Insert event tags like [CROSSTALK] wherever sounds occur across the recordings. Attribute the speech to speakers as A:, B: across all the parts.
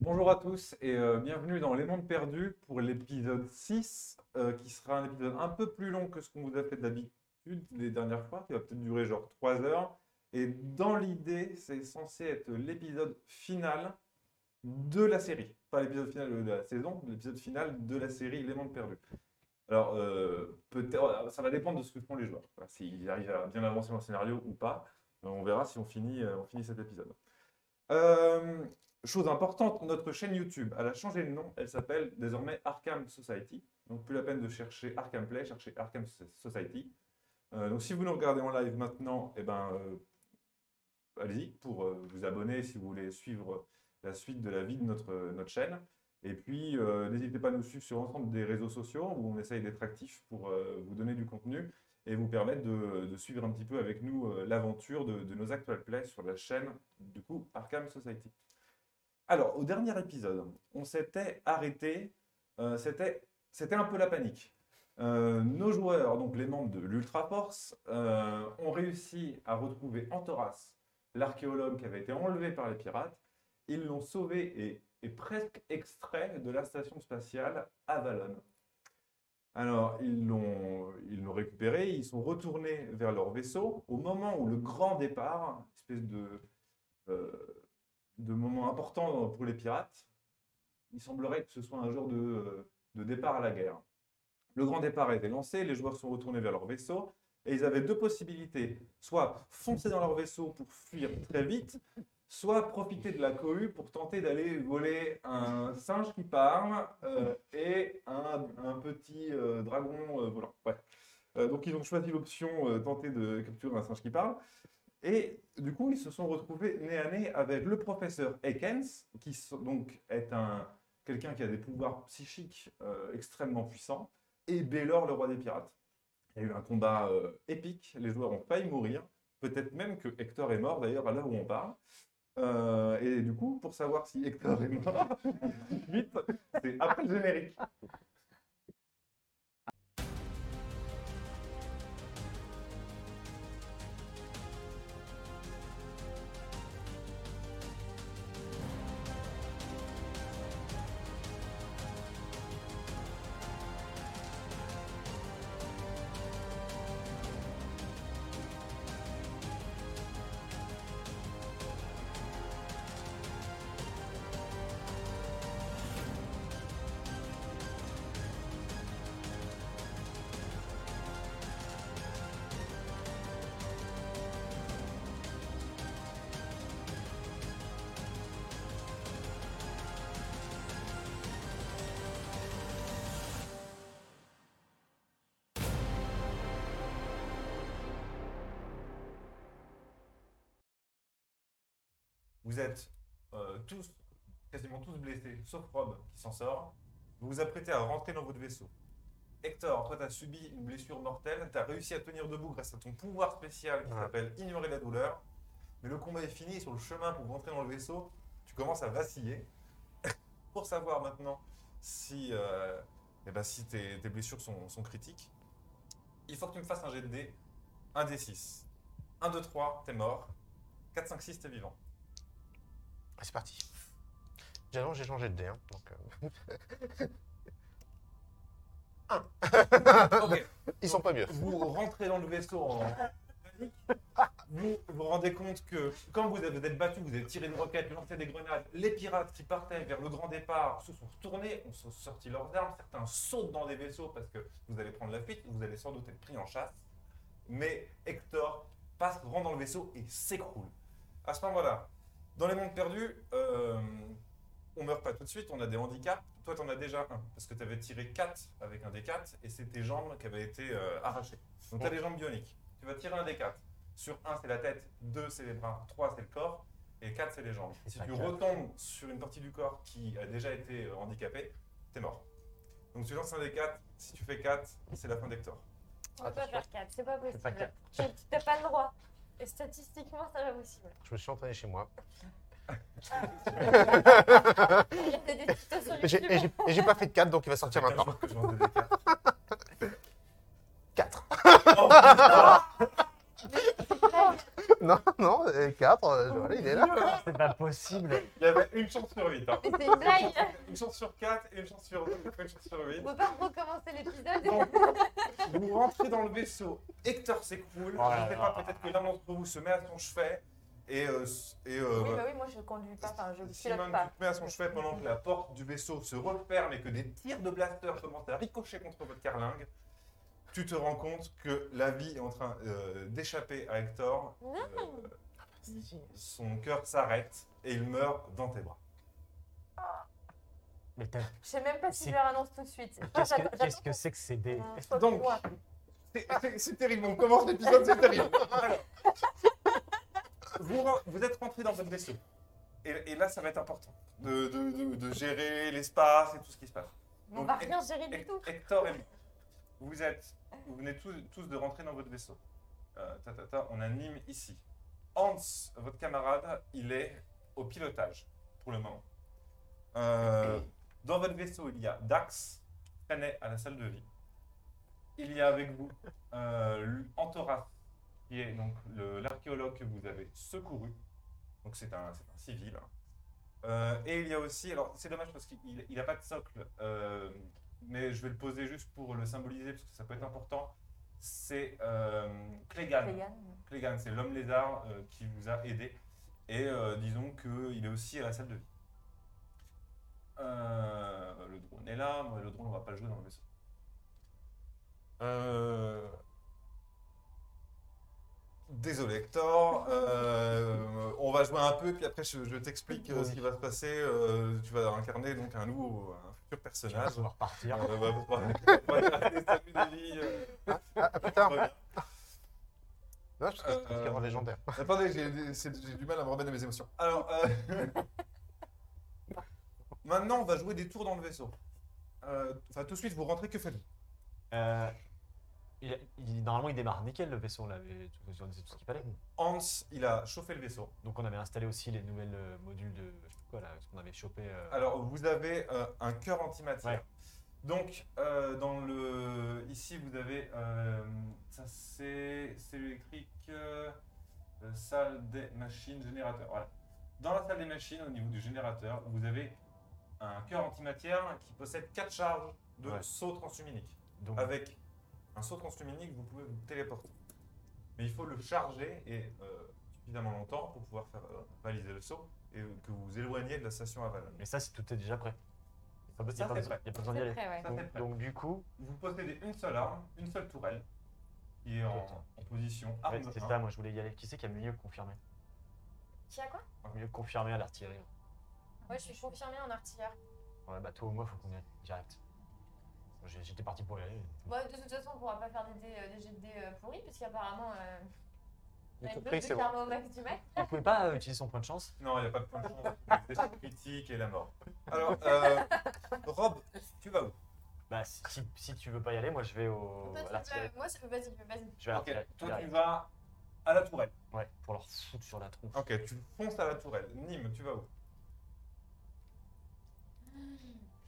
A: Bonjour à tous et euh, bienvenue dans Les Mondes Perdus pour l'épisode 6, euh, qui sera un épisode un peu plus long que ce qu'on vous a fait d'habitude les dernières fois, qui va peut-être durer genre 3 heures. Et dans l'idée, c'est censé être l'épisode final de la série. Pas l'épisode final de la saison, l'épisode final de la série Les Mondes Perdus. Alors, euh, peut-être, ça va dépendre de ce que font les joueurs, quoi, s'ils arrivent à bien avancer dans le scénario ou pas. Euh, On verra si on finit, euh, on finit cet épisode. Euh, chose importante, notre chaîne YouTube, elle a changé de nom, elle s'appelle désormais Arkham Society. Donc plus la peine de chercher Arkham Play, cherchez Arkham So- Society. Euh, donc si vous nous regardez en live maintenant, eh ben, euh, allez-y pour euh, vous abonner si vous voulez suivre la suite de la vie de notre, euh, notre chaîne. Et puis, euh, n'hésitez pas à nous suivre sur l'ensemble des réseaux sociaux où on essaye d'être actif pour euh, vous donner du contenu et vous permettre de, de suivre un petit peu avec nous euh, l'aventure de, de nos actuels plays sur la chaîne, du coup, Arkham Society. Alors, au dernier épisode, on s'était arrêté, euh, c'était c'était un peu la panique. Euh, nos joueurs, donc les membres de l'Ultra Force, euh, ont réussi à retrouver Antoras, l'archéologue qui avait été enlevé par les pirates. Ils l'ont sauvé et, et presque extrait de la station spatiale Avalon. Alors, ils l'ont ils l'ont récupéré, ils sont retournés vers leur vaisseau au moment où le grand départ, espèce de, euh, de moment important pour les pirates, il semblerait que ce soit un jour de, euh, de départ à la guerre. Le grand départ a été lancé, les joueurs sont retournés vers leur vaisseau, et ils avaient deux possibilités, soit foncer dans leur vaisseau pour fuir très vite, soit profiter de la cohue pour tenter d'aller voler un singe qui parle euh, et un, un petit euh, dragon euh, volant. Ouais. Euh, donc ils ont choisi l'option euh, tenter de capturer un singe qui parle. Et du coup, ils se sont retrouvés nez à nez avec le professeur Ekens, qui so- donc est un quelqu'un qui a des pouvoirs psychiques euh, extrêmement puissants, et Bélor, le roi des pirates. Il y a eu un combat euh, épique, les joueurs ont failli mourir, peut-être même que Hector est mort d'ailleurs à l'heure où on parle. Euh, et du coup, pour savoir si Hector est mort, [LAUGHS] vite, c'est après le générique. Vous êtes euh, tous, quasiment tous blessés, sauf Rob qui s'en sort. Vous vous apprêtez à rentrer dans votre vaisseau. Hector, toi, tu as subi une blessure mortelle. Tu as réussi à tenir debout grâce à ton pouvoir spécial qui
B: Ouais.
A: s'appelle Ignorer la douleur. Mais le combat est fini. et Sur le chemin pour rentrer dans le vaisseau, tu commences à vaciller. [COUGHS] pour savoir maintenant si, euh, eh ben, si tes, tes blessures sont, sont critiques, il faut que tu me fasses un jet de dés. 1 d 6. 1, 2, 3, t'es mort. 4, 5, 6, t'es vivant.
B: Ah, C'est parti. J'avoue, j'ai changé de dé. Hein, donc, euh,
A: Ok,
B: [LAUGHS] Ils sont pas mieux.
A: vous rentrez dans le vaisseau en panique. Vous vous rendez compte que quand vous avez- vous êtes battu, vous avez tiré une roquette, lancé des grenades, les pirates qui partaient vers le grand départ se sont retournés, ont so- sorti leurs armes, certains sautent dans des vaisseaux parce que vous allez prendre la fuite, vous allez sans doute être pris en chasse. Mais Hector passe, rentre dans le vaisseau et s'écroule. À ce moment-là, dans les mondes perdus, euh, on meurt pas tout de suite, on a des handicaps. Toi, t'en as déjà un, parce que t'avais tiré 4 avec un D4, et c'est tes jambes qui avaient été euh, arrachées. Donc
B: Oh.
A: t'as les jambes bioniques. Tu vas tirer un D4. Sur 1, c'est la tête, 2, c'est les bras, 3, c'est le corps, et 4, c'est les jambes.
B: Et
A: Si
B: pas
A: tu
B: quatre.
A: retombes sur une partie du corps qui a déjà été euh, handicapée, t'es mort. Donc tu lances un D4, si tu fais 4, c'est la fin d'Hector.
C: On va pas
B: Attention.
C: faire 4, c'est pas possible.
B: pas quatre.
C: Tu tu- t'as pas le droit. Et statistiquement, c'est pas possible.
B: Je me suis entraîné chez moi.
C: Il y a des tutos sur
B: Et j'ai-
C: YouTube.
B: et j'ai et j'ai pas fait de 4, donc il va sortir maintenant. [LAUGHS]
A: Je lance des D4.
B: 4.
A: Oh, putain
B: Non, non, euh, les quatre. euh, je- voilà, il est là.
C: Ah,
D: [LAUGHS]
B: C'est pas possible.
A: Il y avait une chance sur 8.
C: Et c'est une blague
A: Une chance sur 4 et une chance sur 2, une chance sur 8.
C: On peut pas recommencer l'épisode.
A: Bon, vous rentrez dans le vaisseau, Hector s'écoule,
B: Oh là
A: je sais
B: là.
A: pas, peut-être que l'un d'entre vous se met à son chevet et, euh, s- et euh,
C: Oui, bah oui, moi je conduis pas, enfin je
A: Simone,
C: pilote
A: tu
C: pas.
A: te mets à son chevet pendant que la porte du vaisseau se referme et que des tirs de blaster commencent à ricocher contre votre carlingue. Tu te rends compte que la vie est en train euh, d'échapper à Hector.
C: Non.
A: Euh, son cœur s'arrête et il meurt dans tes bras.
B: Mais t'as-
C: Je sais même pas si
B: C'est-
C: je leur annonce tout de suite.
B: qu'est-ce
C: [LAUGHS] J'attends-
B: que- qu'est-ce que c'est que ces dés
C: j'attends qu'on soit
A: Donc,
C: plus loin.
A: C'est- C'est c'est terrible, on commence l'épisode, c'est terrible. Alors, vous, re- vous êtes rentré dans votre vaisseau. Et, et là, ça va être important de, de- de- de gérer l'espace et tout ce qui se passe.
C: Mais on va
A: donc,
C: rien gérer du
A: Hec-
C: tout.
A: Hector et moi, vous, êtes, vous venez tous, tous de rentrer dans votre vaisseau. Euh, ta, ta, ta, on anime ici. Hans, votre camarade, il est au pilotage pour le moment. Euh, dans votre vaisseau, il y a Dax, Canet à la salle de vie. Il y a avec vous euh, Antora, qui est donc le- l'archéologue que vous avez secouru. Donc c'est un, c'est un civil. hein. Euh, et il y a aussi, alors c'est dommage parce qu'il n'a pas de socle, euh, mais je vais le poser juste pour le symboliser parce que ça peut être important. C'est euh, Clegane.
C: Clégan.
A: Clegan, c'est l'homme lézard euh, qui vous a aidé. Et euh, disons qu'il est aussi à la salle de vie. Euh, le drone est là, mais le drone on va pas le jouer dans le vaisseau. Euh, Désolé Hector, euh, on va jouer un peu, puis après je, je t'explique euh, ce qui va se passer. Euh, tu vas incarner donc un loup, un futur
B: Tu vas
A: personnage.
B: pouvoir partir.
A: Euh, ouais, [LAUGHS] on va- on va faire des saluts de vie, euh,
B: Ah, ah, putain,
A: reviens.
B: non, je
A: Euh,
B: pense qu'il y aura légendaire.
A: Attendez, j'ai c'est- j'ai du mal à me remettre de mes émotions. Alors, euh, [LAUGHS] maintenant, on va jouer des tours dans le vaisseau. Euh, Enfin, tout de suite, vous rentrez, que faites-vous
D: Euh, il- il- normalement, il démarre nickel le vaisseau, on avait tout, on disait tout ce qu'il fallait.
A: Hans, il a chauffé le vaisseau.
D: Donc, on avait installé aussi les nouvelles euh, modules de. je sais plus Quoi là ce qu'on avait chopé. euh,
A: Alors, vous avez euh, un cœur antimatière.
D: Ouais.
A: Donc, euh, dans le... ici, vous avez... euh, ça, c'est c'est électrique, euh, euh, salle des machines, générateur. Voilà. Dans la salle des machines, au niveau du générateur, vous avez un cœur antimatière qui possède quatre charges de
D: Ouais.
A: saut transhuminique.
D: donc,
A: Avec un saut transhuminique, vous pouvez vous téléporter. Mais il faut le charger et euh, suffisamment longtemps pour pouvoir faire euh, réaliser le saut et euh, que vous vous éloignez de la station aval.
D: Mais ça, c'est tout est déjà prêt. Il n'y
A: Ça,
D: a pas
A: c'est
D: besoin
A: prêt.
D: il y a pas besoin d'y
C: C'est
D: aller.
C: prêt, ouais.
A: Ça, c'est
D: Donc,
A: prêt.
D: donc, du coup,
A: Vous possédez une seule arme, une seule tourelle, qui est en, en position arme
D: ouais,
A: de
D: c'était
A: main.
D: Ah, ça, moi je voulais y aller. Qui c'est qui a mieux confirmé
C: Qui a quoi
D: Mieux confirmé à l'artillerie. hein.
C: Moi je suis confirmée en artilleur.
D: Ouais, bah toi ou moi, faut qu'on y aille direct. J'ai- J'étais parti pour y aller.
C: Bon, de toute façon, on pourra pas faire des, dés, euh, des jets de dés euh, pourris, puisqu'apparemment, euh,
B: J'ai
C: avec
B: tout
C: le
B: pris, c'est bon.
C: karma au max du max.
D: On pouvait pas euh, utiliser son point de chance
A: Non, il n'y a pas de point de chance. C'est la critique et la mort. Alors, euh, Rob, tu vas où
D: Bah, si, si, si tu veux pas y aller, moi je vais au,
B: Oh,
C: Toi, tu
D: à
C: peux-
D: l'artillerie.
C: Moi, ça peut vas-y, vas-y.
D: Je vais à
A: Ok,
D: l'artillerie.
A: toi tu
D: direct.
A: vas à la tourelle.
D: Ouais, pour leur foutre sur la tronche.
A: Ok, tu fonces à la tourelle. Nîmes, tu vas où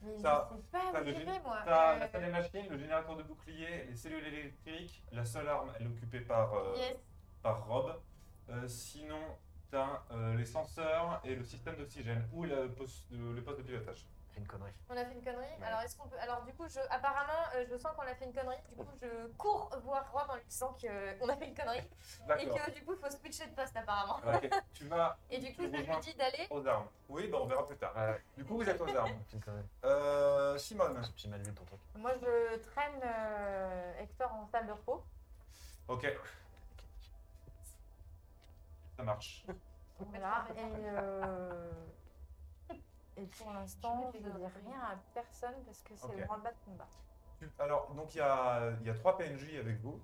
C: Mais
A: Ça-
C: je sais pas
A: ça
C: où
A: le
C: je
A: gé-
C: vais, moi.
A: T'as
C: Euh,
A: la salle des machines, le générateur de bouclier, les cellules électriques. La seule arme, elle est occupée par, euh,
C: Yes.
A: par Rob. Euh, sinon, t'as euh, les senseurs et le système d'oxygène ou le poste de, le poste de pilotage.
D: C'est une connerie.
C: On a fait une connerie. Alors, est-ce qu'on peut. Alors, du coup, je... apparemment, euh, je sens qu'on a fait une connerie. Du coup, je cours voir Rob en lui disant qu'on euh, a fait une connerie. Et
A: D'accord.
C: que, du coup, il faut switcher de poste, apparemment.
A: Ok, tu vas
C: Et du coup,
A: Tu
C: je lui
A: rejoins.
C: dis d'aller.
A: aux armes. Oui, bah on verra plus tard.
D: Ouais,
A: Du coup, vous êtes aux armes.
D: c'est une connerie.
A: Euh, Simone.
D: J'ai mal vu ton truc.
C: Moi, je traîne euh, Hector en salle de repos.
A: Ok. Ça marche.
C: Voilà, et, euh, et pour l'instant, je ne dis rien à personne parce que c'est
A: Ok.
C: le branle-bas de combat.
A: Tu- Alors, donc il y a, il y a trois PNJ avec vous.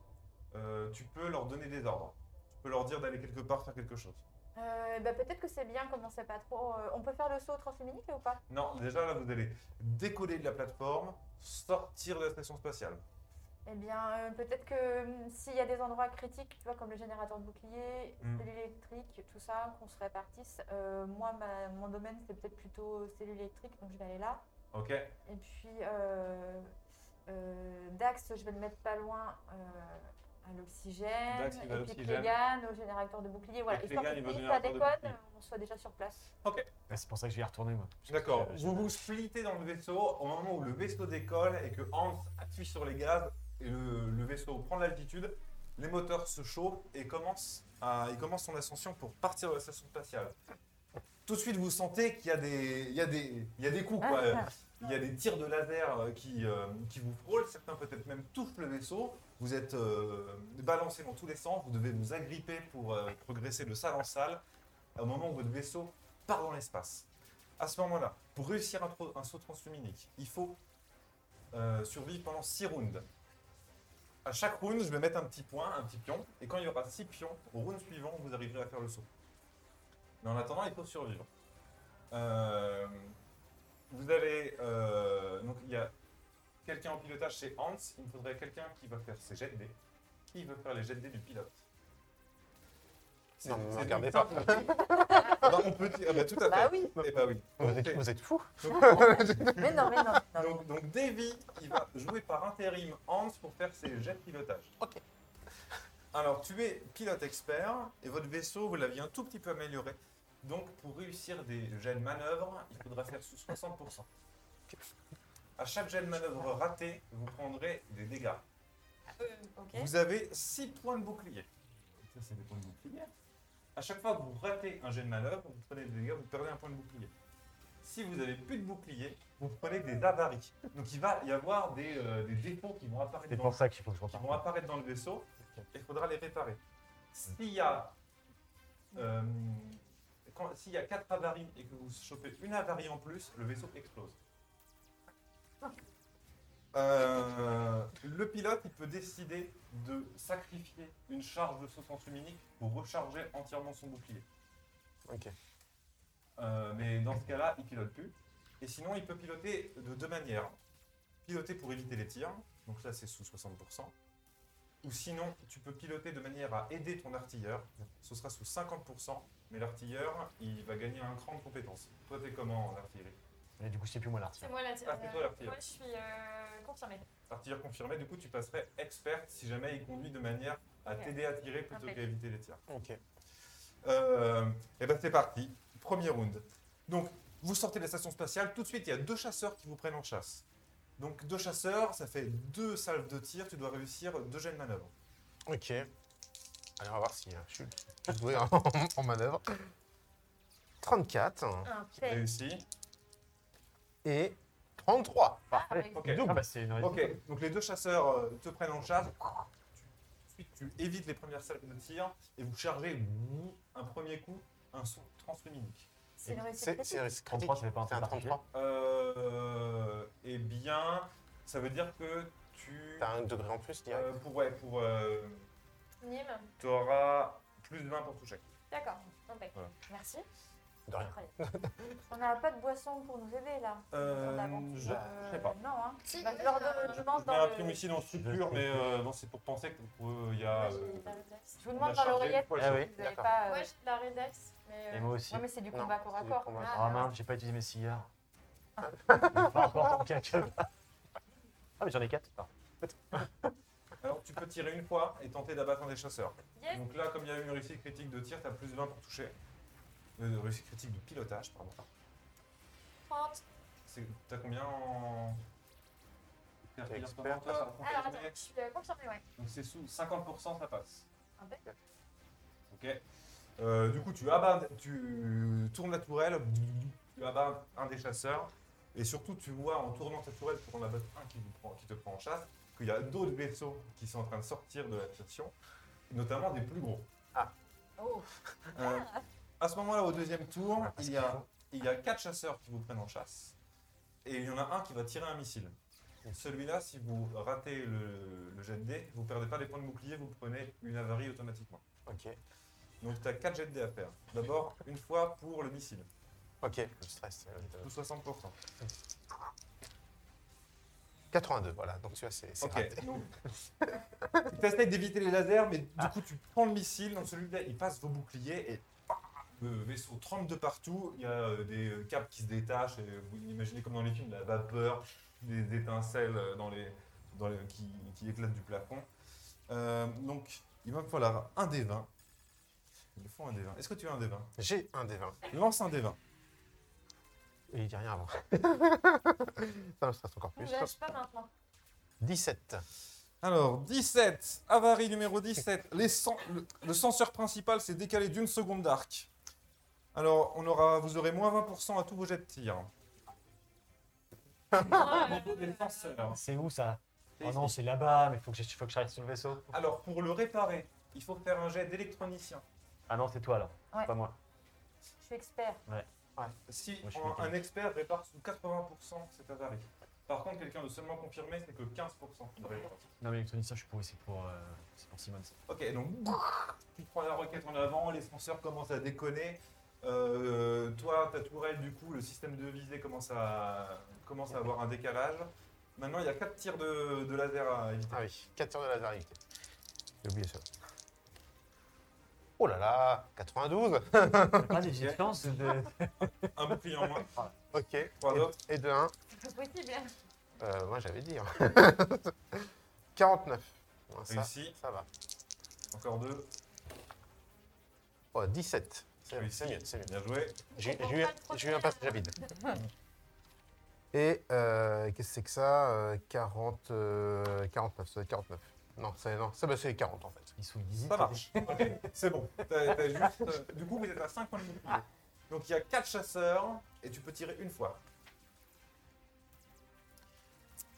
A: Euh, tu peux leur donner des ordres. Tu peux leur dire d'aller quelque part faire quelque chose.
C: Euh, bah, Peut-être que c'est bien, comme on sait pas trop. euh, on peut faire le saut au transféminique là, ou pas
A: Non, déjà là, vous allez décoller de la plateforme, sortir de la station spatiale.
C: Eh bien, euh, peut-être que hum, s'il y a des endroits critiques, tu vois, comme le générateur de bouclier,
A: Mm.
C: cellule électrique, tout ça, qu'on se répartisse. Euh, moi, ma- mon domaine, c'est peut-être plutôt euh, cellule électrique, donc je vais aller là.
A: Ok
C: Et puis, euh, euh, Dax, je vais le mettre pas loin euh,
E: à l'oxygène,
A: Dax, il va à
E: et puis
A: l'oxygène.
E: Clegan au générateur de bouclier. Voilà,
A: Et
E: histoire
A: Clegan,
E: que
A: il va au
E: si ça
A: générateur de
E: déconne,
A: bouclier.
E: on soit déjà sur place.
D: Ouais, Ah, C'est pour ça que je vais y retourner, moi.
A: D'accord.
D: Euh, j'ai-
A: Vous vous splittez dans le vaisseau au moment où le vaisseau décolle et que Hans appuie sur les gaz et le, le vaisseau prend de l'altitude. Les moteurs se chauffent et commencent à, il commence son ascension pour partir de la station spatiale. Tout de suite, vous sentez qu'il y a des, il y a des, il y a des coups, quoi. Il y a des tirs de laser euh, qui, euh, qui vous frôlent. Certains peut-être même touchent le vaisseau. Vous êtes euh, balancé dans tous les sens. Vous devez vous agripper pour euh, progresser de salle en salle. Au moment où votre vaisseau part dans l'espace. À ce moment-là, pour réussir un, tro- un saut transluminique, il faut euh, survivre pendant 6 rounds. À chaque round, je vais mettre un petit point, un petit pion, et quand il y aura 6 pions, au round suivant, vous arriverez à faire le saut. Mais en attendant, il faut survivre. Euh, vous allez. euh, donc, il y a quelqu'un en pilotage, c'est Hans. Il me faudrait quelqu'un qui va faire ses jets de dés. Qui veut faire les jets de dés du pilote C'est-
B: Non, mais
A: c'est
B: regardez
A: tout
B: pas.
A: simple. Non, on peut dire. ah bah, tout à fait.
E: Bah oui,
A: Eh bah oui.
B: Vous êtes,
A: Ok.
B: vous êtes fous
E: mais non, mais non.
A: [LAUGHS]
E: non.
A: Donc, donc Davy, il va jouer par intérim Hans pour faire ses jets de pilotage.
B: Ok.
A: Alors, tu es pilote expert et votre vaisseau, vous l'aviez un tout petit peu amélioré. Donc, pour réussir des jets de manœuvre, il faudra faire sous 60%. À chaque jet de manœuvre raté, vous prendrez des dégâts.
C: Euh, ok.
A: Vous avez 6 points de bouclier. Ça, c'est des points de bouclier. À chaque fois que vous ratez un jet de manœuvre, vous prenez des dégâts, vous perdez un point de bouclier. Si vous n'avez plus de bouclier, vous prenez des avaries. Donc il va y avoir des, euh, des défauts qui vont apparaître
B: C'est
A: dans
B: pour ça qu'il faut que je
A: qui vont
B: reparte.
A: apparaître dans le vaisseau et il faudra les réparer. S'il y a euh, quand- s'il y a quatre avaries et que vous chopez une avarie en plus, le vaisseau explose. Euh, le pilote il peut décider de sacrifier une charge de saut transuminique pour recharger entièrement son bouclier.
B: Ok.
A: Euh, mais dans ce cas-là, il pilote plus. Et sinon, il peut piloter de deux manières. Piloter pour éviter les tirs, donc là c'est sous 60%. Ou sinon, tu peux piloter de manière à aider ton artilleur, ce sera sous 50%, mais l'artilleur, il va gagner un cran de compétence. Toi, t'es comment en artillerie
B: Mais du coup, c'est plus moi l'article.
C: C'est moi la
A: Ah, c'est toi l'artillerie.
C: Moi, je suis euh, confirmée.
A: Artilleur confirmé, du coup, tu passerais expert si jamais il conduit de manière à
C: Ok.
A: t'aider à tirer plutôt
C: Impec.
A: qu'à éviter les tirs.
B: Ok.
A: Euh, et ben c'est parti, premier round. Donc vous sortez de la station spatiale, tout de suite il y a deux chasseurs qui vous prennent en chasse. Donc deux chasseurs, ça fait deux salves de tir, tu dois réussir deux jets de manœuvre.
B: Ok. Allez, on va voir si euh, je suis le plus doué en, [LAUGHS] en manœuvre. 34 hein,
C: Un fait.
A: Réussi.
B: et 33.
C: Ah,
B: Parfait.
C: avec-
A: Ok.
D: Ah, bah, c'est une
A: Ok, donc les deux chasseurs euh, te prennent en charge. Tu, tu évites les premières salves de tir et vous chargez bouh, un premier coup, un saut transluminique.
C: C'est une réussite.
B: C'est c'est risque
D: 33, tu
B: critique.
D: fais pas un
B: C'est un
D: truc
B: 33.
A: Euh, eh bien, ça veut dire que tu.
B: T'as un degré en plus direct.
A: euh, pour, ouais, pour. euh,
C: Nîmes.
A: t'auras plus de 20 pour toucher.
C: D'accord. Impec.
A: Voilà.
C: Merci.
B: De rien.
C: Incroyable.
E: ben, On n'a pas de boisson pour nous aider là.
A: Euh,
E: D'avance.
A: je
E: Euh,
A: je sais pas.
E: Non, hein.
C: Si,
E: Bah, je leur donne- je demande
A: Il y a
E: dans
A: un
E: le-
A: primicide en structure, mais euh, non, c'est pour penser que euh, il y a.
C: Moi, j'ai
A: euh,
C: pas le texte.
E: Je vous
A: on
E: demande
A: a
E: dans
A: chargé une
E: l'oreillette
A: fois le
D: Ah
A: saut.
D: oui.
E: si vous n'avez
B: D'accord.
E: pas. euh,
C: Ouais, j'ai de la rédax, mais. euh,
D: Et moi aussi.
E: Ouais, mais c'est du
B: Non,
E: combat corps à
B: c'est du
E: corps.
B: combat.
D: Ah mince, j'ai pas utilisé mes cigares. Par rapport à quelqu'un. Ah, mais j'en ai 4.
A: Alors tu peux tirer une fois et tenter d'abattre un des chasseurs.
C: Yes.
A: Donc là, comme il y a eu une réussite critique de tir, t'as plus de 20 pour toucher. Euh, réussite critique de pilotage, pardon.
C: 30.
A: C'est- T'as combien en.
B: T'es
A: Perfil
B: expert,
A: comment toi, en
C: Alors, attends,
A: confirmé
C: je suis euh, confirmée, ouais.
A: Donc c'est sous 50%, ça passe.
C: Un peu.
A: Ok. Euh, du coup, tu abats, tu tournes la tourelle, tu abats un des chasseurs, et surtout tu vois en tournant ta tourelle pour en abattre un qui, vous prend- qui te prend en chasse, qu'il y a d'autres vaisseaux qui sont en train de sortir de la station, notamment des plus gros.
B: Ah.
C: Oh.
A: [LAUGHS] Euh, à ce moment-là, au deuxième tour,
B: Ah, parce
A: il y,
B: qu'il
A: a,
B: faut.
A: il y a quatre chasseurs qui vous prennent en chasse. Et il y en a un qui va tirer un missile. Celui-là, si vous ratez le, le jet de dés, vous perdez pas les points de bouclier, vous prenez une avarie automatiquement.
B: Ok.
A: Donc tu as 4 jets de dés à faire. D'abord, une fois pour le missile,
B: Ok. Le stress. euh, le-
A: sous 60%.
B: 82, voilà. Donc celui-là, c'est c'est raté.
A: Ok. donc- Tu t'essayes d'éviter les lasers, mais du coup, tu prends le missile. Donc celui-là, il passe vos boucliers et ah, le vaisseau trempe de partout. Il y a euh, des euh, câbles qui se détachent. Et vous imaginez comme dans les films, la vapeur, des étincelles euh, dans les, dans les- qui, qui éclatent du plafond. Euh, donc, il va me falloir un des 20. Il me faut un des 20. Est-ce que tu as un des 20
B: J'ai un des 20.
A: Lance un des 20.
B: Et il dit
A: [LAUGHS]
B: rien avant. Ça me stresse encore
E: Je
B: plus.
E: lâche pas maintenant.
B: 17.
A: Alors, 17. Avarie numéro 17. Les cen- le, le senseur principal s'est décalé d'une seconde d'arc. Alors, on aura, vous aurez moins 20% à tous vos jets de tir. Ah,
D: C'est où ça Oh Ah, non, c'est là-bas, mais faut que, je, faut que je reste sur le vaisseau.
A: Alors, pour le réparer, il faut faire un jet d'électronicien.
D: Ah non, c'est toi alors,
E: Ouais.
D: c'est pas moi.
E: Je suis expert.
A: Si
D: Moi, je suis
A: un- un,
D: mécanique.
A: expert répare sous 80%, c'est avarie. Par contre, quelqu'un de seulement confirmé, c'est que 15% qui devrait réparer.
D: Non, mais l'électronicien, je suis pourri, c'est pour, euh, c'est pour Simon. ça.
A: Ok, donc tu prends la roquette en avant, les senseurs commencent à déconner. Euh, toi, ta tourelle, du coup, le système de visée commence à, commence à avoir un décalage. Maintenant, il y a 4 tirs de, de laser à éviter.
B: Ah oui, 4 tirs de laser évité. J'ai oublié ça. Oh là là, 92.
D: Ah, des différences de.
A: Un bouclier en moins,
B: Ok. Et,
A: trois autres.
B: et de 1.
E: C'est pas possible.
B: Euh, moi
A: [LAUGHS]
B: j'avais dit. hein. 49. Ouais, ça,
A: Réussi,
B: ça va.
A: encore deux.
B: Oh, 17. C'est mieux,
A: Réussi.
B: c'est mieux, c'est mieux.
A: Bien joué.
B: J'ai
C: comprends
B: j'ai eu,
C: pas le
B: un- j'ai eu un passage à
C: problème.
B: vide. [LAUGHS] Et euh, qu'est-ce que c'est que ça Euh, 40, euh, 49, c'est 49. Non, c'est non, c'est bah, c'est 40 en fait.
D: Ils sont easy.
A: Ça marche. Ok, c'est bon. T'as- t'as juste, euh, du coup, vous êtes à 5 points de bouclier. Donc, il y a 4 chasseurs et tu peux tirer une fois.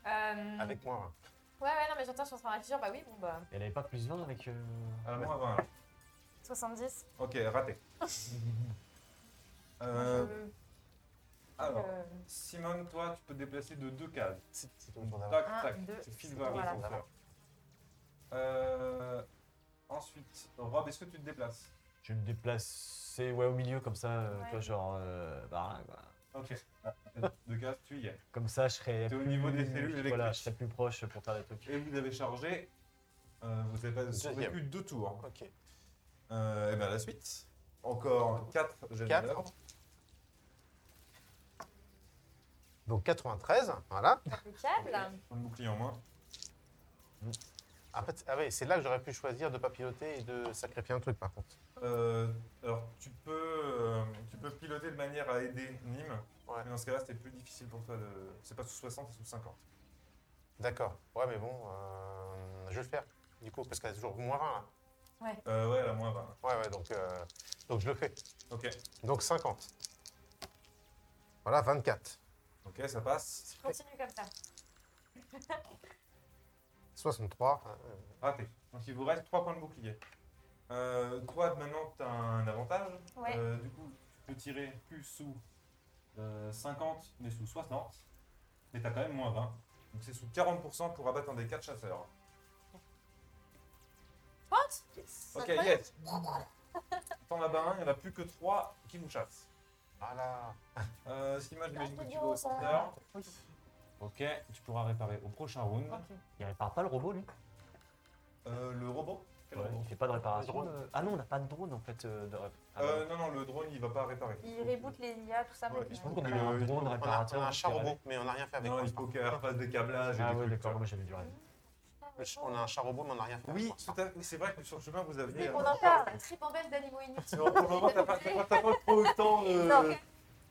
E: Mmh.
C: Euh,
B: Avec moi. hein.
C: Ouais, ouais, non, mais j'entends, je suis en train de réfléchir. Bah oui, bon, bah.
D: Elle avait pas plus 20 avec. Euh...
A: Alors, moi, avant, alors.
E: 70.
A: Ok, raté. Euh,
E: Euh,
A: alors,
E: euh,
A: Simone, toi, tu peux te déplacer de deux cases.
B: C'est c'est ton
A: Donc,
B: tour d'avant.
A: tac,
E: Un,
A: tac,
E: deux,
A: tu files vers
E: voilà.
A: le chauffeur. Euh, ensuite, Rob, est-ce que tu te déplaces
D: Je vais me déplacer ouais, au milieu, comme ça, euh,
E: Ouais.
D: tu vois, genre. euh, bah, voilà, quoi.
A: [LAUGHS] Ok. Deux cases, tu y es.
D: Comme ça, je serais.
A: T'es au
D: plus-
A: niveau des cellules
D: Voilà, je
A: électriques.
D: serais plus proche pour faire des trucs.
A: Et vous avez chargé. euh, vous avez pas survécu
B: Deuxième.
A: deux tours.
B: Ok.
A: Euh, et bien, la suite. Encore 4 jets de
B: Quatre.
A: manœuvre.
B: Donc 93, voilà.
C: Impeccable.
A: Un bouclier en moins.
B: Ah, en fait, ah oui, c'est là que j'aurais pu choisir de pas piloter et de sacrifier un truc par contre.
A: Euh, alors, tu peux, euh, tu peux piloter de manière à aider Nîmes.
B: Ouais.
A: Mais dans ce cas-là, c'était plus difficile pour toi. De... C'est pas sous 60, c'est sous 50.
B: D'accord. Ouais, mais bon, euh, je vais le faire. Du coup, parce qu'elle est toujours moins 20 là.
A: Euh, ouais, la moins 20.
B: Ouais, ouais, donc, euh, donc je le fais.
A: Ok.
B: Donc 50. Voilà, 24.
A: Ok, ça passe.
C: Je continue comme ça.
B: 63. euh,
A: Raté. Donc il vous reste 3 points de bouclier. Euh, toi, maintenant, tu as un avantage.
E: Ouais.
A: Euh, du coup, tu peux tirer plus sous euh, 50, mais sous 60. Mais tu as quand même moins 20. Donc c'est sous 40% pour abattre un des 4 chasseurs.
C: Pente
A: Ok,
C: Incroyable.
A: yes [LAUGHS] T'en as un, il n'y en a plus que 3 qui nous chassent.
D: Ah
B: Voilà.
A: Euh, Sima, j'imagine que tu vas au
C: Gros, ça.
A: centre. Ok, tu pourras réparer au prochain round.
D: Il répare pas le robot, lui
A: Euh, le robot Quel
D: Ouais,
A: robot
D: Il fait pas de réparation.
B: Le drone.
D: euh. Ah non, on n'a pas de drone en fait. euh, de... ré- Ah,
A: Euh,
D: ouais.
A: Non, non, le drone, il va pas réparer.
E: Il reboot les IA, tout ça.
A: Ouais,
E: mais-
A: il se
C: euh,
D: Je pense qu'on a
A: le-
D: un drone
B: euh, On a, on
D: réparateur.
B: a un
D: qui
B: char
D: est avec.
B: robot, mais on n'a rien fait avec.
A: Non,
B: pour
A: il faut qu'elle refasse des câblages et
D: Ah
A: des
D: ouais,
A: trucs,
D: d'accord,
A: tu vois.
D: moi j'avais du rêve.
B: l'instant. On a un char robot, mais on n'a rien fait.
A: Oui, tout à fait. C'est vrai que sur le chemin, vous aviez.
C: Mais
A: euh,
C: on en parle. Trip en belle d'animaux inutiles.
A: Non, pour le moment, t'as pas, t'as pas- t'as pas trop le temps. euh,
C: Non.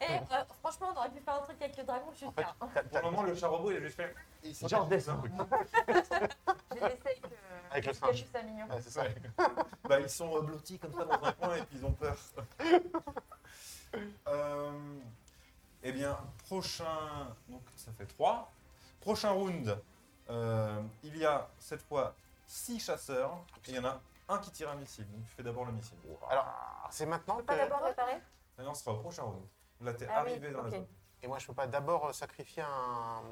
C: Eh, euh, franchement, on aurait pu faire un truc avec le dragon, je suis
B: fait,
C: fière.
B: T'as-
A: Pour
B: t'as-
A: le moment, le charobot, il a juste fait. il s'en
D: Genre
A: fait
D: dessin.
A: un truc.
E: J'essaye que.
B: Avec le
E: parce que
B: singe. Euh,
E: je trouve ça mignon.
B: Ouais, c'est ça.
A: Ouais. Bah, ils sont euh, blottis comme ça dans un coin et puis ils ont
D: [LAUGHS]
A: peur. Euh, eh bien, prochain. Donc, ça fait 3. Prochain round, euh, il y a cette fois 6 chasseurs et il y en a un qui tire un missile. Donc, tu fais d'abord le missile.
B: Alors, c'est maintenant
E: On peut pas
B: que.
E: d'abord réparer
A: Maintenant, ce sera au prochain round. Là, t'es
E: Ah oui,
A: arrivé dans
E: ok.
A: la zone.
B: Et moi, je peux pas d'abord euh, sacrifier un,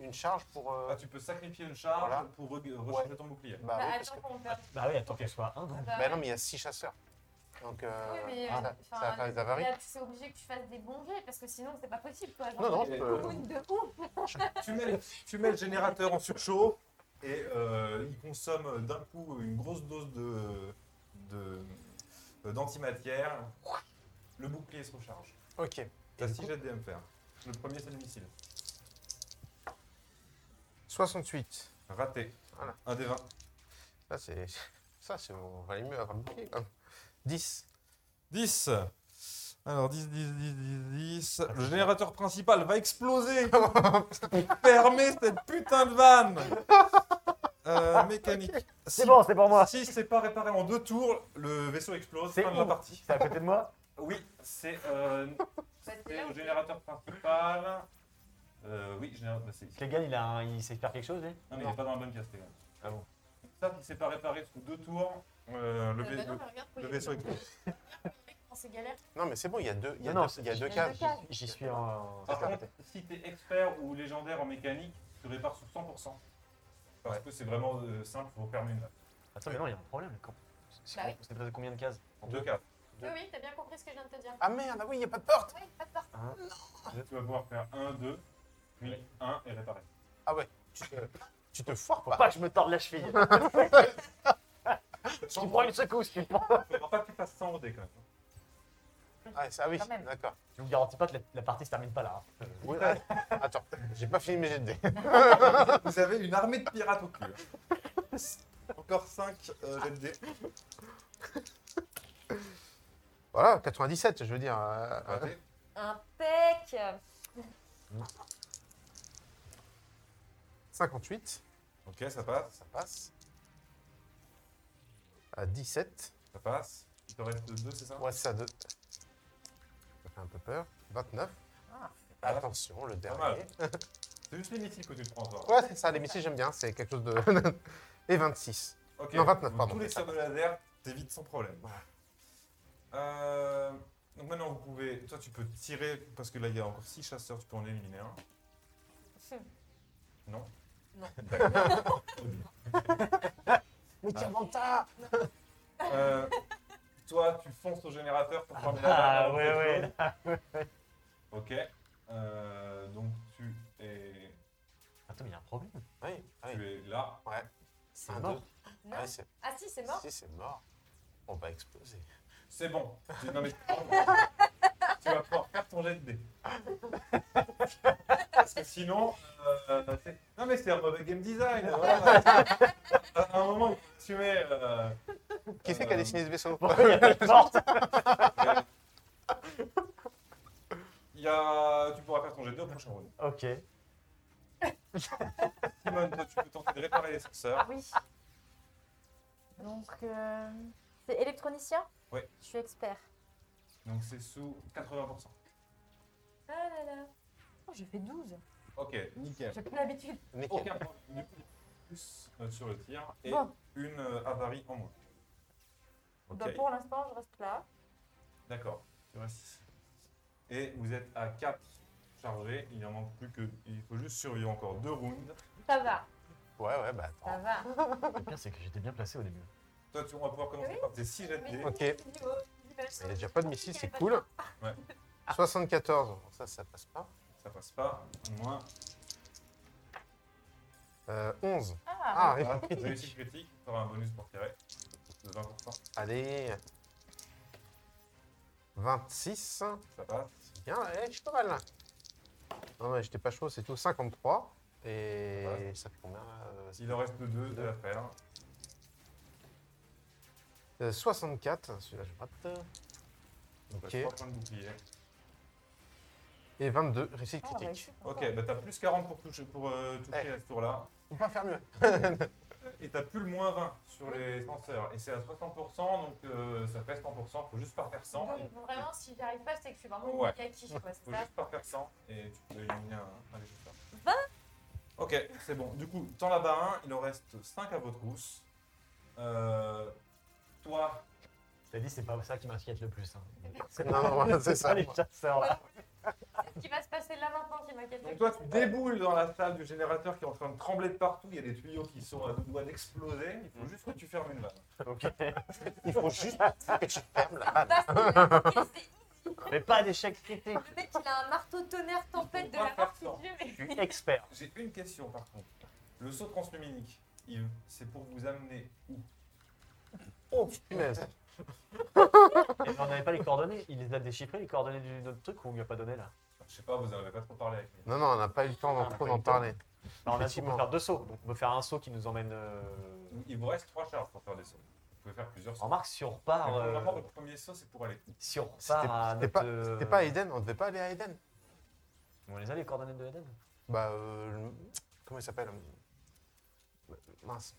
B: une charge pour. euh,
A: Ah, tu peux sacrifier une charge
B: Voilà.
A: pour re- recharger ton bouclier.
B: Bah,
C: Bah,
B: oui, parce
C: attends
B: que-
C: qu'on perde.
D: Bah oui, attends
A: Ok.
D: qu'on soit un.
C: Ah
D: hein.
C: bah
B: Bah
C: ouais.
B: non, mais il y a 6 chasseurs. Donc, euh,
C: Oui, mais
B: ça, ça va
C: enfin,
B: faire des avaries.
C: là, c'est obligé que tu fasses des bons jets parce que sinon, c'est pas possible. Quoi. Genre,
B: Non, non,
C: tu
B: je
A: Et-
B: peux-
C: fais une de ouf.
A: tu, mets, le- tu mets le générateur en surchauffe et euh, il consomme d'un coup une grosse dose de, de- euh, d'antimatière. Le bouclier se recharge.
B: Ok.
A: T'as
B: du
A: 6 jets de DM faire. Le premier, c'est le missile.
B: 68.
A: Raté.
B: Voilà.
A: Un des 20.
B: Là, c'est. Ça, c'est. On va mieux avoir bouclier, quand même. 10.
A: 10. Alors 10, 10, 10, 10,
B: Ah,
A: 10. Le générateur principal va exploser.
B: [LAUGHS]
A: Fermez cette putain de vanne. Euh, mécanique.
D: C'est bon, c'est pour moi.
A: Si c'est pas réparé en deux tours, le vaisseau explose.
D: C'est
A: Fin de la
D: où
A: partie.
D: C'est à côté de moi
A: Oui, c'est euh,
C: Bah,
A: c'est
C: c'est là
A: au
C: où il y a-
A: générateur principal. Euh, oui, générateur. Bah, c'est ici.
D: Kegan, il, a un- il sait faire quelque chose, lui
A: Non, mais il
B: Non.
A: est pas dans la bonne pièce, les gars.
D: Ah bon
A: Ça, si c'est pas réparé sous deux tours, euh, le,
C: Ah, bah
A: vais-
C: non,
A: le-
C: mais regarde,
A: le
C: faut y
A: vaisseau
C: aller.
A: explose.
C: Quand c'est galère.
B: Non, mais c'est bon, il y a deux, il y a
D: Non,
B: deux,
D: c'est-
B: il y a deux
E: il y a
B: cases.
E: deux cases.
D: J'y suis en.
A: Par
D: c'est à
A: contre,
D: côté.
A: si t'es expert ou légendaire en mécanique, tu répares sur 100%. Parce que c'est vraiment euh, simple, faut faire une.
D: Attends, mais non, il y a un problème. Quand...
C: Bah oui.
D: On s'est placé combien de cases
A: En deux cas.
C: Oui, oui, t'as bien compris ce que je viens de te dire.
B: Ah merde, ah oui, il n'y a pas de porte
C: Oui, pas de partie.
D: Un,
A: Tu vas pouvoir faire 1, 2, puis 1 et réparer.
B: Ah ouais, tu te, tu te foires
D: Faut
A: Bah.
B: pas.
D: pas que je me torde
A: [LAUGHS]
D: la cheville. tu prends une secousse, tu prends.
A: Faudra pas que tu fasses 100 au dé quand même.
B: Ah, ça, ah oui,
E: Quand même.
B: d'accord.
D: Je vous garantis pas que la, la partie se termine pas là. hein.
B: Oui, ah, attends, j'ai pas fini mes jets de dés.
A: Vous avez une armée de pirates au cul. Encore euh, 5 jets de dés.
B: Voilà, 97, je veux dire. euh, euh,
A: Raté.
C: Impec
B: 58,
A: Ok, ça passe,
B: ça passe. À 17,
A: ça passe. Il te reste 2, c'est ça
B: ouais, ça de. Ça fait un peu peur. 29.
A: Ah,
B: Attention, le
A: Pas
B: dernier.
A: mal. C'est juste les missiles que tu te prends, toi.
B: Ouais, c'est ça, les missiles, j'aime bien, c'est quelque chose de. [LAUGHS] Et 26.
A: Ok,
B: Non, 29,
A: donc
B: pardon.
A: Tous les tirs de laser, t'évites sans problème. Euh, donc maintenant, vous pouvez. Toi, tu peux tirer, parce que là, il y a encore 6 chasseurs, tu peux en éliminer un. Non
C: Non.
A: D'accord.
B: Mais
A: tiens,
B: Manta
A: Euh, toi, tu fonces au générateur pour prendre
D: Ah,
A: la dernière
D: ouais,
A: rotation.
D: ouais.
A: Ok. Euh, donc, tu es,
D: Attends, mais Ah, il y a un problème.
B: Oui, oui.
A: tu es là.
B: Ah Ouais.
A: C'est
B: Ah
A: deux.
B: [LAUGHS] non.
C: Non
B: Ah, c'est
C: Ah si, c'est mort
B: Si, c'est mort. On va exploser.
A: C'est bon. Tu- non, mais- tu vas pouvoir faire ton jet de dés. Parce que sinon, euh, c'est- non mais c'est un mauvais game design. voilà. À un moment, tu mets. euh,
B: Qui c'est qui a dessiné ce [LAUGHS] vaisseau
D: Pourquoi il y a pas de porte
A: il y a- tu pourras faire ton jet de dés au prochain round.
D: Ok.
A: Simone, toi, tu peux tenter de réparer les
C: Ah
A: senseurs.
E: oui. Donc, euh, c'est électronicien
A: Ouais.
E: Je suis expert.
A: Donc c'est sous 80%.
C: Ah là là
E: Oh, j'ai fait 12.
A: Ok, nickel.
E: J'ai plus l'habitude.
B: Nickel.
A: Aucun problème. Du coup, plus euh, sur le tir et
E: Bon.
A: une euh, avarie en moins. Ok,
E: Bah, pour l'instant, je reste là.
A: d'accord. Tu restes ici. Et vous êtes à 4 chargés. Il en manque plus que. Il faut juste survivre encore deux rounds.
C: Ça va,
B: Ouais, ouais, bah
C: ça
B: attends.
C: va
D: Le pire, c'est que j'étais bien placé au début.
A: Toi, tu, on va pouvoir commencer
C: Oui.
A: par tes 6 jets de dés.
B: Ok. Il n'y a déjà pas de missile, c'est cool.
A: Ouais.
B: 74, bon, ça, ça passe pas.
A: Ça passe pas. Moins.
B: Euh, 11.
E: Ah,
B: Ah,
A: Ah,
B: oui.
A: réussite critique. Tu auras un bonus pour tirer de 20%.
B: Allez. 26.
A: Ça passe.
B: C'est bien, ouais, je suis pas mal là. Non, mais j'étais pas chaud, c'est tout. 53. Et
A: Ouais.
B: ça fait combien là Euh,
A: Il en reste 2 à faire.
B: euh, 64, celui-là je rate.
A: Donc,
B: Ok.
A: 3 points de bouclier.
B: Et 22, réussite
E: on va
B: critique.
E: réussir.
A: Ok, bah t'as plus 40 pour toucher, pour, euh, toucher
B: Eh.
A: à ce tour-là.
B: On peut pas faire mieux.
A: Et t'as plus le moins 20 sur les senseurs. Et c'est à 60%, donc euh, ça fait 100%. Faut juste pas faire 100.
C: Non,
A: et-
C: mais Vraiment, si j'y arrive pas, c'est que je suis vraiment
A: Ouais.
C: Miyaki, quoi, c'est
A: Faut
C: ça
A: [LAUGHS] juste pas faire 100. Et tu peux éliminer un, un législateur. Ok, c'est bon. Du coup, tant la barre 1, il en reste 5 à votre housse. Euh, toi,
D: T'as dit, c'est pas ça qui m'inquiète le plus. hein.
B: Non, non, ouais, c'est [LAUGHS]
D: pas
B: ça.
D: les chasseurs là.
C: C'est ce qui va se passer là maintenant qui m'inquiète.
A: donc toi, tu déboules dans la salle du générateur qui est en train de trembler de partout. Il y a des tuyaux qui sont à deux doigts d'exploser. Il faut juste que tu fermes une vanne.
D: Ok.
B: Il faut juste que tu fermes la balle.
C: Bah, c'est le mec, c'est-
D: Mais pas d'échec critique.
C: le mec, il a un marteau tonnerre tempête de
A: Faut
C: la
A: pas faire
C: partie
A: ça.
C: de jeu.
D: Je
C: mais-
D: suis expert.
A: J'ai une question par contre. Le saut transluminique, il- c'est pour vous amener où
B: Oh, punaise.
D: Et on n'avait pas les coordonnées. Il les a déchiffrées, les coordonnées du- de notre truc, ou on lui a pas donné là
A: Je sais pas, vous en avez pas trop parlé avec lui.
B: Non, non, on n'a pas eu le temps d'en
D: Ah,
B: trop
D: pas eu
B: d'en
D: le temps.
B: parler.
D: Alors, Bah, on a- on peut
B: Effectivement.
D: faire deux sauts. Donc, on peut faire un saut qui nous emmène. euh,
A: Il vous reste trois charges pour faire des sauts. Vous pouvez faire plusieurs sauts.
D: Remarque, si on
A: Mais
D: repart.
A: pour le
D: euh,
A: moment, votre premier saut, c'est pour aller.
D: Si on
B: C'était
D: repart à
B: c'était
D: notre.
B: pas,
D: euh,
B: c'était pas à Eden, on devait pas aller à Eden.
D: On les a les coordonnées de Eden
B: Bah, euh, le- comment il s'appelle euh, Mince.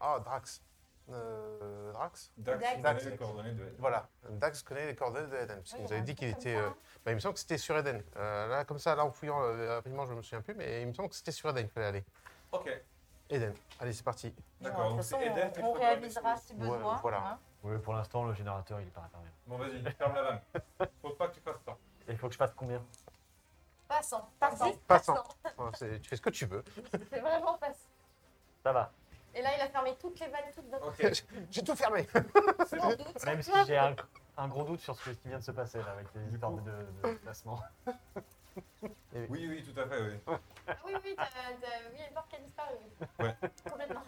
B: Ah, Drax. Euh, Drax
A: Dax,
E: Dax.
A: vous
B: Dax.
A: avez les coordonnées de.
B: Voilà, Dax connaît les coordonnées de Eden, parce
E: Ouais,
B: qu'il nous
E: Ah, il y a
B: avait
E: un
B: dit
E: truc
B: qu'il
E: comme
B: était...
E: ça,
B: euh,
E: hein.
B: bah, il me semble que c'était sur Eden. Euh, là, comme ça, là, en fouillant euh, rapidement, je me souviens plus, mais il me semble que c'était sur Eden qu'il fallait aller.
A: Ok,
B: Eden, allez, c'est parti.
E: Genre,
A: d'accord. Donc,
E: de toute
A: c'est
E: façon,
A: Eden qui
E: on, on
A: prépare les
E: réavisera
A: sauts.
E: si
B: Ouais,
E: besoin.
B: voilà.
E: hein.
D: Oui, pour l'instant, le générateur, il est pas intervenu.
A: Bon, vas-y, ferme la vanne. Faut pas que tu fasses ça.
D: Et Il faut que je fasse combien
C: Passant.
E: Passant.
B: Passant. Enfin, c'est- tu fais ce que tu veux.
C: hein. C'est vraiment passant.
D: Ça va.
C: Et là, il a fermé toutes les vannes, toutes d'un
A: Ok.
B: J'ai tout fermé.
C: sans
E: [LAUGHS]
C: doute.
D: Même si j'ai un, un gros doute sur ce qui vient de se passer là, avec les
A: Du
D: histoires
A: coup.
D: de, de placement.
A: [LAUGHS] Oui, oui, tout à fait. Oui.
C: Ah Oui, oui, t'as, t'as- oui, il y a une porte qui a disparu.
A: Ouais.
C: Complètement.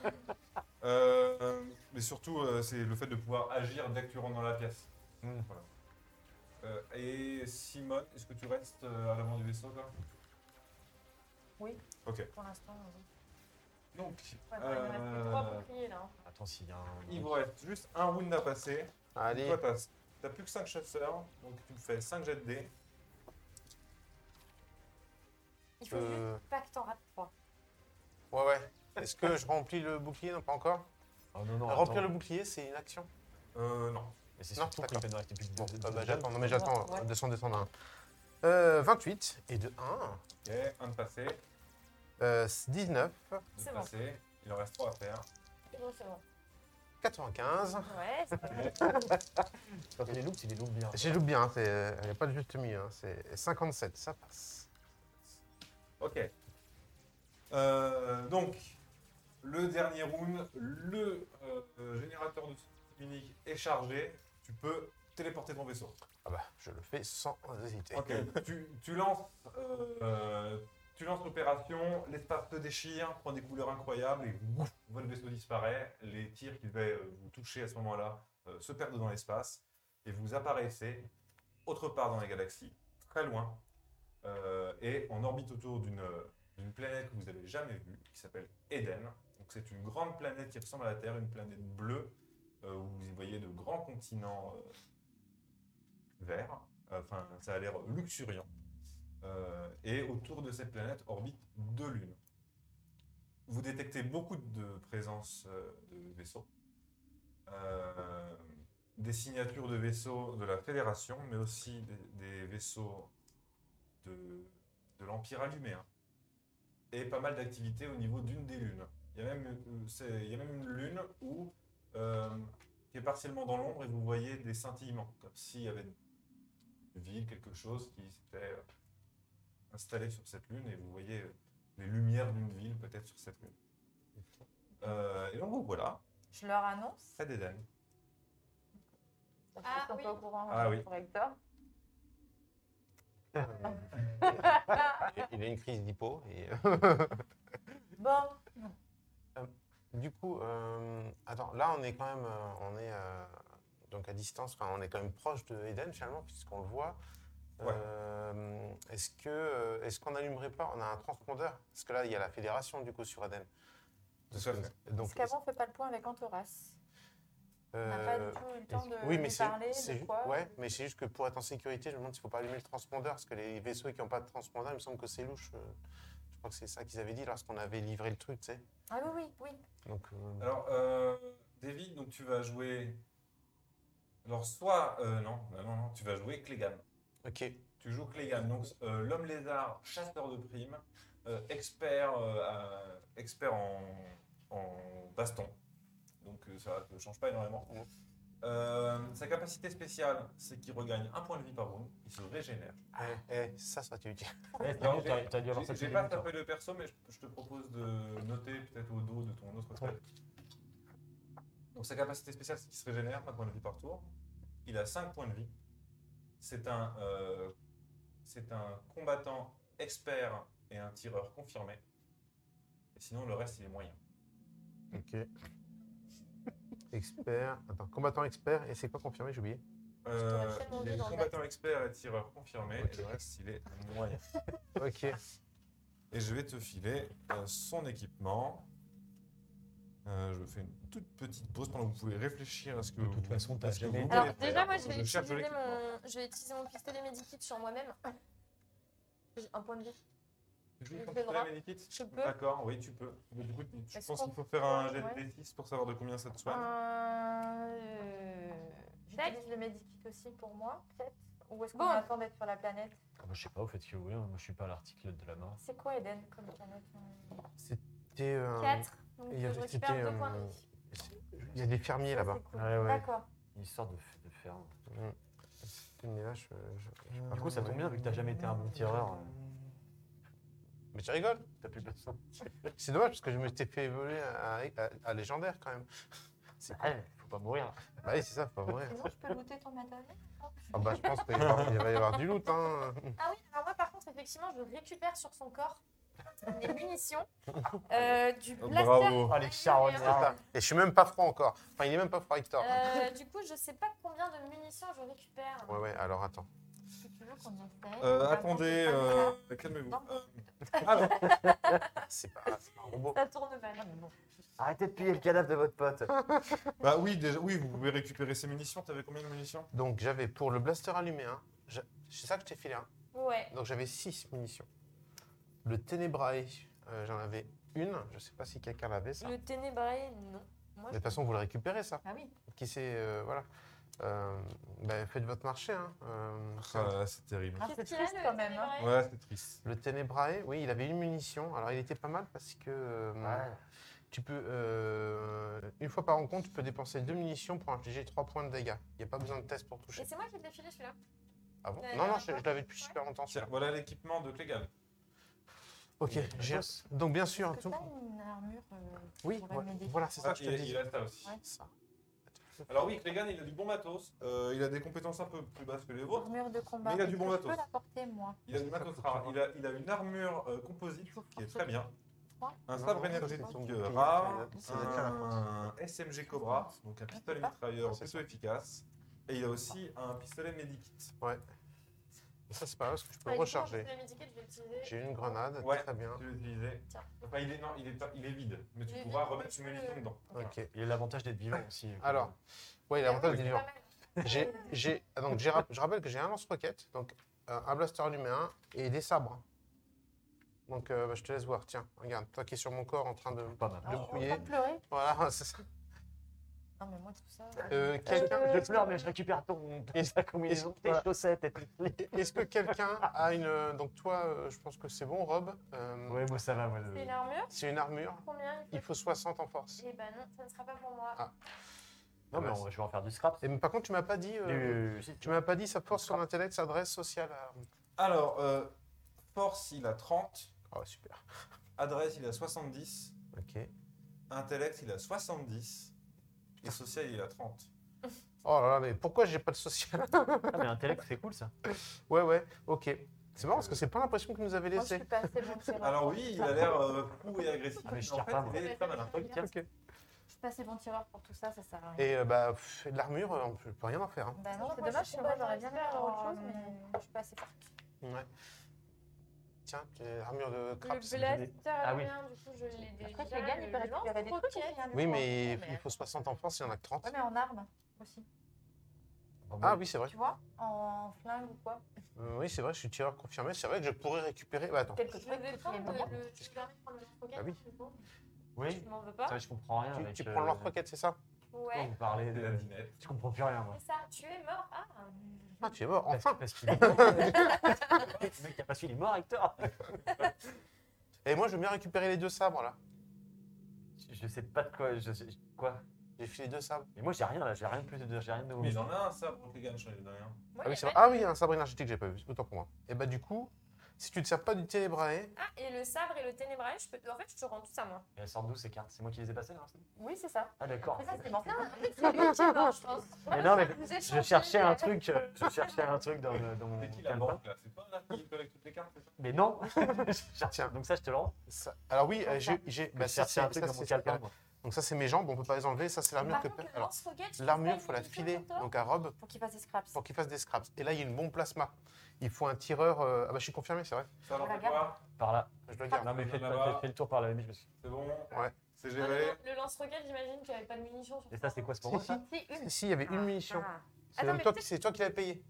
A: Euh, euh, mais surtout, euh, c'est le fait de pouvoir agir dès que tu rentres dans la pièce.
D: Mm.
A: Voilà. Euh, et Simone, est-ce que tu restes euh, à l'avant du vaisseau là
C: Pour l'instant, oui.
A: Donc,
C: Ouais, bon, il me reste plus
A: euh,
C: trois boucliers là. hein.
D: Attends, s'il y a un.
A: il vous reste juste un round à passer.
B: Allez,
A: Toi, t'as t'as plus que 5 chasseurs, donc tu me fais 5 jets de dés.
C: Il faut
B: euh,
C: juste pas que t'en rates trois.
B: ouais, ouais. Est-ce que je remplis le bouclier Non, pas encore.
D: Oh non, non.
B: Remplir
D: attends.
B: le bouclier, c'est une action.
A: Euh, non.
D: Mais c'est
B: Non,
D: surtout qu'il
B: d'accord.
D: va nous rester plus que
B: Bon,
D: deux-
B: bah,
D: deux-
B: bah,
D: deux-
B: j'attends, non mais
D: deux-
B: j'attends,
E: Ouais.
B: 200, descendre à 1. Euh, 28 et de 1,
A: Ok, un de passé, deux
B: euh, 19,
A: de
C: C'est bon.
A: passé. Il en reste 3 à faire.
C: C'est bon, c'est bon.
B: 95.
C: Ouais, c'est pas mal.
D: Quand il est loup, il est loup bien.
B: J'ai loupé bien, il n'y a pas de juste milieu, hein, c'est 57, ça passe.
A: Ok. Euh, donc, le dernier round, le euh, euh, générateur de soutien unique est chargé. Tu peux téléporter ton vaisseau.
B: Ah bah, je le fais sans hésiter.
A: Ok. tu, tu lances, euh, euh, tu lances l'opération, l'espace se déchire, prend des couleurs incroyables et ouf, votre vaisseau disparaît. Les tirs qui devaient euh, vous toucher à ce moment-là euh, se perdent dans l'espace et vous apparaissez autre part dans les galaxies, très loin, euh, et en orbite autour d'une d'une planète que vous n'avez jamais vue, qui s'appelle Eden. Donc c'est une grande planète qui ressemble à la Terre, une planète bleue, euh, où vous y voyez de grands continents euh, verts. Enfin, ça a l'air luxuriant. Euh, et autour de cette planète orbitent deux lunes. Vous détectez beaucoup de présence euh, de vaisseaux, Euh, des signatures de vaisseaux de la Fédération, mais aussi des, des vaisseaux de, de l'Empire alluméen. Et pas mal d'activités au niveau d'une des lunes. Il y a même, euh, c'est- il y a même une lune où, euh, qui est partiellement dans l'ombre et vous voyez des scintillements, comme s'il y avait ville, quelque chose qui s'était euh, installé sur cette lune, et vous voyez euh, les lumières d'une ville peut-être sur cette lune. Euh, et donc vous voilà,
E: Je leur annonce.
A: près d'Éden.
C: Ah,
E: Ils sont
C: oui.
E: pas au courant.
A: Ah, oui.
E: pour Hector.
B: Euh, [LAUGHS] il a une crise d'hypo. Et... euh,
E: Bon,
B: du coup, euh, attends, là on est quand même euh, on est, euh, donc à distance, enfin, on est quand même proche de Eden finalement, puisqu'on le voit.
A: Ouais.
B: Euh, est-ce que euh, est-ce qu'on n'allumerait pas On a un transpondeur Parce que là, il y a la fédération du coup sur Eden.
A: Tout à fait.
B: Donc,
E: parce qu'avant, on fait pas le point avec Antoras. On n'a pas
B: euh,
E: du tout eu le temps de,
B: oui,
E: de
B: mais c'est,
E: parler,
B: c'est
E: de
B: ju-
E: quoi.
B: ouais, mais c'est juste que pour être en sécurité, je me demande s'il ne faut pas allumer le transpondeur, parce que les vaisseaux qui n'ont pas de transpondeur, il me semble que c'est louche. euh, Je crois que c'est ça qu'ils avaient dit lorsqu'on avait livré le truc, tu sais.
E: Ah oui, oui, oui.
B: Donc, euh,
A: Alors, euh, David, donc tu vas jouer. Alors, soit. euh, non, non, non, non, tu vas jouer Clegane.
B: ok. Eh,
A: Tu joues Clegane, donc euh, l'homme lézard, chasseur de primes, euh, expert, euh, à- expert en, en baston. Donc euh, ça ne change pas énormément.
B: Mhm.
A: Euh, sa capacité spéciale, c'est qu'il regagne un point de vie par round, il se régénère.
B: Eh, eh, ça, ça t'est utile.
D: Eh,
A: Alors,
D: t'as-
A: j'ai-
D: T'as dû avoir
A: J'ai
D: cette hein.
A: j'ai pas tapé le perso, mais je, je te propose de noter peut-être au dos de ton autre trait. Donc sa capacité spéciale, c'est qu'il se régénère, un point de vie par tour. Il a 5 points de vie. C'est un, euh, c'est un combattant expert et un tireur confirmé. Et sinon, le reste, il est moyen.
B: Ok. expert. Attends, combattant expert, et c'est quoi confirmé J'ai oublié.
A: Euh,
C: Je t'aurais
A: il
C: demandé
A: est
C: dans le
A: combattant expert et tireur confirmé,
B: Ok.
A: et le reste, il est moyen.
B: Ok.
A: Et je vais te filer euh, son équipement. Euh, je fais une toute petite pause pendant que vous pouvez réfléchir à ce que
F: De toute
A: vous-
F: façon, t'as
A: à ce que
F: jamais-
A: vous
C: Alors
A: voulez faire.
C: déjà, moi, je vais,
A: cherche
C: utiliser
A: l'équipement.
C: mon... je vais utiliser mon pistolet Medikit sur moi-même. J'ai un point de vie.
A: Je vais
C: j'ai le
A: continuer
C: droit.
A: la Medikit.
C: Je peux.
A: D'accord, oui, tu peux. Mais du coup, tu- tu
C: Est-ce
A: penses
C: qu'on-
A: qu'il faut faire un jet
C: Ouais. Ah,
A: de D6 pour savoir de combien ça te soigne
E: Euh,
C: Tac.
E: J'utilise le Medikit aussi pour moi, peut-être Ou est-ce qu'on
C: Bon.
E: attend d'être sur la planète
D: Ah bah, je sais pas, vous faites ce que vous voulez, hein. moi je suis pas l'article de la mort.
E: C'est quoi Eden comme planète hein
B: C'était. euh,
C: 4. Donc
B: il y a-
C: je
B: c'était,
C: récupère 2 points de
B: euh, [LAUGHS]
C: vie.
B: Il y a des fermiers
E: Ça,
B: là-bas.
E: c'est cool.
D: Ouais, ouais.
E: D'accord.
D: Une histoire de, f- de ferme.
B: Mm. Mais là, je- je-
D: Du coup, ça tombe bien, vu que t'as jamais été un bon tireur, euh.
B: Mais tu rigoles
D: T'as plus personne.
B: C'est dommage parce que je m'étais fait voler à, à- à légendaire quand même. C'est
D: Ah, faut pas mourir.
B: Bah oui, c'est ça, faut pas mourir.
E: Sinon, je peux looter ton matériel
B: Ah bah, je pense qu'il va y avoir- il va y avoir du loot. Hein.
C: Ah oui, alors moi, par contre, effectivement, je récupère sur son corps des
B: [LAUGHS]
C: munitions, euh, du
A: Oh,
C: blaster.
A: Bravo.
D: Ah, les charognards.
B: Et je suis même pas franc encore. Enfin, il est même pas franc, Victor.
C: Euh, du coup, je sais pas combien de munitions je récupère.
B: Ouais, ouais, alors attends.
E: Si tu veux qu'on essaye.
A: Euh,
C: bah,
E: Attends,
A: attendez,
E: c'est pas
A: euh,
B: [LAUGHS]
E: grave.
A: calmez-vous.
E: Non.
A: Euh, alors,
B: C'est pas, c'est pas un robot.
E: Ça tourne mal.
D: Arrêtez de piller le cadavre de votre
B: [LAUGHS]
D: pote.
A: bah oui, déjà, oui, vous pouvez récupérer ces munitions. T'avais combien de munitions
B: Donc, j'avais pour le blaster allumé, hein, j'a- c'est ça que je t'ai filé. Hein.
C: Ouais.
B: Donc, j'avais 6 munitions. Le Ténébrae, euh, j'en avais une. Je sais pas si quelqu'un l'avait, ça. Mais
C: Le ténébré, non. Moi,
B: de toute façon, vous le récupérez, ça.
E: Ah oui.
B: Qui c'est. euh, voilà. Euh, bah, faites votre marché. Hein. Euh,
A: Ah là là, C'est terrible.
E: Ah,
C: je-
E: c'est
C: Qu'est-ce qu'il a,
E: triste
C: le
E: quand même, hein.
C: ténébré
A: Ouais, c'est triste.
B: Le Ténébrae, oui, il avait une munition. Alors, il était pas mal parce que. euh,
D: Ouais.
B: Tu peux, euh, une fois par rencontre, tu peux dépenser deux munitions pour infliger trois points de dégâts. Il n'y a pas besoin de test pour toucher.
C: Et c'est moi qui ai défilé celui-là.
B: Ah bon
C: la
B: Non, non,
C: dernière
B: je,
C: fois
B: je l'avais depuis
C: Ouais.
B: super longtemps.
A: Tiens,
B: celui-là.
A: voilà l'équipement de Clégal.
B: Ok, j'ai- donc bien sûr,
E: Est-ce que
B: tout.
E: t'as une armure euh,
B: Oui,
E: pour
B: ouais,
E: aimer des-
B: voilà, c'est ça
A: Ah,
B: que je te
A: il,
B: dis.
A: il a ça aussi.
E: Ouais.
B: Ça.
A: Alors oui, Clégan, il a du bon matos. Euh, il a des compétences un peu plus basses que les vôtres.
E: armure de combat
A: Mais il a
E: Est-ce
A: du bon
E: que Je
A: matos.
E: peux la porter, moi.
A: Il a du matos rare. Il a, il a une armure euh, composite qui est très bien. Un
B: Non,
A: sabre
B: non, ça,
A: énergétique
B: c'est son
A: euh,
B: bouclier.
A: rare.
B: C'est la- c'est la-
A: Un SMG Cobra, donc un pistolet mitrailleur
B: Ah, c'est
A: plutôt efficace. Et il a aussi un pistolet Medikit.
B: Ça, c'est pas grave parce que je peux
C: Ouais, du coup,
B: recharger.
C: en plus de médicale, je vais utiliser-
B: J'ai une grenade,
A: Ouais.
B: très bien.
A: Tu veux l'utiliser
C: Tiens.
A: Enfin, il est, non, il est, pas- il est vide, mais tu
C: Il est
A: pourras
C: vide,
A: remettre
C: mais
A: une
C: je peux
A: munition
C: le-
A: dedans.
B: Ok.
D: Il a l'avantage d'être vivant aussi. euh,
B: Alors, ouais, il a l'avantage
C: Ouais,
B: d'être
C: c'est
B: vivant.
C: pas mal.
B: J'ai, j'ai, ah, donc j'ai rap- je rappelle que j'ai un lance-roquette, donc euh, un blaster allumé un, et des sabres. Donc euh, bah, je te laisse voir. Tiens, regarde, toi qui es sur mon corps en train de.
D: pas mal.
B: Le
E: On
B: bouclier.
E: va pleurer
B: Voilà, [LAUGHS] c'est ça.
E: Non, mais moi, tout ça.
B: Euh, quelqu'un-
E: Euh,
D: Je pleure, mais je récupère ton ta combinaison, tes
B: Voilà.
D: chaussettes et tout.
B: Est-ce que quelqu'un a une. Donc, toi, euh, je pense que c'est bon, Rob. Euh,
D: Ouais, moi ça va. Moi,
C: C'est une armure
B: [LAUGHS] C'est une armure.
C: Combien il
B: Il
C: faut
B: faut 60 en force.
C: Eh ben non, ça ne sera pas pour moi.
B: Ah.
D: Non, mais on- je vais en faire du scrap. Ah,
B: Et, mais par contre, tu m'as pas dit. euh, Tu m'as pas dit sa force sur l'intellect, sa adresse sociale. euh.
A: Alors, euh, force, il a 30.
B: Oh, super.
A: Adresse, il a 70.
B: Ok.
A: Intellect, il a 70. Et social, il a 30.
B: Oh là là, mais pourquoi j'ai pas de social [LAUGHS]
D: Ah, mais intellect, c'est cool ça.
B: Ouais, ouais, ok. C'est marrant parce que c'est pas l'impression que nous avait
E: Moi, je suis
B: laissé.
E: pas assez bon tireur.
A: Alors oui, il a l'air euh, fou et agressif.
D: Ah, mais
A: mais
D: je
A: en
D: tire pas, moi.
A: fait, il est pas malin.
B: hein.
D: Ok.
B: Ok.
E: Je suis pas assez bon tireur pour tout ça, ça sert à rien.
B: Et euh, bah, pff, de l'armure, euh, on peut peut rien en faire. hein.
E: Bah non,
C: Moi,
E: c'est
C: je
E: dommage,
C: suis
E: chez moi,
C: complètement
E: j'aurais bien aimé
C: expert en
E: avoir
C: autre
E: autre
C: chose,
E: chose, mais je suis pas assez forte.
B: Ouais. Tiens, tu as l'armure de
C: Le
B: Craps.
C: blaster,
D: Ah oui.
C: bien, du coup, je l'ai déjà. euh,
E: Après, les gars, ils
C: le
E: peuvent récupérer des trucs.
C: lance-roquette.
B: Oui,
C: Ah,
B: mais il faut 60 en force, il y en a que 30.
E: Ouais, mais en armes aussi.
B: Ah oui, c'est vrai.
E: Tu vois En flingue ou quoi
B: Euh, oui, c'est vrai, je suis tireur confirmé. C'est vrai que je pourrais récupérer. Bah, attends.
E: Quelque
C: Je
E: chose
C: vais prendre
E: qui est
C: le. Je vais permettre de prendre le lance-roquette.
B: Ah oui.
C: du coup.
D: Oui.
C: Tu m'en veux
D: Ça
C: pas
D: va, je comprends rien.
B: Tu,
D: avec,
B: tu
D: euh,
B: prends leur roquette, c'est ça
D: quand
C: Ouais.
D: Vous parlez
A: C'est la
D: de.
A: dinette.
D: Je comprends plus rien, moi.
C: C'est ça, tu es mort. Ah
B: Ah, tu es mort,
D: Parce-
B: enfin
D: Parce qu'il
B: [LAUGHS]
D: est mort. Le mec qui a pas su, il est mort, Hector.
B: Et moi, je veux bien récupérer les deux sabres, là.
D: Je- Je sais pas de quoi. Je sais... Quoi
B: J'ai filé deux sabres.
D: Mais moi, j'ai rien là, j'ai rien de plus de. J'ai rien de nouveau.
A: Mais il en a un, ça, pour Clégan, je ne rien.
B: ah,
C: Moi, il y
B: oui, c'est vrai.
C: avait-
B: ah oui, il y a un sabre énergétique, j'ai pas vu. Autant pour moi. Et bah, du coup, si tu ne sers pas du télébrae,
C: Ah, et le sabre et le ténébrae, je peux. En fait, je te rends tout ça, moi.
D: Et elles sortent d'où ces cartes C'est moi qui les ai passées là
E: Oui, c'est ça.
D: Ah, d'accord.
E: Mais ça, c'est bon.
C: Non, en fait, c'est
E: [LAUGHS]
C: lui qui est mort, je pense.
D: Mais non, mais
C: Vous êtes
D: je
C: chanceux.
D: cherchais un truc. euh, Je cherchais un truc dans, le- dans mon.
A: C'est qui la
D: calepin.
A: banque, là C'est pas là qui collecte toutes les cartes, c'est ça
D: Mais non [LAUGHS] Je cherche-
B: Tiens.
D: Donc ça, je te le rends.
B: ça- alors oui, euh, j'ai. j'ai-
D: Bah,
B: Bah,
D: je
B: ça,
D: cherchais
B: c'est
D: un truc
B: ça,
D: dans mon
B: c'est-
D: calepin, moi.
B: Donc, ça, c'est mes jambes, on peut pas les enlever. Ça, c'est
C: Par
B: l'armure que.
C: contre, le
B: Alors,
C: lance-roquette, je
B: l'armure,
C: trouve
B: faut
C: pas
B: la
C: une solution
B: filer,
C: pour toi.
B: donc à Rob,
E: Pour qu'il fasse des scraps.
B: pour qu'il fasse des scraps. Et là, il y a une bombe plasma. Il faut un tireur. euh, Ah, bah, je suis confirmé, c'est vrai.
A: Ça leur fait
E: Regarde.
A: quoi
D: Par là.
B: Je le garde.
D: Non, mais fais,
A: Là-bas.
D: fais- fais le tour par la limite. parce que-
A: C'est bon
B: Ouais.
A: C'est
C: Ah non,
A: géré
C: le lance-roquette, j'imagine qu'il n'y avait pas de munitions. sur
D: Et ça, c'est quoi, c'est pour moi, ça
C: Ah, Si, une.
B: Si, il y avait une
C: Ah,
B: munition.
C: ah.
B: C'est
C: Attends,
B: même
C: mais
B: toi,
C: peut-être-
B: c'est toi qui l'as payé.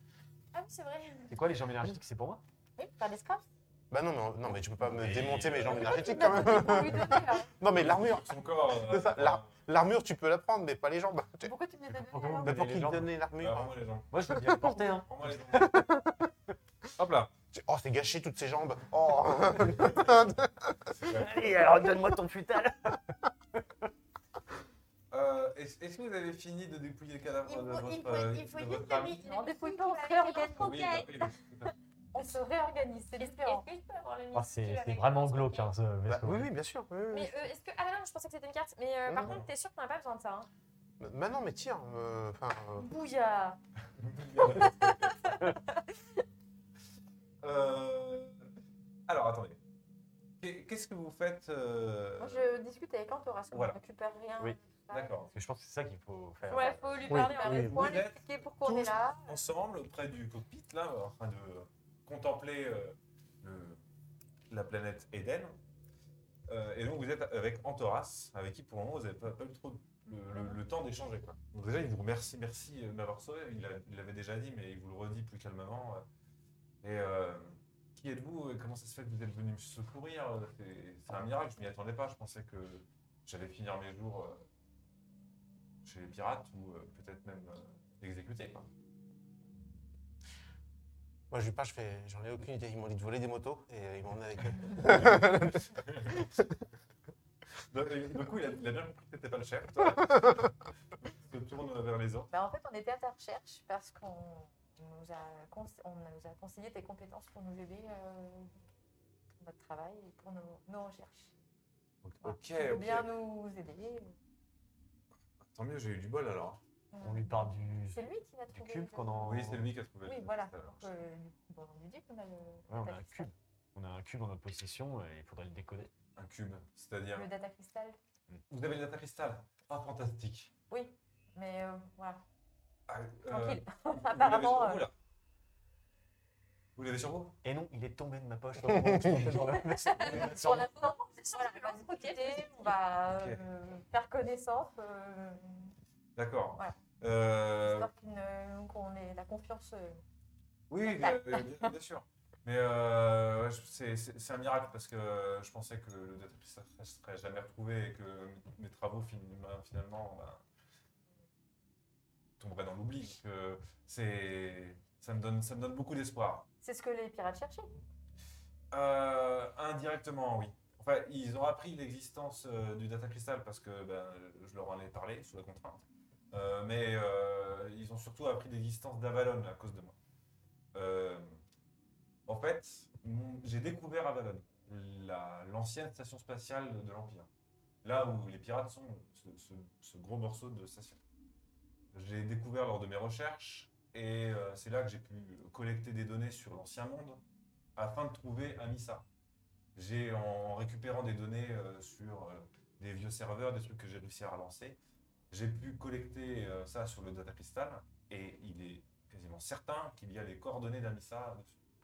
C: Ah oui, c'est vrai.
D: C'est quoi les jambes énergétiques C'est pour moi
E: Oui, pas des scraps.
B: Bah non, mais, on- non, mais tu peux pas me
D: Mais-
B: démonter mes jambes énergétiques
C: Bah,
B: quand même.
C: pourquoi tu me les donnais, alors
B: Non, mais l'armure,
A: Son corps. euh,
B: C'est ça,
A: euh,
B: là. l'armure, tu peux la prendre, mais pas les jambes.
C: Pourquoi tu me les as données
D: Pourquoi
C: alors
D: vous
B: Mais pour
D: les
B: qu'il
D: jambes. Ah.
B: donne
A: bah,
B: l'armure.
A: prends-moi les jambes.
D: Moi, je veux bien le
A: [LAUGHS]
D: porter. Hein.
A: Prends-moi les jambes.
B: [LAUGHS]
A: Hop là.
B: Tu- Oh, c'est gâché toutes ces jambes. Oh.
D: Allez, alors donne-moi ton futal.
A: Euh, Est-ce est-ce que vous avez fini de dépouiller le cadavre
C: Il faut,
A: de
C: il
A: votre
C: faut,
A: euh,
C: il faut
A: de
C: juste
A: votre
C: que
A: femme
C: les- les
E: On dépouille
C: petits
E: pas, on
C: qui
E: se
C: l'avaient
E: réorganise.
C: en
A: Oui, bah
C: croquette.
A: oui, tout à fait.
E: On se réorganise, c'est
C: Est-ce que
E: l'espérant.
C: est-ce que je peux avoir le
B: Ah,
D: Oh,
C: mini
D: c'est
C: qui
D: c'est
C: l'avait
D: vraiment
C: en
D: glauque.
C: croquette
D: Hein, ce
B: Bah,
D: vaisseau.
B: oui, oui, bien sûr. oui, oui, oui.
C: Mais euh, est-ce que. Ah non, je pensais que c'était une carte. Mais euh, par
B: Non.
C: contre, t'es sûr qu'on n'a pas besoin de ça. hein
B: Bah non, mais tiens. euh, Enfin. euh,
E: Bouya
A: Euh, alors, attendez. Qu'est- Qu'est-ce que vous faites euh,
E: Moi, je discute avec Antoras, on
A: voilà.
E: ne récupère rien.
D: Oui.
E: Ah,
A: D'accord.
D: Parce que je pense que c'est ça qu'il faut faire.
C: Ouais, faut lui
B: Oui,
C: parler.
E: On
C: en
B: oui,
E: va
C: fait.
E: au point,
A: Vous
E: lui
A: êtes
E: expliquer pourquoi on
A: tous
E: est là.
A: Ensemble, près du cockpit, là, en train de contempler euh, le- la planète Eden. Euh, et donc, vous êtes avec Antoras, avec qui pour le moment vous n'avez pas, pas eu trop le, le- le temps d'échanger. quoi. Donc, déjà, il vous remercie, merci euh, de m'avoir sauvé. Il l'a- il l'avait déjà dit, mais il vous le redit plus calmement. euh. Et euh, qui êtes-vous et Comment ça se fait que vous êtes venu me secourir euh, C'est- C'est un miracle, je m'y attendais pas. Je pensais que j'allais finir mes jours euh, chez les pirates ou euh, peut-être même euh, exécuté. quoi.
B: Moi, je lui parle, je fais. J'en ai aucune idée. Ils m'ont dit de voler des motos et euh, ils m'ont emmené avec eux.
A: Donc, et Bah, euh, Du coup, il a, il a bien compris que t'étais pas le chef.
E: [LAUGHS]
A: Toi. Il se tourne vers les autres.
E: Bah, en fait, on était à ta recherche parce qu'on on nous, a conse- on nous a conseillé tes compétences pour nous aider euh, pour notre travail et pour nos, nos recherches.
A: Ok,
E: Voilà.
A: ok.
E: Tu veux Ah, bien nous aider.
A: Tant mieux, j'ai eu du bol alors.
E: euh,
D: On lui parle du,
E: C'est lui qui l'a
D: du
E: trouvé.
D: cube
E: le-
D: qu'on en.
A: Oui, c'est lui qui a trouvé.
E: Oui,
A: le-
E: voilà.
A: tout à l'heure.
E: euh, bon, on lui dit qu'on a le,
D: Ouais, on a un
E: data
D: cube.
E: cristal.
D: On a un cube en notre possession et il faudrait le décoder.
A: Un cube, c'est-à-dire.
E: le data cristal.
A: Vous avez le data cristal Ah, fantastique.
E: Oui, mais euh, voilà.
A: Ah, euh,
E: Tranquille. [LAUGHS]
A: vous- vous l'avez
E: Apparemment,
A: sur
E: euh.
A: vous, là Vous l'avez sur vous
D: Et non, il est tombé de ma poche. donc on se protège dans le-
E: [LAUGHS] Pour l'instant,
C: Voilà,
E: Voilà, on va discuter, on va euh, faire connaissance, euh,
A: D'accord.
E: Voilà.
A: Euh,
E: histoire qu'il ne- qu'on ait la confiance. euh.
A: Oui, bien, bien- bien sûr. Mais euh, ouais, je- c'est- c'est c'est un miracle parce que euh, je pensais que le data cristal ne serait jamais retrouvé et que mes travaux fin- ben, finalement ben, tomberaient dans l'oubli. Donc, euh, c'est- ça, me donne- ça me donne beaucoup d'espoir.
E: C'est ce que les pirates cherchaient.
A: Euh, indirectement, oui. Enfin, ils ont appris l'existence euh, du data cristal parce que ben, je leur en ai parlé sous la contrainte. Euh, mais euh, ils ont surtout appris l'existence d'Avalon à cause de moi. Euh, en fait, mon- j'ai découvert Avalon, la- l'ancienne station spatiale de, de l'Empire. Là où les pirates sont, ce, ce- ce gros morceau de station. Je l'ai découvert lors de mes recherches et euh, c'est là que j'ai pu collecter des données sur l'ancien monde afin de trouver Amissa. J'ai, en récupérant des données euh, sur euh, des vieux serveurs, des trucs que j'ai réussi à relancer, j'ai pu collecter euh, ça sur le data crystal et il est quasiment certain qu'il y a les coordonnées d'Amissa,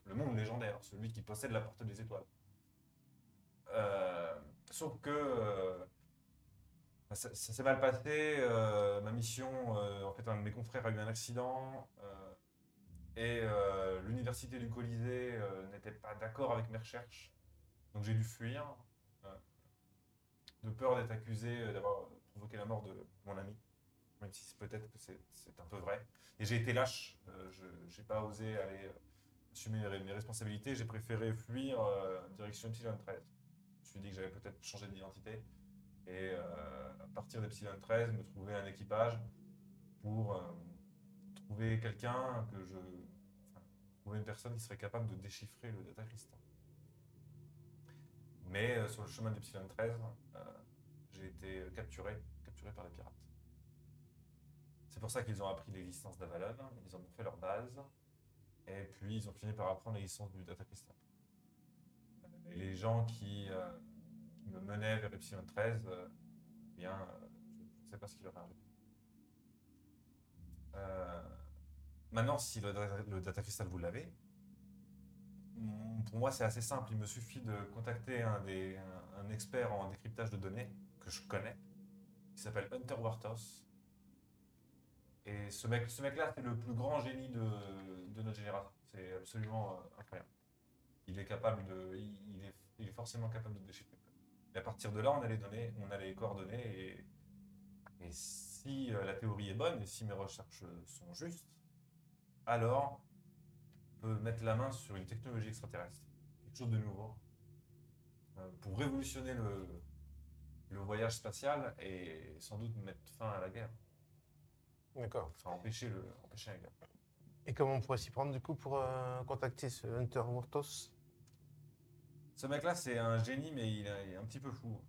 A: le monde légendaire, celui qui possède la porte des étoiles. Euh, sauf que euh, ça, ça s'est mal passé, euh, ma mission, euh, en fait un de mes confrères a eu un accident, euh, et euh, l'université du Colisée euh, n'était pas d'accord avec mes recherches. Donc j'ai dû fuir, euh, de peur d'être accusé euh, d'avoir provoqué la mort de mon ami. Même si c'est- peut-être que c'est c'est un peu vrai. Et j'ai été lâche. euh, je n'ai pas osé aller euh, assumer mes, mes responsabilités. J'ai préféré fuir euh, direction Epsilon 13. Je me suis dit que j'avais peut-être changé d'identité. Et euh, à partir d'Epsilon 13, me trouver un équipage pour. euh, trouver quelqu'un que je. enfin, trouver une personne qui serait capable de déchiffrer le data crystal. Mais euh, sur le chemin d'Epsilon 13, euh, j'ai été euh, capturé, capturé par les pirates. C'est pour ça qu'ils ont appris l'existence d'Avalon, ils en ont fait leur base, et puis ils ont fini par apprendre l'existence du data crystal. Et les gens qui, euh, qui me menaient vers Epsilon 13, euh, eh bien, euh, je ne sais pas ce qui leur est arrivé. Euh, maintenant, si le, dra- le data crystal vous l'avez, Mm, Pour moi, c'est assez simple. Il me suffit de contacter un, des, un- un expert en décryptage de données que je connais, qui s'appelle Hunter Wartos. Et ce mec, ce mec-là, c'est le plus grand génie de, de notre génération. C'est absolument euh, incroyable. Il est capable de, il, il est, il est forcément capable de déchiffrer. Et à partir de là, on a les données, on a les coordonnées, et, et si euh, la théorie est bonne et si mes recherches euh, sont justes, alors peut mettre la main sur une technologie extraterrestre, quelque chose de nouveau, euh, pour révolutionner le, le voyage spatial et sans doute mettre fin à la guerre,
B: D'accord.
A: enfin empêcher, le, empêcher la guerre.
B: Et comment on pourrait s'y prendre du coup pour euh, contacter ce Hunter Wurtos
A: Ce mec-là, c'est un génie, mais il est un petit peu fou.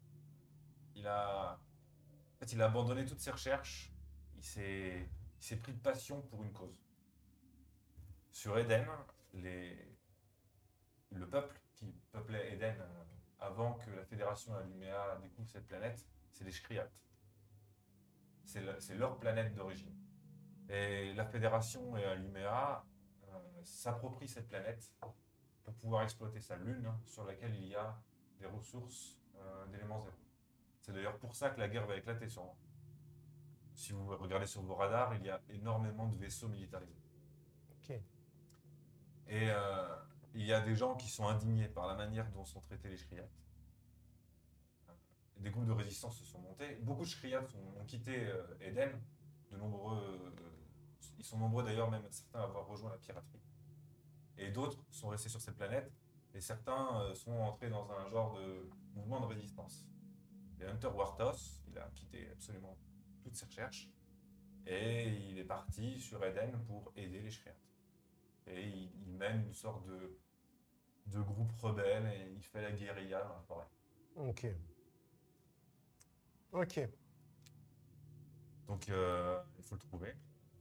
A: Il a, en fait, il a abandonné toutes ses recherches. Il s'est, il s'est pris de passion pour une cause. Sur Éden, les, le peuple qui peuplait Éden euh, avant que la Fédération Alumea découvre cette planète, c'est les Shkriates. C'est, le- c'est leur planète d'origine. Et la Fédération et Alumea euh, s'approprient cette planète pour pouvoir exploiter sa lune hein, sur laquelle il y a des ressources euh, d'éléments zéro. C'est d'ailleurs pour ça que la guerre va éclater sûrement. Si vous regardez sur vos radars, il y a énormément de vaisseaux militarisés.
B: Ok.
A: Et euh, il y a des gens qui sont indignés par la manière dont sont traités les Shriyates. Des groupes de résistance se sont montés. Beaucoup de Shriyates ont, ont quitté euh, Éden. De nombreux, euh, ils sont nombreux d'ailleurs, même certains à avoir rejoint la piraterie. Et d'autres sont restés sur cette planète. Et certains euh, sont entrés dans un genre de mouvement de résistance. Et Hunter Wartos, il a quitté absolument toutes ses recherches. Et il est parti sur Eden pour aider les Shriyates. Et il, il mène une sorte de, de groupe rebelle et il fait la guérilla dans la forêt.
B: Ok. Ok.
A: Donc euh, il faut le trouver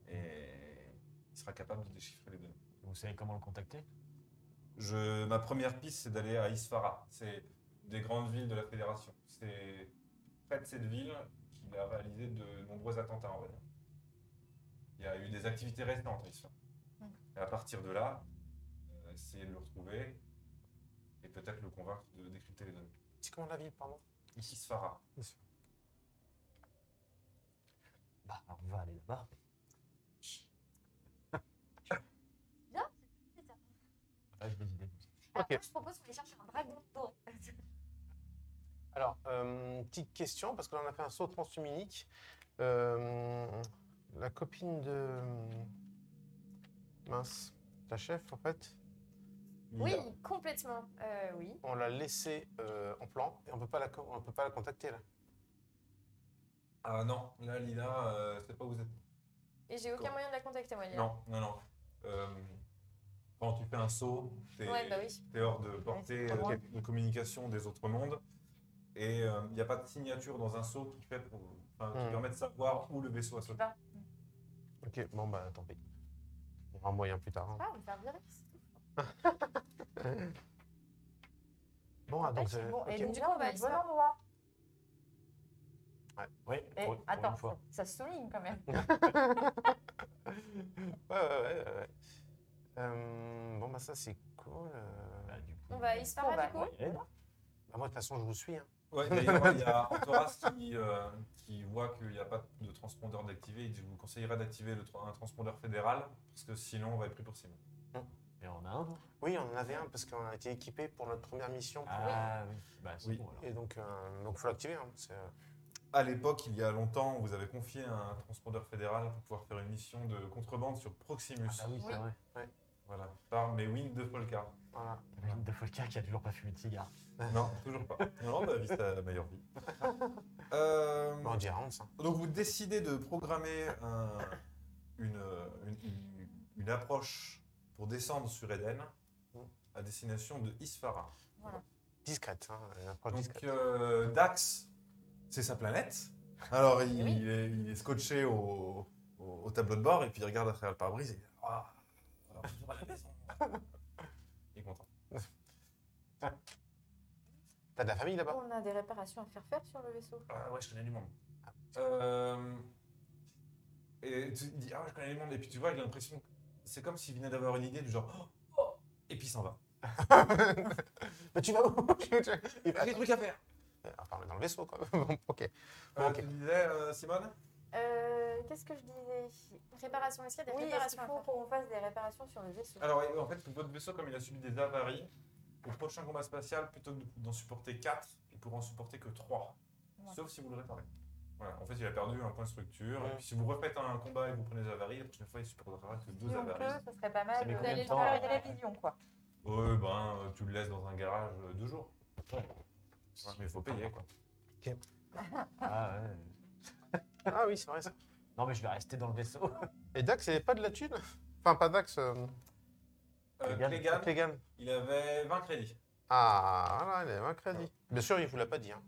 A: et il sera capable de déchiffrer les données.
D: Vous savez comment le contacter
A: Je, ma première piste, c'est d'aller à Isfara. C'est des grandes villes de la Fédération. C'est près de cette ville qu'il a réalisé de nombreux attentats, on va dire. Il y a eu des activités récentes à Isfara. Et à partir de là, euh, essayer de le retrouver et peut-être le convaincre de décrypter les données.
B: C'est comment la ville, pardon
A: Isfara.
D: Bah, on va aller là-bas.
C: Bien,
D: Ah, j'ai des idées.
C: Alors,
B: Ok.
C: moi, je propose qu'on aille chercher un dragon doré.
B: Alors, euh, petite question, parce que là, on a fait un saut transhumanique. Euh, la copine de. euh, Mince, la chef, en fait,
C: Oui, complètement. Euh, oui.
B: on l'a laissée euh, en plan et on peut pas la, co- on peut pas la contacter là.
A: Ah non, là, Lila, euh, c'est pas où vous êtes.
C: Et j'ai aucun
A: Cool.
C: moyen de la contacter, moi, Lila.
A: Non, non, non. Euh, quand tu fais un saut, t'es
C: Ouais, bah oui.
A: t'es hors de portée
B: pas
A: euh,
B: loin.
A: de- de communication des autres mondes. Et il n'y a pas de signature dans un saut qui, fait pour, enfin, qui
B: Hmm.
A: permet de savoir où le vaisseau a sauté.
C: Bah,
B: Ok, bon bah tant pis. On aura moyen plus tard. hein.
C: ah, on va faire virer. c'est tout.
B: Bon, ah, donc.
E: bah, c'est
B: euh,
E: bon.
B: ok.
E: Et
C: Du
E: donc
C: coup,
E: là,
C: on
E: on
C: va
E: est
C: y
E: au bon
C: faire.
E: endroit.
D: Oui,
E: Et
D: pour, pour
E: attends,
D: une fois.
E: ça se souligne quand même.
B: Ouais, ouais, ouais, ouais, ouais. Euh, bon bah ça c'est cool. euh.
D: Bah, du coup,
C: On va à
E: On
C: Isfara,
E: va-
C: du
D: on
C: coup
D: va y aller, là.
B: Bah, moi de toute façon je vous suis. hein.
A: Ouais, d'ailleurs, il euh, y a Antoras qui, euh, qui voit qu'il n'y a pas de transpondeur d'activer. Il dit, je vous conseillerais d'activer le tra- un transpondeur fédéral, parce que sinon, on va être pris pour cible.
D: Et on a un, non
B: Oui, on en avait un parce qu'on a été équipé pour notre première mission.
D: Ah oui. Bah, c'est
A: Oui.
D: bon alors.
B: Et donc euh, donc faut l'activer. hein, c'est, euh,
A: À l'époque, il y a longtemps, on vous avait confié un transpondeur fédéral pour pouvoir faire une mission de contrebande sur Proximus.
D: Ah, bah oui, c'est
E: Oui.
D: vrai.
A: Voilà, par mes wings de Folka.
B: voilà.
D: Imagine de Folka qui a toujours pas fumé de cigare.
A: Non, toujours pas. Non, non, bah, vie, c'est la meilleure vie. Euh,
B: Bah, on dira on ça.
A: donc, vous décidez de programmer un- une, une- une- une approche pour descendre sur Eden à destination de Isfara.
B: Discrète, hein, une approche
A: Donc,
B: discrète.
A: euh, Dax, c'est sa planète. Alors, il, il est, il est scotché au, au- au tableau de bord et puis il regarde à travers le pare-brise et Ah, on va retourner à la maison. Il est content.
B: T'as de la famille là-bas
E: On a des réparations à faire faire sur le vaisseau.
A: Ah ouais, je connais du monde. Euh, et tu te dis, ah ouais, je connais du monde. Et puis tu vois, il a l'impression, que c'est comme s'il venait d'avoir une idée du genre, Oh, oh et puis il s'en va.
B: [LAUGHS] Mais tu vas où [LAUGHS] Il va-
A: J'ai des trucs à faire.
B: Ah, pardon, dans le vaisseau, quoi. [LAUGHS] Bon, ok.
A: Euh,
B: Ok.
A: Tu disais, euh, Simone
E: Euh, Qu'est-ce que je disais
C: Réparation, est-ce qu'il y a Ah, des
E: Oui, est-ce
C: réparations
E: qu'il
C: à
E: faut
C: faire
E: qu'on fasse des réparations sur le vaisseau
D: Ah,
A: Alors, euh, en fait, votre vaisseau, comme il a subi des avaries, au prochain combat spatial, plutôt que d'en supporter 4, il pourra en supporter que 3.
E: Ouais.
A: Sauf si vous le réparez. Voilà. En fait, il a perdu un point de structure.
B: Ouais.
A: Et puis, si vous refaites un combat et que vous prenez des avaries, la prochaine fois, il supportera que
E: Si
A: 2
E: on peut,
A: avaries.
E: ce serait pas mal
D: met
E: euh,
D: combien de
E: d'aller
D: temps
E: voir
D: à-
E: la vision, quoi.
A: Euh, ben, euh, tu le laisses dans un garage 2 jours. Ouais, mais il faut payer, quoi.
D: Ah, ouais.
B: Ah oui, c'est vrai ça.
D: Non, mais je vais rester dans le vaisseau.
B: Et Dax, il avait pas de la thune Enfin, pas Dax. Euh...
A: Euh,
D: Clegane.
A: Clegane,
B: Clegane.
A: il avait 20 crédits.
B: Ah, voilà, il avait un crédit. Bien sûr, il vous l'a pas dit. Hein.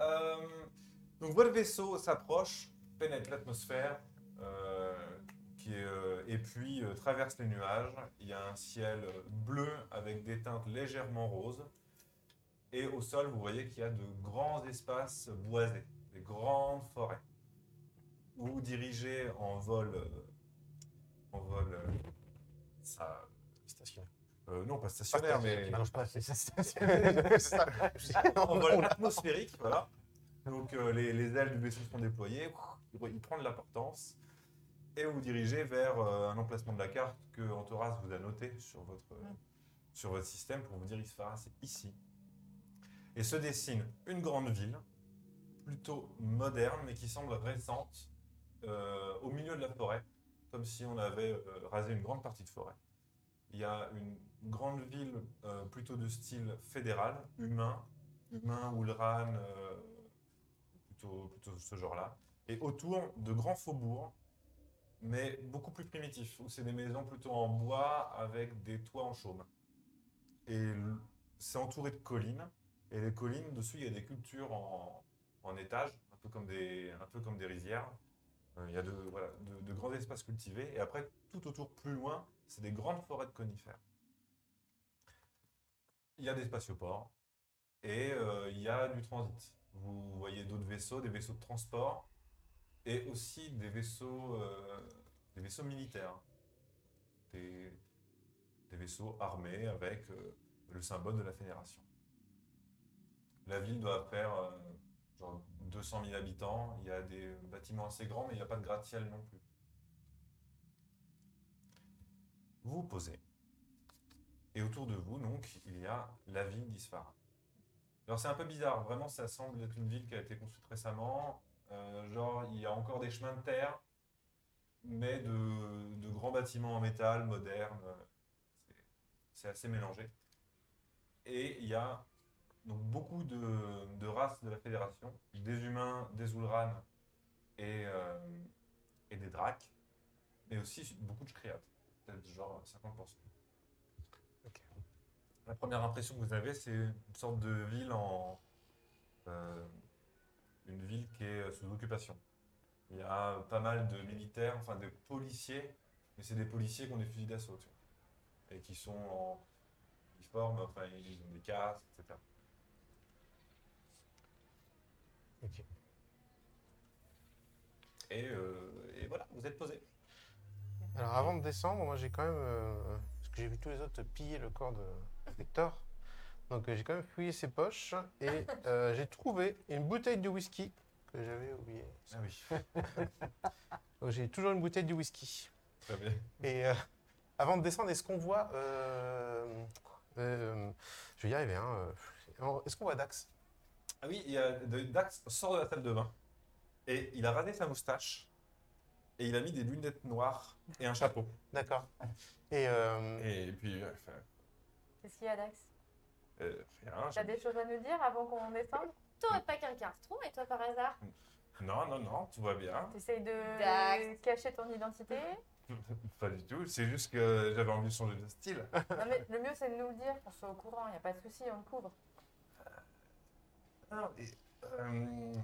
A: Euh, donc votre vaisseau s'approche, pénètre l'atmosphère, euh, qui est, euh, et puis euh, traverse les nuages. Il y a un ciel bleu avec des teintes légèrement roses. Et au sol, vous voyez qu'il y a de grands espaces boisés, des grandes forêts. Vous vous dirigez en vol, euh, en vol, euh, ça-
B: Stationnaire.
A: euh, non pas stationnaire, mais
D: Ah non, je passe, c'est ça, c'est ça.
A: [LAUGHS]
B: C'est ça.
A: en vol atmosphérique, voilà. Donc euh, les, les ailes du vaisseau sont déployées, il prend de l'importance et vous dirigez vers euh, un emplacement de la carte que Antoras vous a noté sur votre, euh, sur votre système pour vous dire Isfara, c'est ici. Et se dessine une grande ville, plutôt moderne mais qui semble récente, euh, au milieu de la forêt, comme si on avait euh, rasé une grande partie de forêt. Il y a une grande ville euh, plutôt de style fédéral, humain, humain, Ulran, euh, plutôt, plutôt ce genre-là. Et autour de grands faubourgs, mais beaucoup plus primitifs, où c'est des maisons plutôt en bois avec des toits en chaume. Et l- c'est entouré de collines, et les collines, dessus, il y a des cultures en, en étage, un peu comme des, un peu comme des rizières. Euh, il y a de, voilà, de- de grands espaces cultivés, et après, tout autour, plus loin, c'est des grandes forêts de conifères. Il y a des spatioports, et euh, il y a du transit. Vous voyez d'autres vaisseaux, des vaisseaux de transport et aussi des vaisseaux, euh, des vaisseaux militaires. Des, des vaisseaux armés avec euh, le symbole de la Fédération. La ville doit faire euh, genre 200 000 habitants. Il y a des bâtiments assez grands, mais il n'y a pas de gratte-ciel non plus. Vous vous posez. Et autour de vous, donc, il y a la ville d'Isfara. Alors c'est un peu bizarre, vraiment ça semble être une ville qui a été construite récemment. Euh, genre il y a encore des chemins de terre, mais de, de grands bâtiments en métal modernes. C'est- C'est assez mélangé. Et il y a donc beaucoup de, de races de la Fédération, des humains, des Ulran et, euh, et des Dracs, mais aussi beaucoup de Shkriat, peut-être genre 50%. La première impression que vous avez, c'est une sorte de ville en. euh, une ville qui est sous occupation. Il y a pas mal de militaires, enfin de policiers, mais c'est des policiers qui ont des fusils d'assaut. tu vois. Et qui sont en uniforme, enfin ils ont des casques, etc.
B: Ok.
A: Et, euh, et voilà, vous êtes posé.
B: Alors, avant de descendre, moi j'ai quand même. euh, parce que j'ai vu tous les autres piller le corps de Victor. Donc, euh, j'ai quand même fouillé ses poches et euh, j'ai trouvé une bouteille de whisky que j'avais oubliée.
A: Ah oui.
B: Donc, j'ai toujours une bouteille de whisky.
A: [LAUGHS] Très bien.
B: Et euh, avant de descendre, est-ce qu'on voit. euh, euh, je vais y arriver. Hein, euh, est-ce qu'on voit Dax
A: Ah oui, il y a- Dax sort de la salle de bain et il a rasé sa moustache et il a mis des lunettes noires et un chapeau.
B: D'accord. Et. euh,
A: Et puis, euh, enfin,
E: Qu'est-ce qu'il y a, Dax
D: Ah,
A: euh, rien.
E: T'as des choses à nous dire avant qu'on descende
C: Toi, pas quelqu'un retrouve et toi par hasard
A: je- Non, non, non, tout va bien.
E: T'essayes de
C: Dax.
E: cacher ton identité
A: Pas du tout, c'est juste que j'avais envie de changer de style.
E: Non, mais le mieux, c'est de nous le dire, qu'on soit au courant, il a pas de souci, on le couvre.
C: [LAUGHS]
A: Non, et, euh, euh,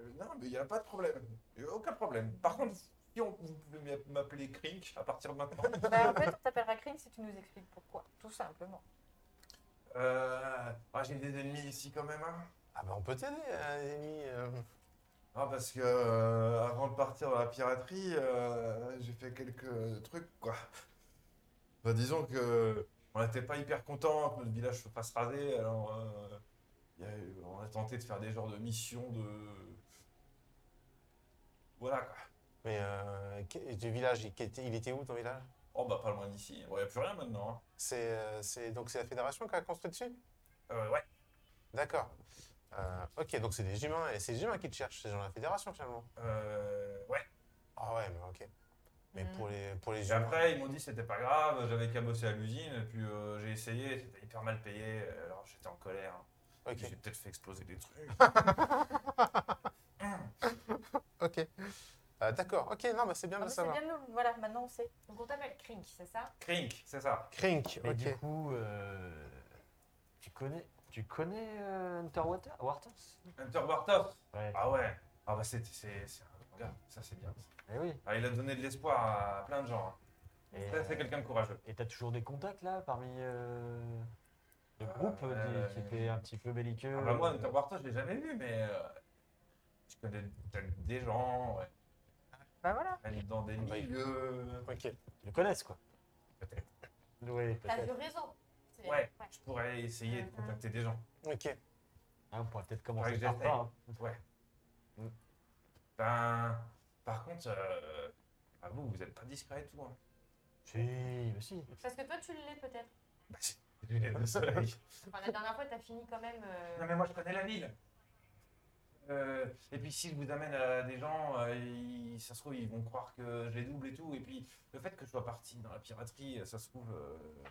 A: euh, non, mais il n'y a pas de problème. Y a aucun problème. Par contre, si on, vous pouvez m'a- m'appeler Crink à partir de maintenant.
E: Bah, en fait, on t'appellera Kring si tu nous expliques pourquoi, tout simplement.
A: Euh, ah, J'ai des ennemis ici quand même. hein.
B: Ah, bah, on peut t'aider, euh, Amy. euh,
A: Ah, parce que euh, avant de partir dans la piraterie, euh, j'ai fait quelques trucs, quoi. Bah, disons que on n'était pas hyper content que notre village se fasse raser, alors euh, il y a eu- on a tenté de faire des genres de missions de. Voilà quoi.
B: Mais euh, que- du village, il était, il était où ton village
A: Oh bah pas loin d'ici. Il n'y a plus rien maintenant. hein.
B: C'est euh, c'est- donc c'est la fédération qui a construit dessus
A: Euh, ouais.
B: D'accord. Euh, ok, donc c'est des humains et c'est les humains qui te cherchent, c'est gens de la fédération finalement.
A: Euh, ouais.
B: Ah ouais, mais ok. Mais
E: Mhm.
B: pour les pour les
A: Et
B: humains.
A: après, ils m'ont dit que c'était pas grave, j'avais qu'à bosser à l'usine, et puis euh, j'ai essayé, c'était hyper mal payé, alors j'étais en colère.
B: Ok.
A: J'ai peut-être fait exploser des trucs.
B: Ok. Euh, D'accord. Ok. Non, mais c'est bien de
E: Ah bah,
B: le
E: c'est
B: savoir.
E: bien nous, voilà, maintenant on sait.
C: Donc on t'appelle Krink, c'est ça
A: Crink, c'est ça.
B: Crink.
D: Et
B: Ok.
D: du coup, euh, tu connais, tu connais euh, Hunter Water, Waters
A: Hunter Bartos.
D: Ouais.
A: Ah ouais. Ah bah c'est c'est- c'est un grand gars, ça c'est bien.
D: Eh oui.
A: Ah, il a donné de l'espoir à plein de gens. hein.
D: Et,
A: Ça, c'est
D: euh,
A: quelqu'un de courageux.
D: Et t'as toujours des contacts là parmi euh, le
A: Euh,
D: groupe
A: euh,
D: des- qui était un petit peu belliqueux
A: Ah bah moi,
D: euh,
A: Hunter Bartos, je l'ai jamais vu, mais euh, je connais peut-être des gens, ouais.
E: Bah voilà.
A: Même dans des
B: Bah, il-
A: ligues, euh,
B: Ok.
D: Ils le connaissent quoi.
A: peut-être. Ah.
D: Oui,
C: T'as
D: peut-être.
C: le réseau. C'est-
A: Ouais, je pourrais essayer de contacter des gens.
B: Ok.
D: Hein, on pourrait peut-être
A: Ouais,
D: commencer
A: que
D: par
A: j'essaye.
D: ça. hein.
A: Ouais. Ben, par contre, euh, ah, vous, vous êtes pas discret et tout. Hein.
D: Si, mais si.
C: Parce que toi, tu l'es peut-être.
A: Bah, [LAUGHS] c'est des lunettes de soleil.
C: Enfin, la dernière fois, t'as fini quand même. euh,
A: non mais moi, je connais la ville. Euh, et puis si je vous amène à des gens, euh, ils- ça se trouve ils vont croire que je les double et tout. Et puis le fait que je sois parti dans la piraterie, ça se trouve euh,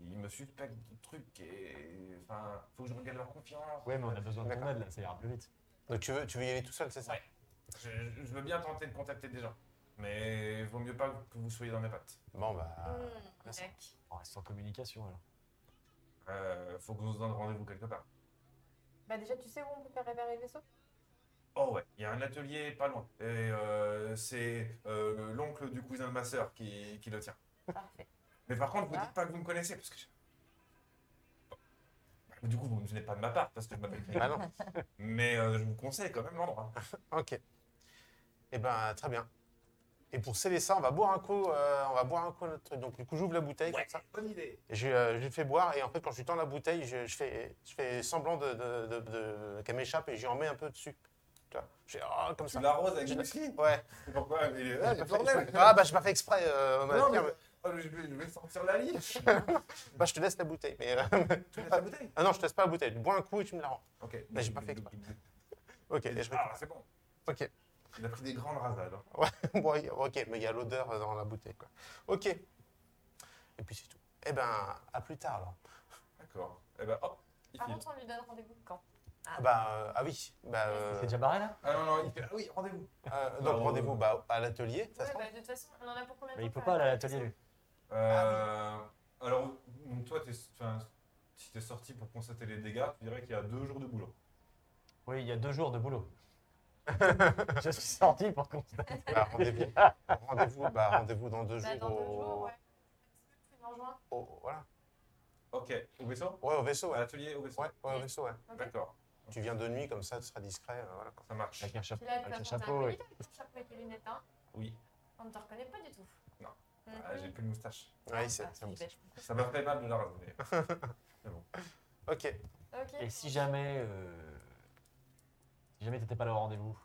A: ils me suspectent de trucs et enfin faut que je regagne leur confiance.
D: Ouais, mais on a besoin de ton
B: D'accord.
D: aide là, ça ira plus vite.
B: Donc tu veux tu veux y aller tout seul, c'est ça
A: Ouais. Je, je veux bien tenter de contacter des gens, mais vaut mieux pas que vous soyez dans mes pattes.
B: Bon bah.
C: hmm,
B: ça.
C: Jack.
D: On reste en communication alors.
A: Euh, faut que nous donne rendez-vous quelque part.
E: Bah déjà tu sais où on peut faire réparer les
C: [LAUGHS]
E: vaisseaux
A: Oh ouais, il y a un atelier pas loin. Et euh, c'est euh, l'oncle du cousin de ma sœur qui, qui le tient.
E: Parfait.
A: Mais par contre, vous
E: Ah.
A: dites pas que vous me connaissez, parce que... je- Bon. Bah, du coup, vous ne venez pas de ma part, parce que je m'appelle
E: Mm.
A: Craig.
B: Ah non.
A: Mais euh, je vous conseille quand même l'endroit.
B: Ok. Eh ben très bien. Et pour sceller ça, on va boire un coup. euh, on va boire un coup à notre truc. Donc du coup, j'ouvre la bouteille comme ça.
A: bonne idée.
B: Et Je, euh, je lui fais boire et en fait quand je lui tends la bouteille, je, je fais, je fais semblant de, de- de- de- qu'elle m'échappe et j'y en mets un peu dessus. Tu vois, je fais Ah, comme
A: Tu
B: ça.
A: l'arroses avec
B: Je-
A: du whisky [LAUGHS]
B: Ouais.
A: C'est pourquoi mais, euh,
B: J'ai pas fait
A: bordel.
B: exprès. Ah bah j'ai pas fait exprès. euh,
A: Non,
B: ma
A: non,
B: fille,
A: mais-
B: mais-
A: Oh, je, vais, je vais sortir la liste.
B: Bah je te laisse la bouteille. Mais euh, [LAUGHS]
A: Tu laisses la bouteille
B: ah non je te laisse pas la bouteille. Bois un coup et tu me la rends.
A: Ok.
B: Bah, j'ai pas fait exprès. Ok. et [LAUGHS] je
A: Ah, c'est bon.
B: Ok.
A: Il a pris des grandes rasades. hein.
B: Bon, y- ok mais il y a l'odeur euh, dans la bouteille quoi. Ok. Et puis c'est tout. Eh ben à plus tard alors.
A: D'accord. Eh ben, hop, il
C: Par
A: file.
C: contre, on lui donne rendez-vous quand
B: Ah bah euh, ah oui. Bah euh,
D: T'es déjà barré là
A: Ah non, non, il fait... Ah oui, rendez-vous.
B: euh,
A: Bah,
B: donc
A: on-
B: rendez-vous bah, à l'atelier. de toute
C: Ouais,
B: façon.
C: bah, de toute façon, on en a pour combien de
D: Mais
C: temps
D: il peut
C: ça
D: pas
C: va
D: aller à l'atelier lui.
B: Ah
A: Euh, Alors, donc toi, t'es- enfin, si t'es sorti pour constater les dégâts, tu dirais qu'il y a deux jours de boulot.
D: Oui, il y a deux jours de boulot. je suis sorti pour constater.
B: Bah, rendez-vous. rendez-vous bah, rendez dans deux jours.
C: Bah, dans deux
B: au-
C: jours, ouais. Tu me rejoins
B: au- voilà.
A: Ok, au vaisseau
B: Ouais, au vaisseau,
A: À
B: ouais.
A: l'atelier, au vaisseau
B: Ouais, ouais, au vaisseau, ouais.
C: Ok.
A: D'accord,
B: Tu viens de nuit, comme ça, tu seras discret. euh, voilà. quoi.
A: ça marche.
D: Avec un chapeau.
C: Tu l'as
D: Avec
C: tu
D: un
C: as
D: chapeau, oui.
C: avec ton chapeau et tes lunettes, hein
A: Oui,
C: On ne te reconnaît pas du tout.
A: Non.
C: Mhm.
A: Ah, j'ai plus de moustache.
B: Ouais, c'est
C: Ah,
B: c'est bon.
C: si, bah, je
A: Ça m'a fait mal de la raser.
C: Ah,
B: Ok,
C: comprends. Ok.
D: Et si jamais. euh, si jamais t'étais pas là au rendez-vous.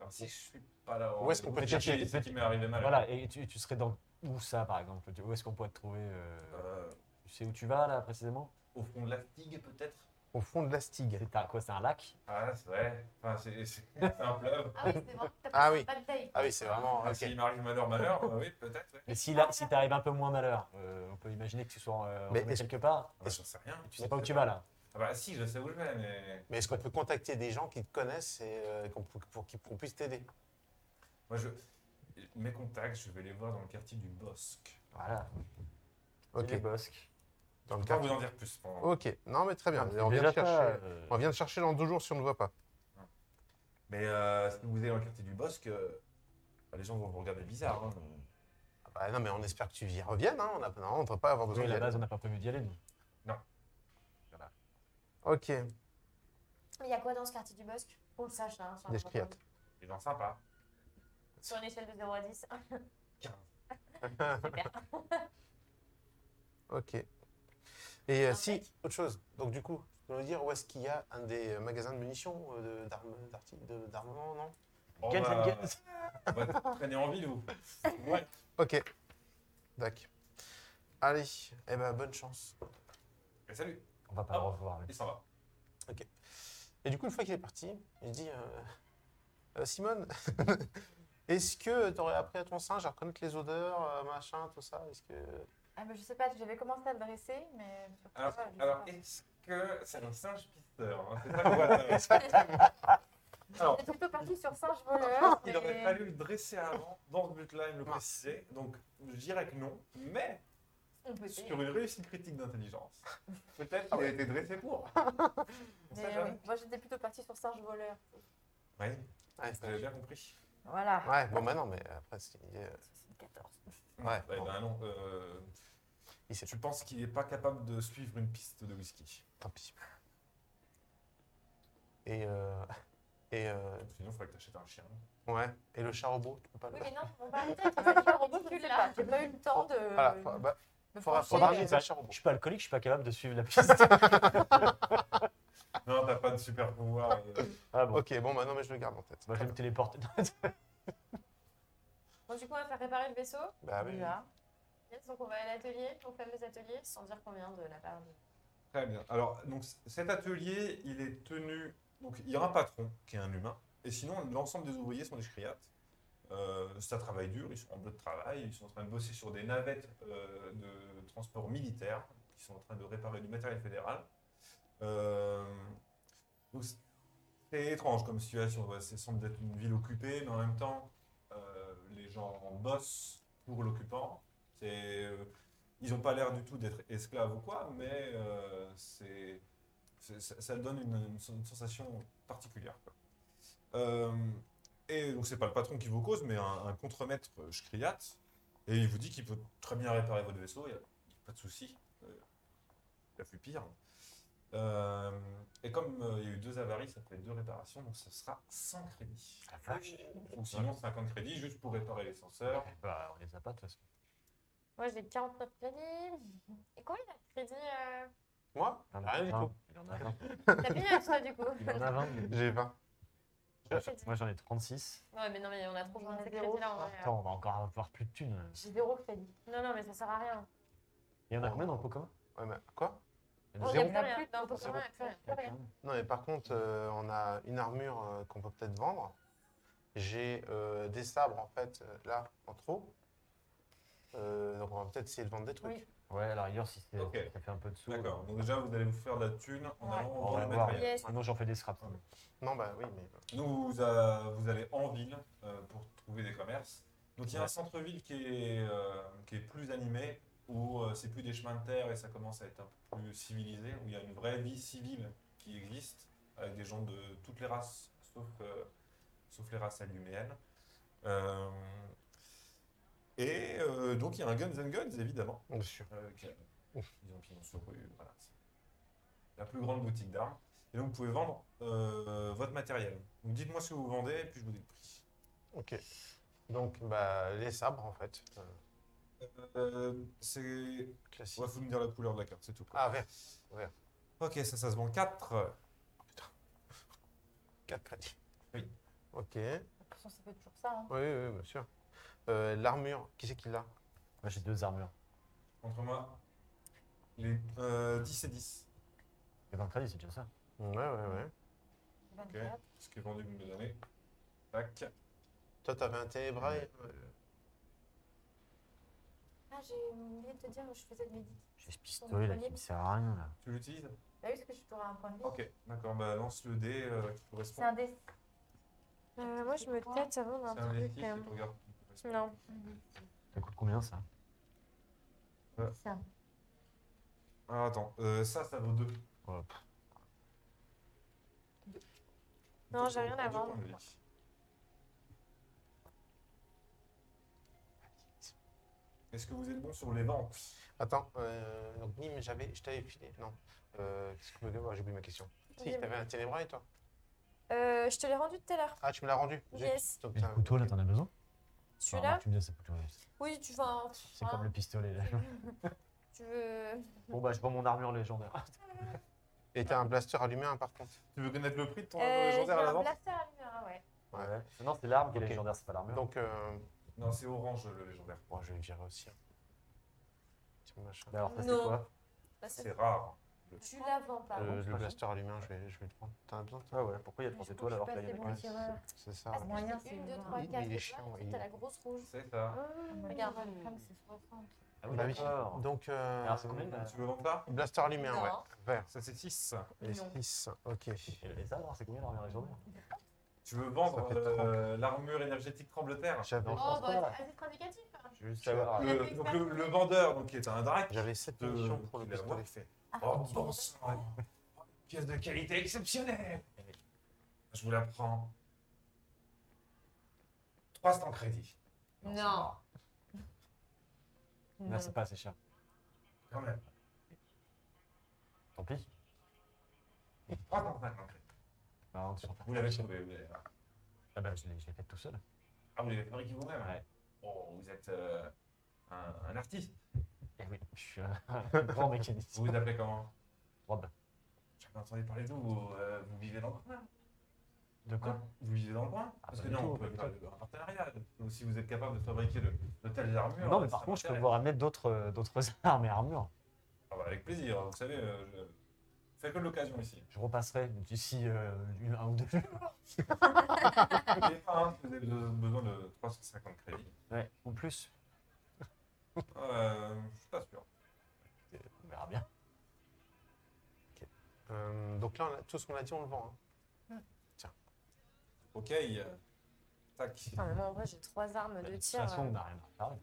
A: Alors, si je suis pas là,
B: Où est-ce qu'on peut te
A: c'est qui-
B: chercher
A: C'est qui m'est arrivé mal.
D: Voilà, et tu, tu serais dans. Où ça par exemple Tu- Où est-ce qu'on pourrait te trouver euh,
A: Euh,
D: Tu sais où tu vas là précisément
A: au fond de la figue, peut-être
B: au fond de la stigue.
D: C'est un- quoi C'est un lac
A: Ah, c'est vrai. Enfin, c'est c'est- c'est
B: [LAUGHS]
A: un fleuve.
C: Ah oui, c'est vraiment. t'as
B: Ah
C: passé
B: oui.
C: une bad day.
B: Ah oui, c'est vraiment.
A: Ah,
B: Ok.
A: S'il m'arrive malheur, malheur, bah oui, peut-être. ouais.
D: Et si, là, si t'arrives un peu moins malheur, euh, on peut imaginer que tu sois euh,
B: Mais
D: emmené
B: est-ce-
D: quelque part.
A: Ah, bah, J'en sais rien.
D: Tu sais pas où tu vas là.
A: Ah, bah si, je sais où je vais, mais.
B: Mais est-ce qu'on peut contacter des gens qui te connaissent et euh, qu'on pour, pour qu'ils- qu'on puisse t'aider
A: Moi, je... Mes contacts, je vais les voir dans le quartier du Bosque.
D: Voilà. Les bosques.
B: Dans
A: Je
B: le
A: peux pas vous
B: quartier.
A: en dire plus pendant.
B: Ok, non, mais très bien.
D: C'est
B: on, vient
D: déjà
B: de
D: pas,
B: chercher,
D: euh,
B: on vient de chercher dans deux jours si on ne voit pas.
A: Mais euh, si vous allez dans le quartier du Bosque, euh, bah, les gens vont vous regarder bizarre. hein, mais-
B: Ah bah, non, mais on espère que tu y reviennes. Hein. On a- non, on ne doit pas avoir besoin
D: Oui, à
B: d'y
D: la
B: aller.
D: base, on n'a pas prévu d'y aller, nous.
B: Ok,
C: Mais il y a quoi dans ce quartier du Bosque Qu'on le sache, hein. sur un
B: des
C: rapport-
B: ch'tiates.
A: Des gens sympas.
C: Ah Sur une échelle de 0 à 10.
B: Ok. Et euh,
E: Un
B: si,
E: mec.
B: autre chose. Donc, du coup, tu peux nous dire où est-ce qu'il y a un des euh, magasins de munitions, euh, de- d'armes- d'arti- de- d'armement, non
A: On
D: Guns and
A: va,
D: Guns.
A: Oh on va traîner en ville, vous. Ouais.
B: Ok. Dac. Allez, eh ben, bonne chance.
A: Et Eh, salut,
D: On va pas le revoir. mais-
A: il s'en va.
B: Et du coup, une fois qu'il est parti, il dit euh, [LAUGHS] Euh, Simone, [LAUGHS] est-ce que tu aurais appris à ton singe à reconnaître les odeurs, euh, machin, tout ça Est-ce que.
E: Ah, mais je sais pas, j'avais commencé à le dresser, mais.
A: Alors,
E: Ouais, je sais
A: alors
E: pas.
A: est-ce que c'est un singe pisteur hein C'est ça qu'on va faire. Alors,
E: C'est plutôt parti sur singe voleur.
A: [LAUGHS] il aurait
E: mais-
A: fallu le dresser avant, dans ce but-là, il me le précisait. Donc, je dirais que non, mais
E: On peut essayer.
A: sur une réussite critique d'intelligence. Peut-être qu'il Ah, a été dressé pour. [LAUGHS] On sait
E: Mais
A: jamais.
E: oui, Moi, j'étais plutôt parti sur singe voleur.
A: Ouais,
B: Ouais,
A: j'avais bien compris.
E: Voilà.
B: Ouais, bon, bah non, mais après, c'est- il est.
E: 74.
B: Ouais,
A: Ouais,
B: bon,
A: ben non, euh,
B: il s'est
A: tu penses qu'il n'est pas capable de suivre une piste de whisky.
B: tant pis. Et. euh, Et. euh,
A: Sinon, il faudrait que tu achètes un chien.
B: Ouais, et le chat robot, tu peux pas le.
E: Oui, mais non, [LAUGHS] on va arrêter avec les gens robots, je sais pas. J'ai pas eu le temps de.
B: Voilà, faut- bah,
E: de
B: faudra,
E: pencher.
B: faudra
D: pencher,
B: organiser
D: euh,
B: le chat robot.
D: Je suis pas alcoolique, je suis pas capable de suivre la piste.
A: Non, t'as pas de super pouvoir. euh,
D: ah
B: [LAUGHS]
D: bon.
B: Ok, bon, bah non, mais je le garde en tête.
D: Bah, je vais me téléporter.
C: Bon, du coup, on va faire réparer le vaisseau.
B: Bah oui.
E: Déjà.
C: Yes, donc, on va à l'atelier, au fameux atelier, sans dire combien de la part de-
A: Très bien. Alors, donc, c- cet atelier, il est tenu. Donc, il y a un patron qui est un humain. Et sinon, l'ensemble des ouvriers sont des chriates. Euh, ça travaille dur, ils sont en bleu de travail, ils sont en train de bosser sur des navettes euh, de transport militaire, qui sont en train de réparer du matériel fédéral. Euh, donc, c- c'est étrange comme situation, ouais, c'est semble être une ville occupée, mais en même temps, euh, les gens bossent pour l'occupant. C'est euh, ils n'ont pas l'air du tout d'être esclaves ou quoi, mais euh, c'est, c'est- ça, ça donne une, une sen- une sensation particulière. quoi. Euh, et donc, c'est pas le patron qui vous cause, mais un, un contremaître euh, Shkriat, et il vous dit qu'il peut très bien réparer votre vaisseau, il n'y a, y a pas de souci. Euh, Il a fait pire. Euh, et comme euh, il y a eu deux avaries, ça fait deux réparations, donc ce sera 100 crédits. Ou sinon 50 crédits juste pour réparer les senseurs.
D: [LAUGHS] Bah, on les a pas de toute façon.
C: Moi, j'ai 49 crédits. Et combien de crédits euh,
B: Moi
D: Il en a
B: Rien du
D: 20.
B: tout.
D: Ah Il en a 20.
C: T'as payé toi, du coup
D: Il en a 20. mais-
B: J'ai 20.
D: Moi, j'en- Moi j'en ai 36.
C: [LAUGHS] Ouais, mais non, mais on a trop
E: J'en
C: besoin
E: ai
C: de ces
E: zéro,
C: crédits-là.
E: je
C: en
E: crois.
C: vrai. hein.
D: Attends, on va encore avoir plus de thunes.
E: J'ai zéro crédit.
C: Non, non, mais ça sert à rien.
D: Il y en a combien dans le pot commun
B: Ouais, mais quoi
D: Il y en
C: On
E: Oh,
D: a
C: n'y a
D: zéro.
C: plus rien. Dans
E: Zéro.
C: Pokémon, il y a plus rien.
E: Plus rien.
B: Non, mais par contre, euh, on a une armure euh, qu'on peut peut-être vendre. J'ai euh, des sabres, en fait, euh, là, en trop. Euh, donc, on va peut-être essayer de vendre des trucs.
E: Oui.
D: Ouais, alors ailleurs, si c'est-
A: Ok.
D: ça fait un peu de sous.
A: D'accord, donc déjà vous allez vous faire de la thune en
E: Ouais.
A: allant
D: On
A: vendre
D: va
A: le
D: voir.
A: matériel.
C: Yes.
D: Sinon, j'en fais des scraps.
B: Non, bah oui, mais.
A: Nous, vous, euh, vous allez en ville euh, pour trouver des commerces. Donc il y a un centre-ville qui, est, euh, qui est plus animé, où euh, c'est plus des chemins de terre et ça commence à être un peu plus civilisé, où il y a une vraie vie civile qui existe, avec des gens de toutes les races, sauf, euh, sauf les races animéennes. Euh, et euh, donc il y a un Guns and Guns, évidemment.
B: Bien sûr.
A: Euh, qui- Ils ont pignon sur rue, voilà. C'est La plus grande boutique d'armes. Et donc vous pouvez vendre euh, votre matériel. Donc dites-moi ce que vous vendez et puis je vous dis le prix.
B: Ok. Donc, bah, les sabres, en fait. euh,
A: Euh, c'est. Ouais,
B: classique.
A: faut me dire la couleur de la carte, c'est tout. quoi.
B: Ah, vert.
A: Ok, ça, ça se vend 4.
B: 4 crédits.
A: Oui.
B: Ok. Oui,
E: De toute façon, ça fait toujours ça. hein.
B: oui, bien sûr. Euh, L'armure, qui c'est qui l'a
D: Moi, j'ai deux armures.
A: Entre moi, les euh, 10 et 10.
D: Et 20 crédits, c'est déjà ça.
B: Ouais, ouais, ouais.
E: 24.
A: Ce qui est vendu, vous me le donnez. Tac.
B: Toi, t'avais un euh, ténébraille.
E: Ah, j'ai oublié de te dire, je faisais de médic.
D: J'ai ce pistolet là qui me sert à rien. Là.
A: Tu l'utilises
E: Bah oui, parce que je pourrais un point de vie.
A: Ok, d'accord. Bah lance le dé euh, qui
E: C'est
A: correspond.
E: un dé.
C: Euh, moi, je me tâte avant
A: C'est
C: d'un
A: un
C: truc.
A: D6 et
C: euh,
A: tu regardes qui correspond.
C: Non.
D: Ça coûte combien ça
E: Ça.
A: Ah, attends, euh, ça, ça vaut 2.
D: Ouais, pff,
C: Non, j'ai rien à vendre.
A: Est-ce que vous êtes bon sur les ventes
B: Attends, euh, donc Nîmes, j'avais, je t'avais filé. Non. Euh, Qu'est-ce que je me oh, J'ai oublié ma question. Si,
C: Dis-moi.
B: t'avais un ténébraille, toi
C: Euh, je te l'ai rendu tout à l'heure.
B: Ah, tu me l'as rendu. Zut.
C: Yes.
B: Donc,
D: Mais
B: t'as
D: le
B: un-
D: couteau là, t'en as besoin Ah, Enfin,
C: Celui-là
D: Tu me dis, ça coûte combien
C: Oui, tu vas.
D: C'est comme le pistolet là.
C: Tu veux.
D: Bon, bah, je prends mon armure légendaire.
B: Et t'as un blaster allumé, un par contre.
A: Tu veux connaître le prix de ton
C: Euh,
A: arme légendaire
C: j'ai
A: à
C: un
A: l'avance
C: blaster à lumière, ouais.
B: Ouais.
D: Non, c'est l'arme qui est
B: Ok.
D: légendaire, c'est pas l'armure.
B: Donc, euh,
A: Non, c'est orange le légendaire.
B: bon, je vais le virer aussi. hein. Tiens, machin.
D: Mais alors, ça, c'est
C: Non.
D: quoi
C: Bah, ça-
A: C'est rare.
C: Tu la vends pas.
B: Le-
D: bon,
B: Euh, le
D: c'est pas
B: blaster allumé, hein, je vais, je vais le prendre. T'en as besoin toi
D: Ah ouais, pourquoi il y a
E: Mais
D: 3
E: je
D: étoiles
E: crois
D: alors
E: que
D: qu'il
E: je
D: y
E: passe
D: en
E: des
D: a
E: bons
D: qu'une
E: tireurs.
B: C'est ça.
C: Ah,
B: ouais.
E: moyen,
C: c'est
E: c'est
C: 1, 2,
E: voir.
C: 3,
B: Il-
C: 4,
B: il est chiant,
C: ensuite
B: il-
C: t'as la grosse rouge.
A: C'est ça.
E: Ah, Regarde,
C: Regarde.
E: Frank, c'est 60.
D: Ah oui,
B: Bah oui.
D: d'accord.
B: Donc, euh,
D: Alors, c'est combien
A: Donc, Tu veux vendre ça
B: blaster allumé, hein,
C: Non.
B: ouais. Vert.
A: Ça, c'est 6.
B: Et
C: Non.
B: 6. Ok.
D: Et ça, alors, c'est combien l'armure légendaire
A: Tu veux vendre
B: Ça fait
A: euh, l'armure énergétique tremble-terre
B: J'avais
D: Non.
C: Oh,
D: pense pas,
C: bah,
D: là.
C: c'est assez indicatif. hein.
D: Je veux juste
B: Je vais
D: savoir.
A: le, donc le, le vendeur, donc, qui est un drac,
B: J'avais 7
A: de-
B: munitions pour le
A: qui l'a
B: pistolet.
A: fait.
E: Ah,
A: Oh,
E: tu
A: bon
E: veux-
A: sang Pièce de qualité exceptionnelle Je vous la prends. 300 crédits,
D: c'est
C: Non.
D: pas-
E: Non.
D: Non, c'est pas assez cher.
A: quand même.
D: Tant pis.
A: 350 crédits.
D: Non, tu
A: Vous l'avez trouvé, vous l'avez.
D: Ah bah, je l'ai je l'ai fait tout seul.
A: Ah, vous l'avez fabriqué vous-même
D: Ouais.
A: Oh, vous êtes euh, un, un artiste.
D: Et Eh oui, je suis un [LAUGHS] grand mécanicien.
A: Vous vous appelez comment
D: Rob.
A: J'avais entendu parler de vous. Vous, euh, vous vivez dans le coin
D: De quoi
A: Non, Vous vivez dans le coin
D: Ah,
A: Parce
D: pas
A: que
D: du
A: non,
D: tout,
A: on
D: pas
A: peut
D: du
A: faire un partenariat. Donc, si vous êtes capable de fabriquer de, de telles armures.
D: Non, mais
A: ça
D: par contre, je peux
A: m'intéresse.
D: vous ramener d'autres euh, d'autres [LAUGHS] armes et armures.
A: Ah bah, avec plaisir, vous savez, euh, je fais que de l'occasion ici. [LAUGHS]
D: Je repasserai d'ici euh, une- un ou deux jours.
A: N'oubliez pas, hein, si vous avez be- besoin de 350 crédits.
D: Ouais, ou plus.
A: Euh, je suis pas sûr.
D: On verra bien.
B: Euh, donc là, on a- tout ce qu'on a dit, on le vend. hein.
A: Ok, euh, tac.
E: Putain, mais moi, en vrai, j'ai trois armes
D: Bah,
E: de
D: de toute
E: tir.
D: façon,
E: euh,
D: on n'a rien à réparer.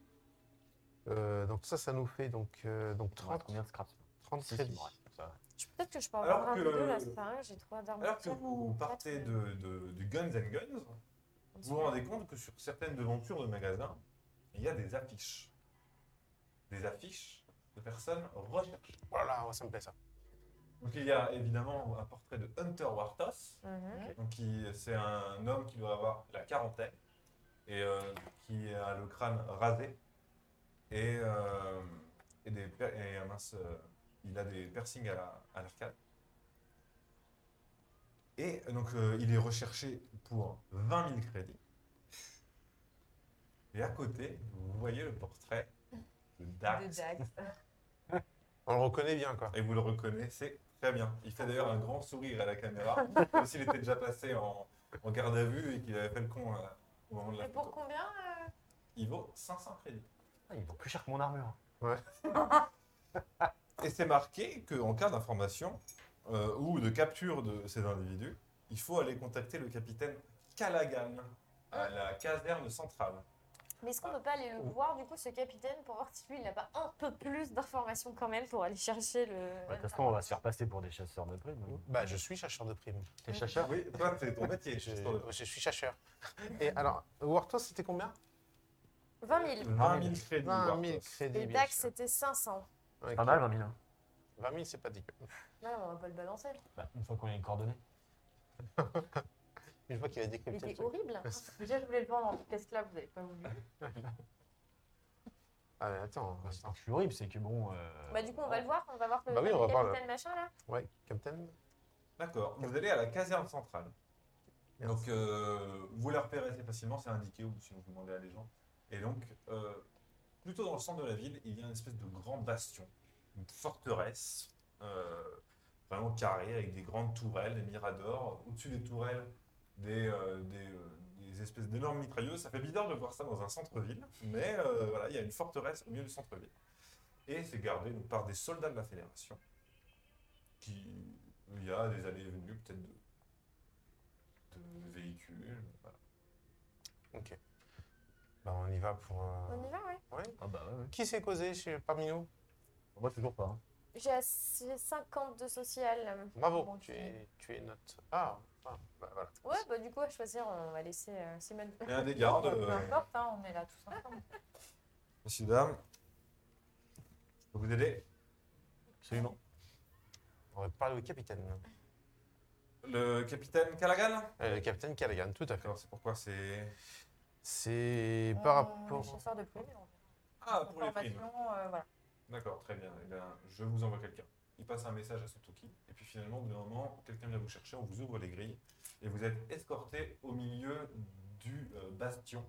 B: Euh, donc ça, ça nous fait donc, euh, donc
D: On reste
B: 30,
D: combien de scraps
B: 30
D: Si, si,
B: crédits.
D: il me reste, ça va.
E: je- Peut-être que je peux en
A: Alors
E: vendre un
A: que-
E: peu deux, là, c'est pas rien, j'ai trois d'armes
A: Alors
E: de
A: que
E: tir.
A: vous partez de, de- du Guns and Guns, vous vous rendez compte que sur certaines devantures de magasins, il y a des affiches. Des affiches de personnes recherchées.
B: Voilà, ouais, ça me plaît ça.
A: Donc il y a évidemment un portrait de Hunter Wartos,
E: Mhm.
A: Donc, il- c'est un homme qui doit avoir la quarantaine et euh, qui a le crâne rasé et, euh, et des per- et, euh, mince, euh, il a des piercings à la- à l'arcade. et donc euh, il est recherché pour 20 000 crédits. Et à côté, vous voyez le portrait de Dax.
E: De Jack.
A: [LAUGHS]
B: On le reconnaît bien, quoi.
A: Et vous le reconnaissez très bien. Il fait d'ailleurs un grand sourire à la caméra, comme s'il était déjà passé en, en garde à vue et qu'il avait fait le con euh, au moment de la
C: Et pour
A: photo.
C: combien euh,
A: Il vaut 500 crédits.
D: Ah, il vaut plus cher que mon armure.
A: Et c'est marqué qu'en cas d'information euh, ou de capture de ces individus, il faut aller contacter le capitaine Callaghan
C: Ah.
A: à la caserne centrale.
C: Mais est-ce qu'on peut pas aller le voir, du coup, ce capitaine, pour voir si lui, il n'a pas un peu plus d'informations quand même pour aller chercher le.
D: Bah, De toute façon, on va se faire passer pour des chasseurs de primes.
B: Bah, je suis chercheur de primes.
D: T'es chasseur
A: Oui, toi, c'est ton métier.
B: Je,
A: je suis sûr de-
B: je suis chercheur. Et alors, Wartos, c'était combien
C: 20 000.
A: 20 000 crédits.
B: 20 000
A: Bartos.
B: crédits.
C: Et
B: bien
C: Dax,
B: sûr.
C: c'était 500.
B: Ok.
D: Pas mal, 20 000. hein.
B: 20 000, c'est pas dégueu.
C: Non, on va pas le balancer.
D: Bah, une fois qu'on a les coordonnées.
B: Mais je vois qu'il a
C: Il
B: décrypté le
C: était
B: truc.
C: horrible.
E: Déjà, je voulais le vendre en toute esclave, vous n'avez pas voulu.
B: Ah, mais attends,
D: Bah, c'est
B: attends.
D: pas que je suis horrible, c'est que bon. euh,
C: Bah, du coup, on va le voir. On va voir le
B: Bah oui, on va voir,
C: capitaine machin, là.
B: Ouais, Captain
A: D'accord, vous allez à la caserne centrale.
B: Merci.
A: Donc, euh, vous la repérez assez facilement, c'est indiqué ou si vous demandez à les gens. Et donc, euh, plutôt dans le centre de la ville, il y a une espèce de grand bastion, une forteresse, euh, vraiment carrée, avec des grandes tourelles, des miradors. Au-dessus des tourelles, des, euh, des, euh, des espèces d'énormes mitrailleuses. Ça fait bizarre de voir ça dans un centre-ville, mais euh, voilà, il y a une forteresse au milieu du centre-ville. Et c'est gardé donc, par des soldats de la Fédération qui il y a des allées et venues peut-être de, de véhicules. voilà.
B: Ok. Bah, on y va pour. euh,
C: On y va, ouais.
D: Ah, bah ouais, ouais.
B: Qui s'est causé chez... parmi nous
D: Moi, toujours pas. hein.
C: J'ai assez- j'ai 50 de social.
B: Bravo,
C: Bon,
B: tu, es, tu es notre. Ah, ah, bah, voilà.
C: Ouais, bah, du coup, à choisir, on va laisser euh, Simone.
A: Et un des gardes,
E: Peu
A: euh,
E: importe, hein, on est là tous ensemble.
A: messieurs, dames, je peux vous aider.
D: Absolument.
B: On va parler au capitaine.
A: Le capitaine Callaghan
B: Euh, le capitaine Callaghan, tout à fait.
A: D'accord, c'est pourquoi c'est.
B: C'est par
E: Euh,
B: rapport.
E: Chasseur de primes. on-
A: Ah, pour les primes.
E: Information, euh, voilà.
A: D'accord, très bien. Eh bien, je vous envoie quelqu'un. Il passe un message à Sotoki. Et puis finalement, au bout d'un moment, quelqu'un vient vous chercher, on vous ouvre les grilles. Et vous êtes escorté au milieu du euh, bastion.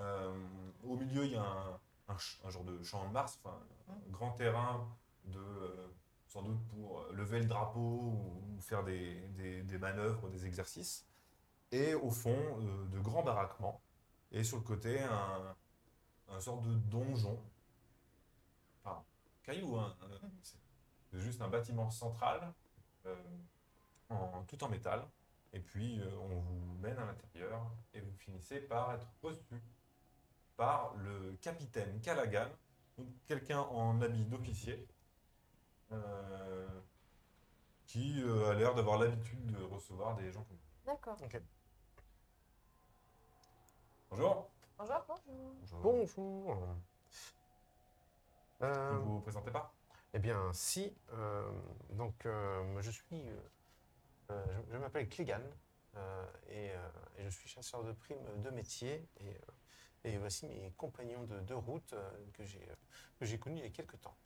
A: Euh, au milieu, il y a un, un ch- un genre de champ de Mars, enfin, un grand terrain de. euh, sans doute pour euh, lever le drapeau ou, ou faire des, des- des manœuvres, des exercices. Et au fond, euh, de grands baraquements. Et sur le côté, un, un sort de donjon caillou. hein. Euh, C'est c'est juste un bâtiment central, euh, en, tout en métal. Et puis, euh, on vous mène à l'intérieur et vous finissez par être reçu par le capitaine Callaghan, donc quelqu'un en habit d'officier, euh, qui euh, a l'air d'avoir l'habitude de recevoir des gens comme vous.
E: D'accord.
A: Bonjour.
E: Bonjour, bonjour.
A: Vous
B: Bonjour. Euh,
A: vous vous présentez pas
B: eh bien, si. euh, donc, euh, je suis. euh, euh, je je m'appelle Kligan euh, et, euh, et je suis chasseur de primes de métier. Et, euh, et voici mes compagnons de, de route euh, que j'ai euh, que j'ai connus il y a quelques temps.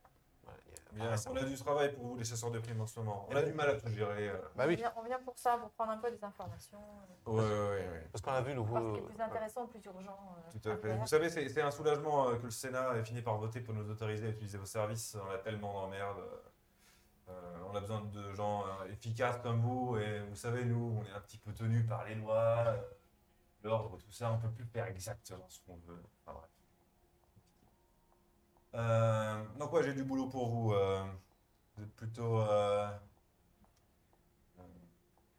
B: Voilà, il y a- pas
A: Eh Bien,
B: récemment.
A: on a du travail pour vous, les chasseurs de primes en ce moment. On
B: Eh
A: a
B: ben-
A: du mal à tout gérer. euh.
B: Bah
E: on,
B: oui,
E: vient, on vient pour ça, pour prendre un peu des informations. euh,
A: Ouais, ouais, ouais.
B: parce qu'on a vu le. euh,
E: voir ce qui est plus intéressant, le plus urgent. euh,
A: euh, Tout à fait.
E: faire.
A: Vous savez, c'est c'est un soulagement euh, que le Sénat ait fini par voter pour nous autoriser à utiliser vos services. On a tellement d'emmerdes. Euh, on a besoin de gens euh, efficaces comme vous. Et vous savez, nous, on est un petit peu tenus par les lois, euh, l'ordre, tout ça. On peut plus faire exactement ce qu'on veut. Enfin, bref. Euh, donc, ouais, j'ai du boulot pour vous. euh. vous êtes plutôt. euh, euh,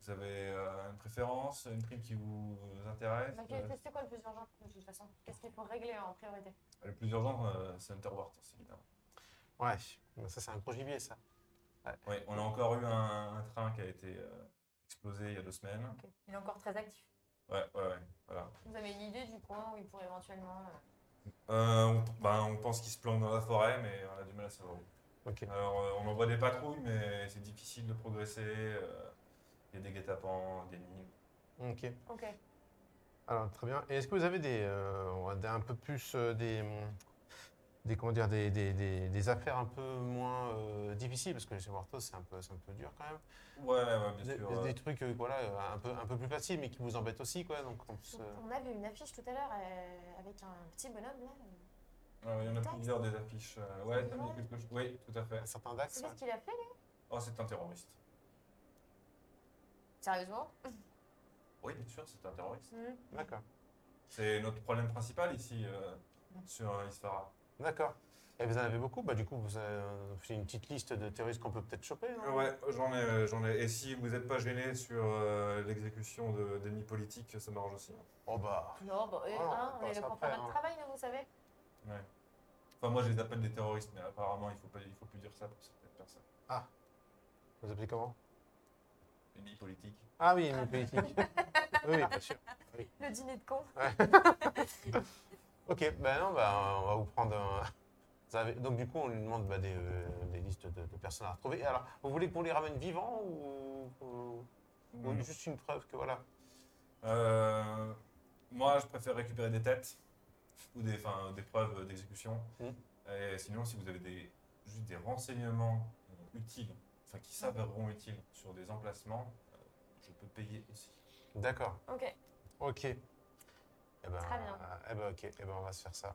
A: vous avez euh, une préférence, une prime qui vous intéresse euh,
C: Bah, qu'est- C'est quoi le plus urgent de toute façon Qu'est-ce qu'il faut régler en priorité
A: Le plus urgent, euh, c'est Underworld, c'est évident.
B: Ouais, mais ça c'est un gros gibier ça.
A: Oui, on a encore eu un, un train qui a été euh, explosé il y a deux semaines.
E: Ok. Il est encore très actif.
A: Ouais, ouais, ouais, voilà.
E: Vous avez une idée du coin où il pourrait éventuellement. euh,
A: Euh, on, ben, on pense qu'il se planque dans la forêt, mais on a du mal à savoir où.
B: Ok.
A: Alors, euh, on envoie des patrouilles, mais c'est difficile de progresser. euh, Il y a des guet-apens, des nids.
B: Ok.
E: Ok.
B: Alors, Ah, très bien. Et est-ce que vous avez des, euh, on va dire un peu plus euh, des, hum, des, comment dire, des, des, des, des affaires un peu moins euh, difficiles parce que les Mortos c'est un peu, c'est un peu dur quand même.
A: Ouais, ouais, bien
B: Des,
A: sûr.
B: des
A: euh,
B: trucs, euh, voilà, euh, un peu, un peu plus faciles mais qui vous embêtent aussi quoi. Donc, on se-
C: On a vu une affiche tout à l'heure euh, avec un petit bonhomme là.
A: ouais, il y en a plusieurs des affiches. euh, ouais, ça me dit
C: Ouais.
A: quelque chose. Oui, tout à fait.
B: un certain Dax.
C: C'est ce qu'il a fait lui
A: Oh, c'est un terroriste.
E: Sérieusement
A: Oui, bien sûr, c'est un terroriste.
B: D'accord.
A: C'est notre problème principal ici, euh, sur euh, Isfara.
B: D'accord. Et vous en avez beaucoup. Bah du coup, vous avez fait une petite liste de terroristes qu'on peut peut-être choper. non
A: Ah Ouais, j'en ai, euh, j'en ai. Et si vous n'êtes pas gêné sur euh, l'exécution de- d'ennemis politiques, ça m'arrange aussi. hein.
B: Oh bah.
E: Non, bah, euh,
B: Ah, on
E: hein,
B: va
E: on
B: pas se
E: est le
B: faire,
E: programme
B: hein.
E: de [LAUGHS] travail, nous, vous savez.
A: Ouais. Enfin, moi, je les appelle des terroristes, mais apparemment, il faut pas, il faut plus dire ça pour certaines personnes.
B: Vous appelez comment
A: Ennemis politiques.
B: Ah oui, une politique. oui, oui, bien sûr.
E: Le dîner de con.
B: Ok, ben non, bah, on va vous prendre un... [LAUGHS] Vous avez- Donc du coup, on lui demande bah, des, euh, des listes de, de personnes à retrouver. Et alors, vous voulez qu'on les ramène vivants ou, ou- ou
A: Mm.
B: juste une preuve que voilà
A: Euh, moi, je préfère récupérer des têtes ou des, enfin, des preuves d'exécution.
B: Mm.
A: Et sinon, si vous avez des, juste des renseignements euh, utiles, enfin, qui s'avéreront utiles sur des emplacements, euh, je peux payer aussi.
B: D'accord.
E: Ok.
B: Ok. Eh ben,
E: Très bien.
B: euh, eh ben ok, eh ben, on va se faire ça.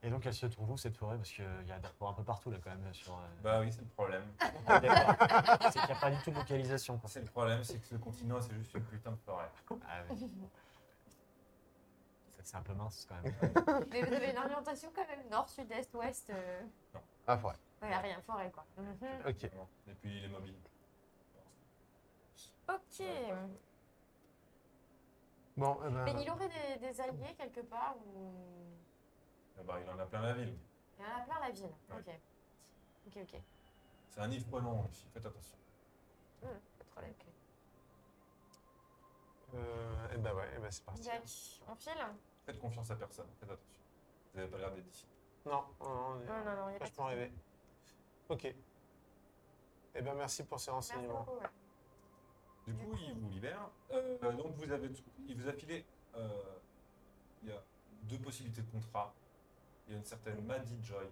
D: Et donc, elle se trouve où cette forêt Parce qu'il y a des arbres un peu partout là quand même. Sur, euh, [LAUGHS]
A: Bah oui, c'est le problème.
D: Ah, d'accord. c'est qu'il n'y a pas du tout de localisation. quoi.
A: C'est le problème, c'est que ce continent, c'est juste une putain de forêt.
D: Ah, oui. C'est un peu mince quand même.
E: Mais vous avez une orientation quand même nord, sud, est, ouest. Euh...
B: Ah, ouais.
E: Ouais, rien, forêt, quoi. Mhm.
B: Ok.
A: Vraiment. Et puis il est mobile. Euh.
E: Ok.
B: Bon, eh ben...
E: Mais il aurait des, des alliés quelque part ou.
A: Là-bas, il en a plein la ville.
E: Il y en a plein la ville.
A: Ouais.
E: Ok. Ok, ok.
A: C'est un île prenant ici, faites attention.
E: Pas de problème. ok.
B: euh, eh ben ouais, eh ben, c'est parti.
E: Jack, on file
A: Faites confiance à personne, faites attention. Vous n'avez pas l'air d'être d'ici.
B: Non, non, non, on Ah, est...
E: Non, non, non, il n'y a pas de
B: Franchement rêvé. Ok. Eh ben merci pour ces
E: Merci
B: renseignements.
E: beaucoup. ouais.
A: Du coup, il vous libère. Euh, donc, vous avez, il vous a filé. euh, il y a deux possibilités de contrat. Il y a une certaine Maddie Joy,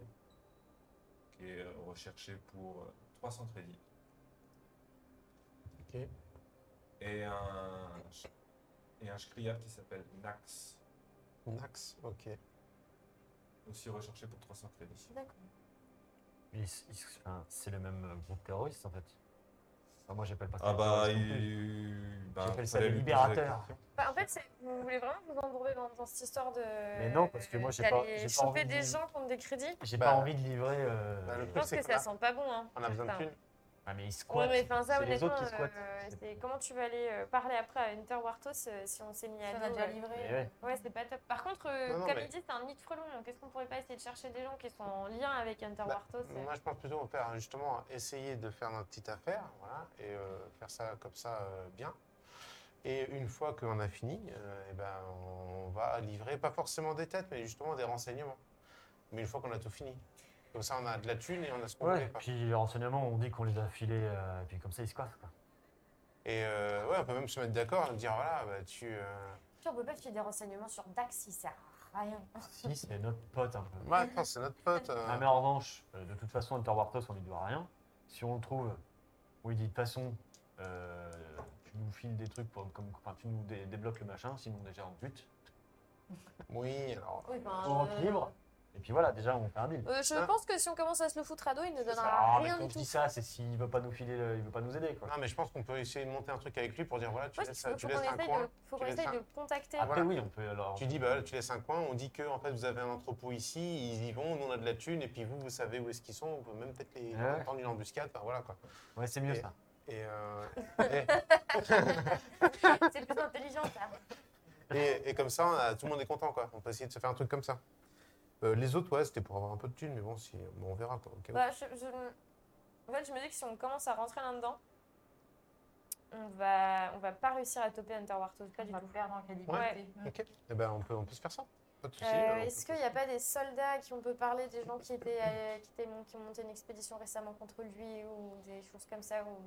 A: qui est euh, recherché pour euh, 300 crédits.
B: Ok.
A: Et un, et un Shkria qui s'appelle Nax,
B: Nax, ok.
A: aussi recherché pour 300 crédits.
E: D'accord.
D: Ils- ils- enfin, c'est le même euh, groupe terroriste en fait. Enfin, moi j'appelle pas
A: Ah bah,
D: terroriste non plus.
A: il... bah,
D: J'appelle ça
A: fallait
D: des
A: lui poser la
D: libérateurs.
A: question.
C: Bah, en fait, c'est- vous voulez vraiment vous embourber dans, dans cette histoire de.
D: Mais non, parce que moi, j'ai pas-
C: d'aller
D: j'ai pas
C: choper
D: envie de
C: des
D: vivre.
C: gens contre des crédits.
D: J'ai
B: Bah,
D: pas envie de livrer. euh,
B: bah, le
C: Je pense
B: C'est
C: que
B: quoi
C: ça sent pas bon. Hein.
B: On a besoin de
C: Enfin,
B: thunes.
D: Ah mais ils squattent.
C: Ouais, mais enfin, ça,
D: c'est les
C: honnêtement,
D: autres qui squattent.
C: euh,
D: C'est-
C: c'est- comment tu vas aller euh, parler après à Hunter Wartos euh, si on s'est mis
E: Si
C: à
E: on a
C: dos,
E: déjà
C: euh,
E: livré.
D: Mais ouais.
C: Ouais, c'est pas top. Par contre, euh,
B: Non, non,
C: comme
B: mais-
C: il dit, c'est un nid de frelons. Donc, est-ce qu'on pourrait pas essayer de chercher des gens qui sont en lien avec Hunter
B: Bah,
C: Wartos euh,
B: Moi, je pense plutôt en faire justement essayer de faire notre petite affaire, voilà, et euh, faire ça comme ça euh, bien. Et une fois qu'on a fini, euh, eh ben, on va livrer pas forcément des têtes, mais justement des renseignements. Mais une fois qu'on a tout fini, comme ça, on a de la thune et on a ce qu'on
D: Ouais,
B: voulait. quoi.
D: puis les renseignements, on dit qu'on les a filés, euh, et puis comme ça ils squattent. Quoi.
B: Et euh, ouais, on peut même se mettre d'accord, dire voilà, bah, tu. euh,
E: Puis on peut pas filer des renseignements sur Dax, il sert à rien.
D: Si, c'est notre pote un peu.
B: Ouais, attends, c'est notre pote. euh,
D: Ah, mais en revanche, euh, de toute façon, Hunter Wartos, on lui doit rien. Si on le trouve, on lui dit de toute façon, euh, tu nous files des trucs, pour, comme, enfin, tu nous dé- débloques le machin, sinon déjà on te bute.
B: Oui, alors.
E: Oui, ben,
D: On rentre libre. Et puis voilà, déjà on fait un deal.
C: Ah. Euh, je
B: Hein
C: pense que si on commence à se le foutre à dos, il ne
B: C'est ça.
C: donnera
D: Ah, mais
C: rien
D: quand
C: du
D: je
C: tout.
D: dis ça, c'est s'il veut pas nous filer, le- il veut pas nous aider. Quoi.
B: Non, mais je pense qu'on peut essayer de monter un truc avec lui pour dire voilà, tu
C: Ouais,
B: laisses,
C: faut
B: tu
C: qu'on
B: laisses un
C: essaye
B: coin.
C: de- faut qu'on
B: tu laisses
C: essaye
B: un-
C: de le contacter.
D: Après,
B: voilà.
D: oui, on peut alors.
B: Tu dis, bah, tu laisses un coin, on dit que en fait, vous avez un entrepôt ici, ils y vont, nous on a de la thune, et puis vous, vous savez où est-ce qu'ils sont, vous pouvez même peut-être
A: Ah
B: les
D: Ouais.
B: entendre une embuscade, enfin, voilà quoi.
D: Ouais, c'est mieux
B: Et-
D: ça.
B: Et, euh, [LAUGHS] et- Ah.
E: c'est plus intelligent
B: [LAUGHS]
E: ça.
B: et- et comme ça, on a- tout le monde est content quoi. On peut essayer de se faire un truc comme ça. Euh, les autres, ouais, c'était pour avoir un peu de thune, mais bon, si, bon, on verra quoi. ok.
C: Bah, je, je- En fait, je me dis que si on commence à rentrer là-dedans, on va, on va pas réussir à toper Hunter Wartos, pas
E: On
C: du
E: va
C: tout.
E: perdre en crédibilité.
C: Ouais.
B: Ok, et ben, on, peut, on peut se faire ça. Pas de souci.
C: Euh,
B: alors, on
C: Est-ce
B: peut-
C: qu'il n'y a pas des soldats à qui on peut parler, des gens qui, étaient, euh, qui, étaient mon- qui ont monté une expédition récemment contre lui ou des choses comme ça ou...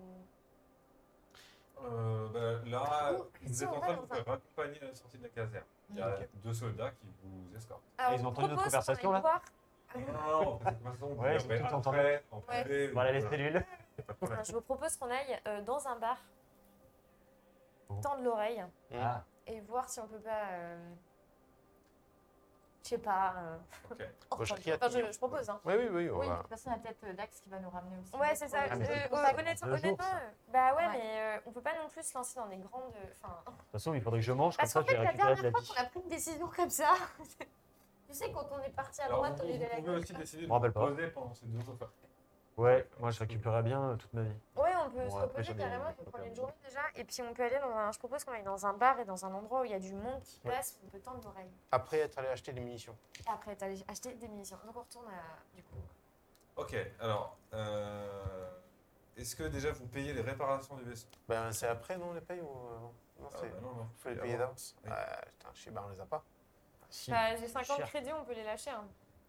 A: Euh, bah,
C: Ah,
A: là,
E: Oh,
A: vous
E: si,
A: êtes
E: on
A: en
E: va
A: train de
E: dans
A: vous
E: un-
A: faire accompagner à la sortie de la caserne. Il y a deux soldats qui vous escortent.
C: Alors,
D: Ah, ils
C: Ah, on
D: ont entendu notre
C: propose qu'on aille
D: conversation, là
C: voir
A: Non, non, non, on fait cette façon, vous
D: Ouais,
A: verrez
D: j'ai tout entendu.
A: après, en privé,
D: On va la
A: voilà.
D: laisser lui le.
C: Enfin, je vous propose qu'on aille euh, dans un bar,
D: Bon.
C: tendre l'oreille
B: Mm.
D: Ah,
C: et voir si on peut pas. euh, je sais pas. euh, [LAUGHS]
A: Ok.
B: Bon, je
C: enfin,
B: crie à
C: enfin,
B: tout le
C: je,
B: monde.
C: je propose. Hein.
B: Oui, oui, oui, on
E: Oui, de
B: va.
E: toute façon, il y a peut-être euh, Dax qui va nous ramener aussi.
C: Ouais, c'est ça.
D: Ah, mais
C: euh,
D: c'est
C: euh,
D: pour ça qu'on
C: honnêtement,
D: prend deux jours,
C: honnêtement,
D: ça.
C: euh, bah ouais,
E: Ouais.
C: mais euh, on peut pas non plus se lancer dans des grandes. Enfin,
D: de toute façon, il faudrait que je mange, comme
C: parce
D: ça
C: qu'en
D: je vais
C: fait, la
D: récupérer
C: dernière
D: de la
C: fois
D: vie.
C: qu'on a pris une décision comme ça, [LAUGHS] tu sais, quand on est parti à
A: Alors,
C: droite
A: vous,
C: au lieu
A: vous
C: d'aller à
A: pouvez
C: gauche.
A: aussi décider de
D: me rappelle
A: vous
D: pas.
A: poser pendant ces deux heures.
D: Ouais, moi je récupérerais bien euh, toute ma vie.
C: Ouais, on peut
D: Bon,
C: se
D: après,
C: reposer
D: jamais-
C: carrément, on
D: jamais
C: peut prendre
D: perdu.
C: une journée déjà, et puis on peut aller dans un. Je propose qu'on aille dans un bar et dans un endroit où il y a du monde qui
B: Ouais.
C: passe, on peut tendre l'oreille.
B: Après être allé acheter des munitions.
C: Et après, t'as acheté des munitions. Donc on retourne à. Du coup.
A: Ok, alors, euh, est-ce que déjà vous payez les réparations du vaisseau
B: Ben, c'est après, non, on les paye ou. euh, Non,
A: Ah,
B: c'est.
A: bah non, non,
B: Faut les
A: c'est
B: payer
A: avant.
B: d'avance.
A: Oui.
B: Ah, putain, je sais, ben, on les a pas.
D: Si.
C: Bah, j'ai 50
D: Cher.
C: crédits, on peut les lâcher. hein.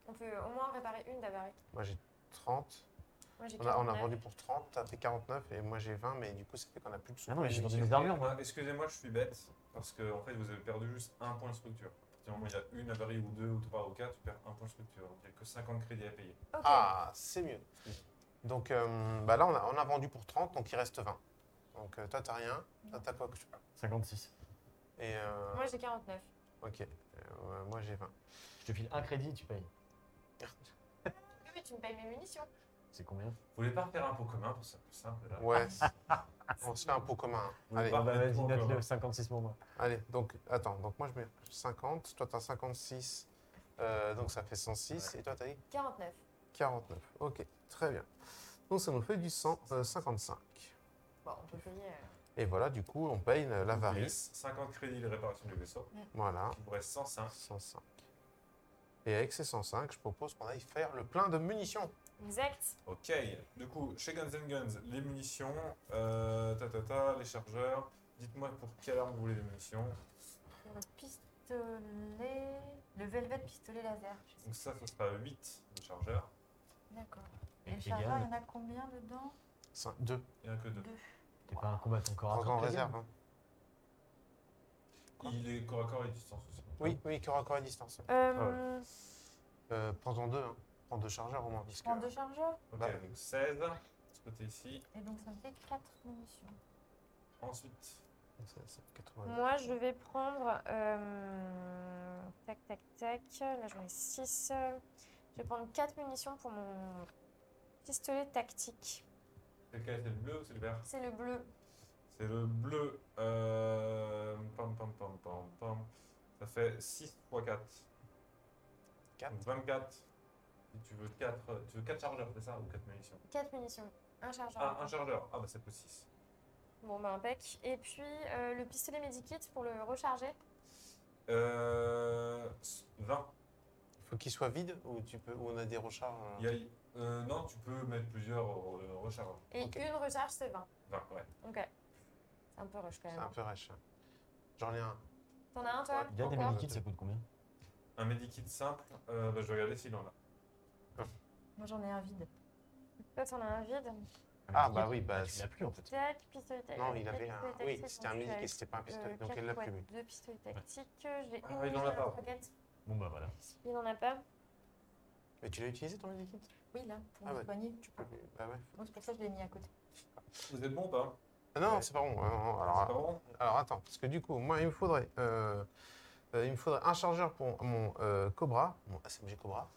C: On peut au moins réparer une d'avarique.
B: Moi, j'ai 30.
C: Moi j'ai
B: On a, on a
C: 49.
B: vendu pour 30, t'as fait 49 et moi j'ai 20, mais du coup ça fait qu'on a plus de sous.
D: Ah non, mais j'ai vendu
A: Excusez-
D: mes armures, moi.
A: ah, Excusez-moi, je suis bête, parce que en fait, vous avez perdu juste un point de structure. À partir du moment où il y a une avarie ou deux ou trois ou quatre, tu perds un point de structure. Donc, Il n'y a que 50 crédits à payer.
C: Ok.
B: Ah, c'est mieux. Donc euh, bah là, on a, on a vendu pour 30, donc il reste 20. Donc euh, toi, t'as rien, toi, t'as quoi que je sais pas.
D: 56.
B: Et euh,
C: Moi j'ai 49.
B: ok, Euh, ouais, moi j'ai 20.
D: Je te file un crédit, tu payes.
C: Oui, mais tu me payes mes munitions.
D: C'est combien
A: Vous voulez pas refaire un pot commun pour ça plus simple là
B: Ouais, on se fait un pot commun. hein.
A: Vous
B: Allez,
A: voulez pas
D: Bah,
A: refaire
D: vas-y,
A: tout encore,
D: note-le,
A: hein
D: 56 pour moi.
B: allez, donc attends, donc moi je mets 50, toi t'as 56, euh, donc ça fait 106, et toi t'as dit
C: 49.
B: 49. Ok, très bien. Donc ça nous fait du 100, euh, 55.
C: Bon, on peut payer. euh,
B: Et voilà, du coup, on paye euh,
A: Vous payez
B: l'avarice.
A: 50 crédits les réparations du vaisseau.
B: Voilà.
A: Il vous reste 105.
B: 105. Et avec ces 105, je propose qu'on aille faire le plein de munitions.
C: Exact.
A: Ok. Du coup, chez Guns N' Guns, les munitions, euh, ta, ta, ta, les chargeurs. Dites-moi pour quelle arme vous voulez les munitions.
E: Le Euh, pistolet. Le velvet pistolet laser. je sais
A: Donc ça, ce sera 8 de chargeurs.
E: pas. D'accord. Et
D: Et
E: le
D: les
E: chargeur, il y
D: gars,
E: en a combien dedans
B: 5, 2.
A: Il n'y en a que 2.
E: Deux.
D: t'es pas un combattant corps à
B: Encore en
D: corps, les gars.
B: réserve. hein.
A: Il est corps à corps et distance aussi.
B: Oui, oui, corps à corps à distance.
C: Euh,
B: Ah Euh, Prends-en deux. hein. prends deux chargeurs au moins. Parce
E: Je
B: que...
E: prends deux chargeurs.
A: Ok,
B: Bah.
A: donc 16, de ce côté ici.
E: Et donc ça me fait quatre munitions.
A: Ensuite,
B: C'est- c'est 80.
C: Moi, je vais prendre. euh, tac, tac, tac. Là, j'en ai 6. Je vais prendre 4 munitions pour mon pistolet tactique.
A: lequel c'est le bleu ou c'est le vert
C: C'est le bleu.
A: C'est le bleu. Euh... Pam, pam, pam, pam, pam. Ça fait 6 x 4.
B: Quatre.
A: Donc 24. Et tu veux 4, tu veux 4 chargeurs, c'est ça Ou 4 munitions
C: 4 munitions. Un chargeur.
A: Ah, un chargeur. Ah, bah ça coûte 6.
C: Bon, bah, impec. Et puis, euh, le pistolet medikit pour le recharger.
A: Euh... 20.
B: Faut qu'il soit vide ou tu peux ou on a des recharges. euh,
A: Il y a- euh, non, tu peux mettre plusieurs euh, recharges.
C: Et
B: Ok.
C: une recharge, c'est 20.
A: 20, ouais.
C: Ok. C'est un peu rush quand
B: C'est
C: même.
B: un peu rêche. J'en ai un.
C: T'en as un, toi
D: Il y a des
C: encore
D: mini ça coûte combien
A: Un medikit simple. Euh, bah, je vais regarder s'il en a.
E: Moi j'en ai un vide.
C: Toi, t'en as un vide.
B: Ah, bah oui, bah,
D: Tu l'as plus en fait.
C: Tac, pistolet tactique.
B: Non, il avait un.
C: pistolet
B: Oui,
C: tactique,
B: c'était un
C: donc,
B: mini
C: euh,
B: et c'était pas un pistolet.
C: euh,
B: donc
C: quatre
B: elle l'a
C: fois
B: plus. oui.
C: Deux pistolets tactiques. euh, J'ai
A: Ah, il
C: une
A: en a
C: munition
A: pas.
C: de roquette.
D: Bon bah voilà.
C: Il en a pas.
B: Mais tu l'as utilisé ton medikit
E: Oui, là, pour
B: Ah
E: me
B: ouais.
E: soigner. Tu peux.
B: Bah ouais.
E: Donc c'est pour ça que je l'ai mis à côté.
A: Vous êtes bon ou pas
B: Ah non,
A: Ouais.
B: c'est pas bon. euh, non,
A: C'est pas
B: alors,
A: bon
B: alors attends, parce que du coup, moi il me faudrait, euh, euh, il me faudrait un chargeur pour mon euh, Cobra, mon SMG Cobra.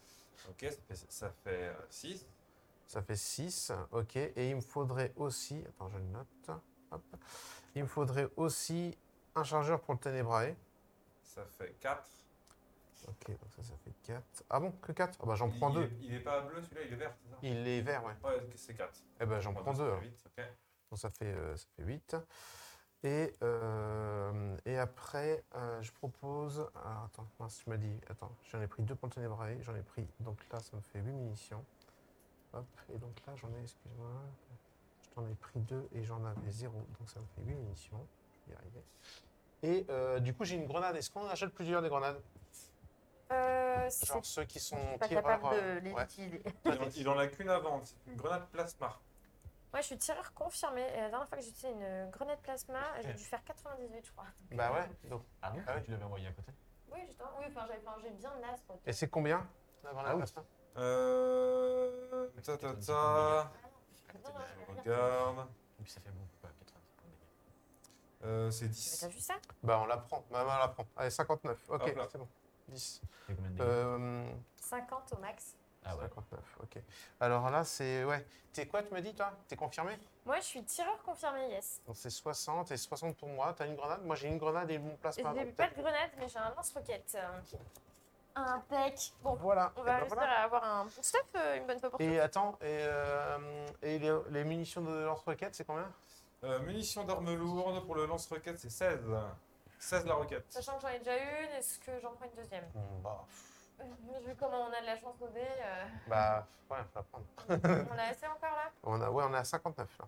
A: Ok, ça fait- ça fait euh, 6.
B: Ça fait 6, ok. Et il me faudrait aussi, attends, je le note. Hop. Il me faudrait aussi un chargeur pour le Tenebrae.
A: Ça fait 4.
B: Ok, donc ça, ça fait 4. Ah bon, que 4 Ah bah j'en prends
A: il,
B: deux.
A: Il est, il est pas bleu celui-là, il est vert, c'est ça
B: Il est vert, ouais.
A: Ouais, c'est 4.
B: Eh ben
A: Ah
B: j'en
A: bah,
B: prends deux. alors.
A: ok.
B: Donc ça fait, euh, ça fait 8. Et, euh, et après, euh, je propose. alors, attends, mince, tu m'as dit. Attends, j'en ai pris deux pour le Tenebrae. J'en ai pris. Donc là, ça me fait 8 munitions. Hop, et donc là, j'en ai. Excuse-moi. J'en ai pris deux et j'en avais zéro. Donc ça me fait 8 munitions. Je vais y arriver. Et euh, du coup, j'ai une grenade. Est-ce qu'on achète plusieurs des grenades
C: Euh, c'est-
B: Genre ceux qui sont
E: Je suis pas
B: tireurs,
E: capable
B: euh,
E: de les
B: ouais.
E: utiliser.
A: Il, en, il en a qu'une avant, c'est une grenade plasma.
C: Moi, je suis tireur confirmé. Et la dernière fois que j'ai utilisé une grenade plasma, j'ai dû faire 98, je crois.
B: Bah ouais. donc-
D: Ah non
B: Ah ouais.
D: Tu l'avais envoyé à côté
C: Oui, j'étais- oui, enfin, j'avais fait un jet bien naze. quoi.
B: Et c'est combien la grenade
D: Ah oui.
B: plasma
A: Euh. Ta ta ta.
C: Non, non, je vais
A: Je
C: rien.
A: regarde.
D: Et puis ça fait beaucoup, quoi, 90 points de dégâts.
A: Euh, c'est
C: Mais
A: 10.
C: T'as vu ça
B: Bah on la prend, maman la prend. Allez, 59, ok,
A: Hop là.
B: c'est bon. 10.
D: C'est combien de dégâts
B: Euh,
C: 50 au max.
D: Ah ouais.
B: 59, ok. Alors là, c'est... Ouais. T'es quoi, tu m'as dit, toi T'es confirmé
C: Moi, je suis tireur confirmé, yes.
B: Donc c'est 60 et 60 pour moi. T'as une grenade Moi j'ai une grenade et mon
C: Et
B: plasma.
C: J'ai
B: donc
C: pas de
B: peut-être-
C: grenade, mais j'ai un lance-roquette. Impec. Bon,
B: Voilà.
C: on
B: Et,
C: va
B: ben
C: réussir
B: voilà.
C: à avoir un bon stuff euh, une bonne fois pour toutes.
B: Et attends, et, euh, et les, les munitions de lance-roquette, c'est combien
A: Euh, munitions d'armes lourdes pour le lance-roquette, c'est 16. 16 la roquette.
C: Sachant que j'en ai déjà une, est-ce que j'en prends une deuxième Euh,
B: Bon, bah,
C: Vu comment on a de la chance au dé,
B: [LAUGHS]
C: euh,
B: bah, ouais, on peut la prendre.
C: on a assez encore là
B: On a, ouais, on est à 59 là.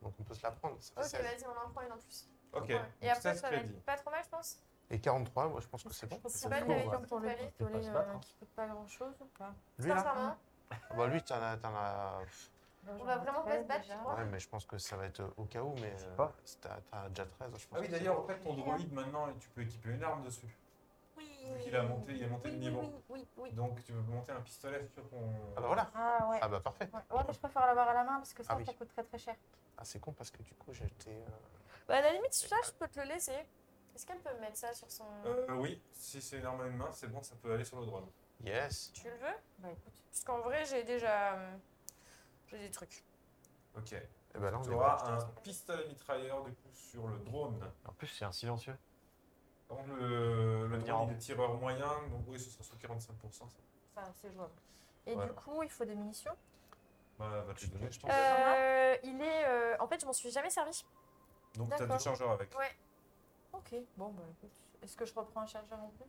B: Donc on peut se la prendre. ça fait 16.
C: Ok, vas-y, on en prend une en plus.
A: Ok.
C: Ouais. Et après,
A: 16
C: ça va
A: crédits.
C: être pas trop mal, je pense.
B: Et 43, moi je pense que c'est bon.
E: C'est
C: sais pas,
E: bon,
C: il y avait
E: ouais.
C: comme
E: pour le
C: pistolet,
D: faut pas se
E: pistolet
D: battre,
E: euh,
D: hein.
E: qui coûte pas grand chose ou pas
B: Lui là
C: Sincèrement,
B: Ah Bah lui, t'en as- t'en as
C: on va vraiment pas se battre, je crois.
B: Ouais, mais je pense que ça va être euh, au cas où, mais euh,
D: pas.
B: c'est- t'as t'as déjà 13, je pense.
A: Ah oui,
B: que c'est
A: d'ailleurs,
B: bon.
A: en fait, ton droïde maintenant, tu peux équiper une arme dessus.
E: Oui.
A: Vu qu'il a monté, il a monté de
E: Oui,
A: niveau.
E: oui, oui, oui.
A: Donc, tu peux monter un pistolet sur ton.
B: Ah bah voilà
E: Ah ouais.
B: Ah bah parfait
E: Ouais, Ouais, mais je préfère l'avoir à la main parce que ça,
B: Ah oui.
E: ça coûte très très cher.
B: Ah, c'est con parce que du coup, j'étais. euh,
C: Bah, à la limite, ça, je peux te le laisser. Est-ce qu'elle peut me mettre ça sur son.
A: Euh, oui, si c'est une arme à une main, c'est bon, ça peut aller sur le drone.
B: Yes
C: Tu le veux
E: Bah écoute,
C: Parce qu'en vrai, j'ai déjà. euh, J'ai des trucs.
A: Ok.
B: Et bah là, on
A: Tu
B: est bon.
A: auras un pistolet mitrailleur du coup sur le drone.
D: En plus, c'est un silencieux.
A: Donc le, le
D: Venir
A: drone
D: en-
A: il est tireur moyen, donc oui ce sera sur 45%. Ça.
E: ça c'est jouable. Et
A: Voilà.
E: du coup, il faut des munitions.
A: Bah va te le donner je pense.
C: Euh, il est. euh, En fait, je m'en suis jamais servi.
A: donc t'as deux
C: d'accord.
A: chargeurs avec.
C: Ouais.
E: Ok, bon bah écoute. Est-ce que je reprends un chargeur en plus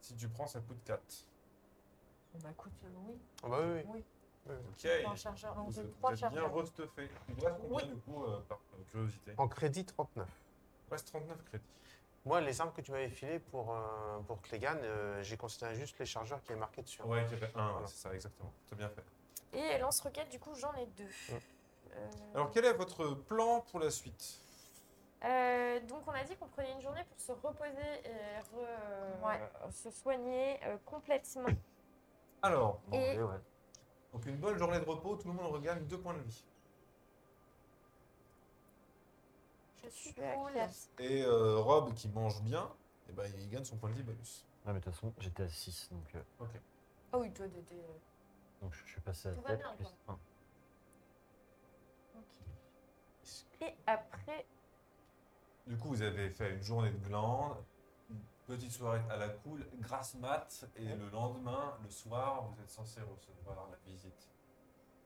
A: Si tu prends ça coûte 4.
E: Bon, Bah écoute, euh, oui.
B: Ah bah oui, oui.
E: Oui,
A: Ok.
E: je prends un chargeur. Donc
A: Vous,
E: j'ai
A: êtes-
E: trois
A: vous êtes bien
E: chargeurs.
A: restuffé. Il te reste combien du coup euh, par euh, curiosité
B: En crédit, 39.
A: Il reste 39 crédits.
B: Moi, les armes que tu m'avais filées pour, euh, pour Clegan, euh, j'ai considéré juste les chargeurs qui avaient marqué dessus.
A: Ouais, il y avait un, ouais,
B: Voilà.
A: c'est ça exactement. T'as bien fait.
C: Et lance-roquette, du coup, j'en ai deux.
B: Ouais.
C: Euh,
A: Alors quel est votre plan pour la suite
C: euh, donc, on a dit qu'on prenait une journée pour se reposer et re-
E: Ouais.
C: euh, se soigner euh, complètement.
A: Alors,
C: Et-
D: ouais.
A: donc une bonne journée de repos, tout le monde regagne deux points de vie.
E: Je suis
C: à
E: cool.
C: qui là
A: Et euh, Rob, qui mange bien, eh ben, il gagne son point de vie bonus.
D: Non, mais de toute façon, j'étais à 6, donc, euh,
E: Oh oui, toi, t'es- t'es-
D: donc je je suis passé à
E: Tout va
D: 7
E: bien,
D: plus
E: quoi.
D: 1.
C: Et après,
A: Du coup, vous avez fait une journée de glande, une petite soirée à la cool, grasse mat, et le lendemain, le soir, vous êtes censé recevoir la visite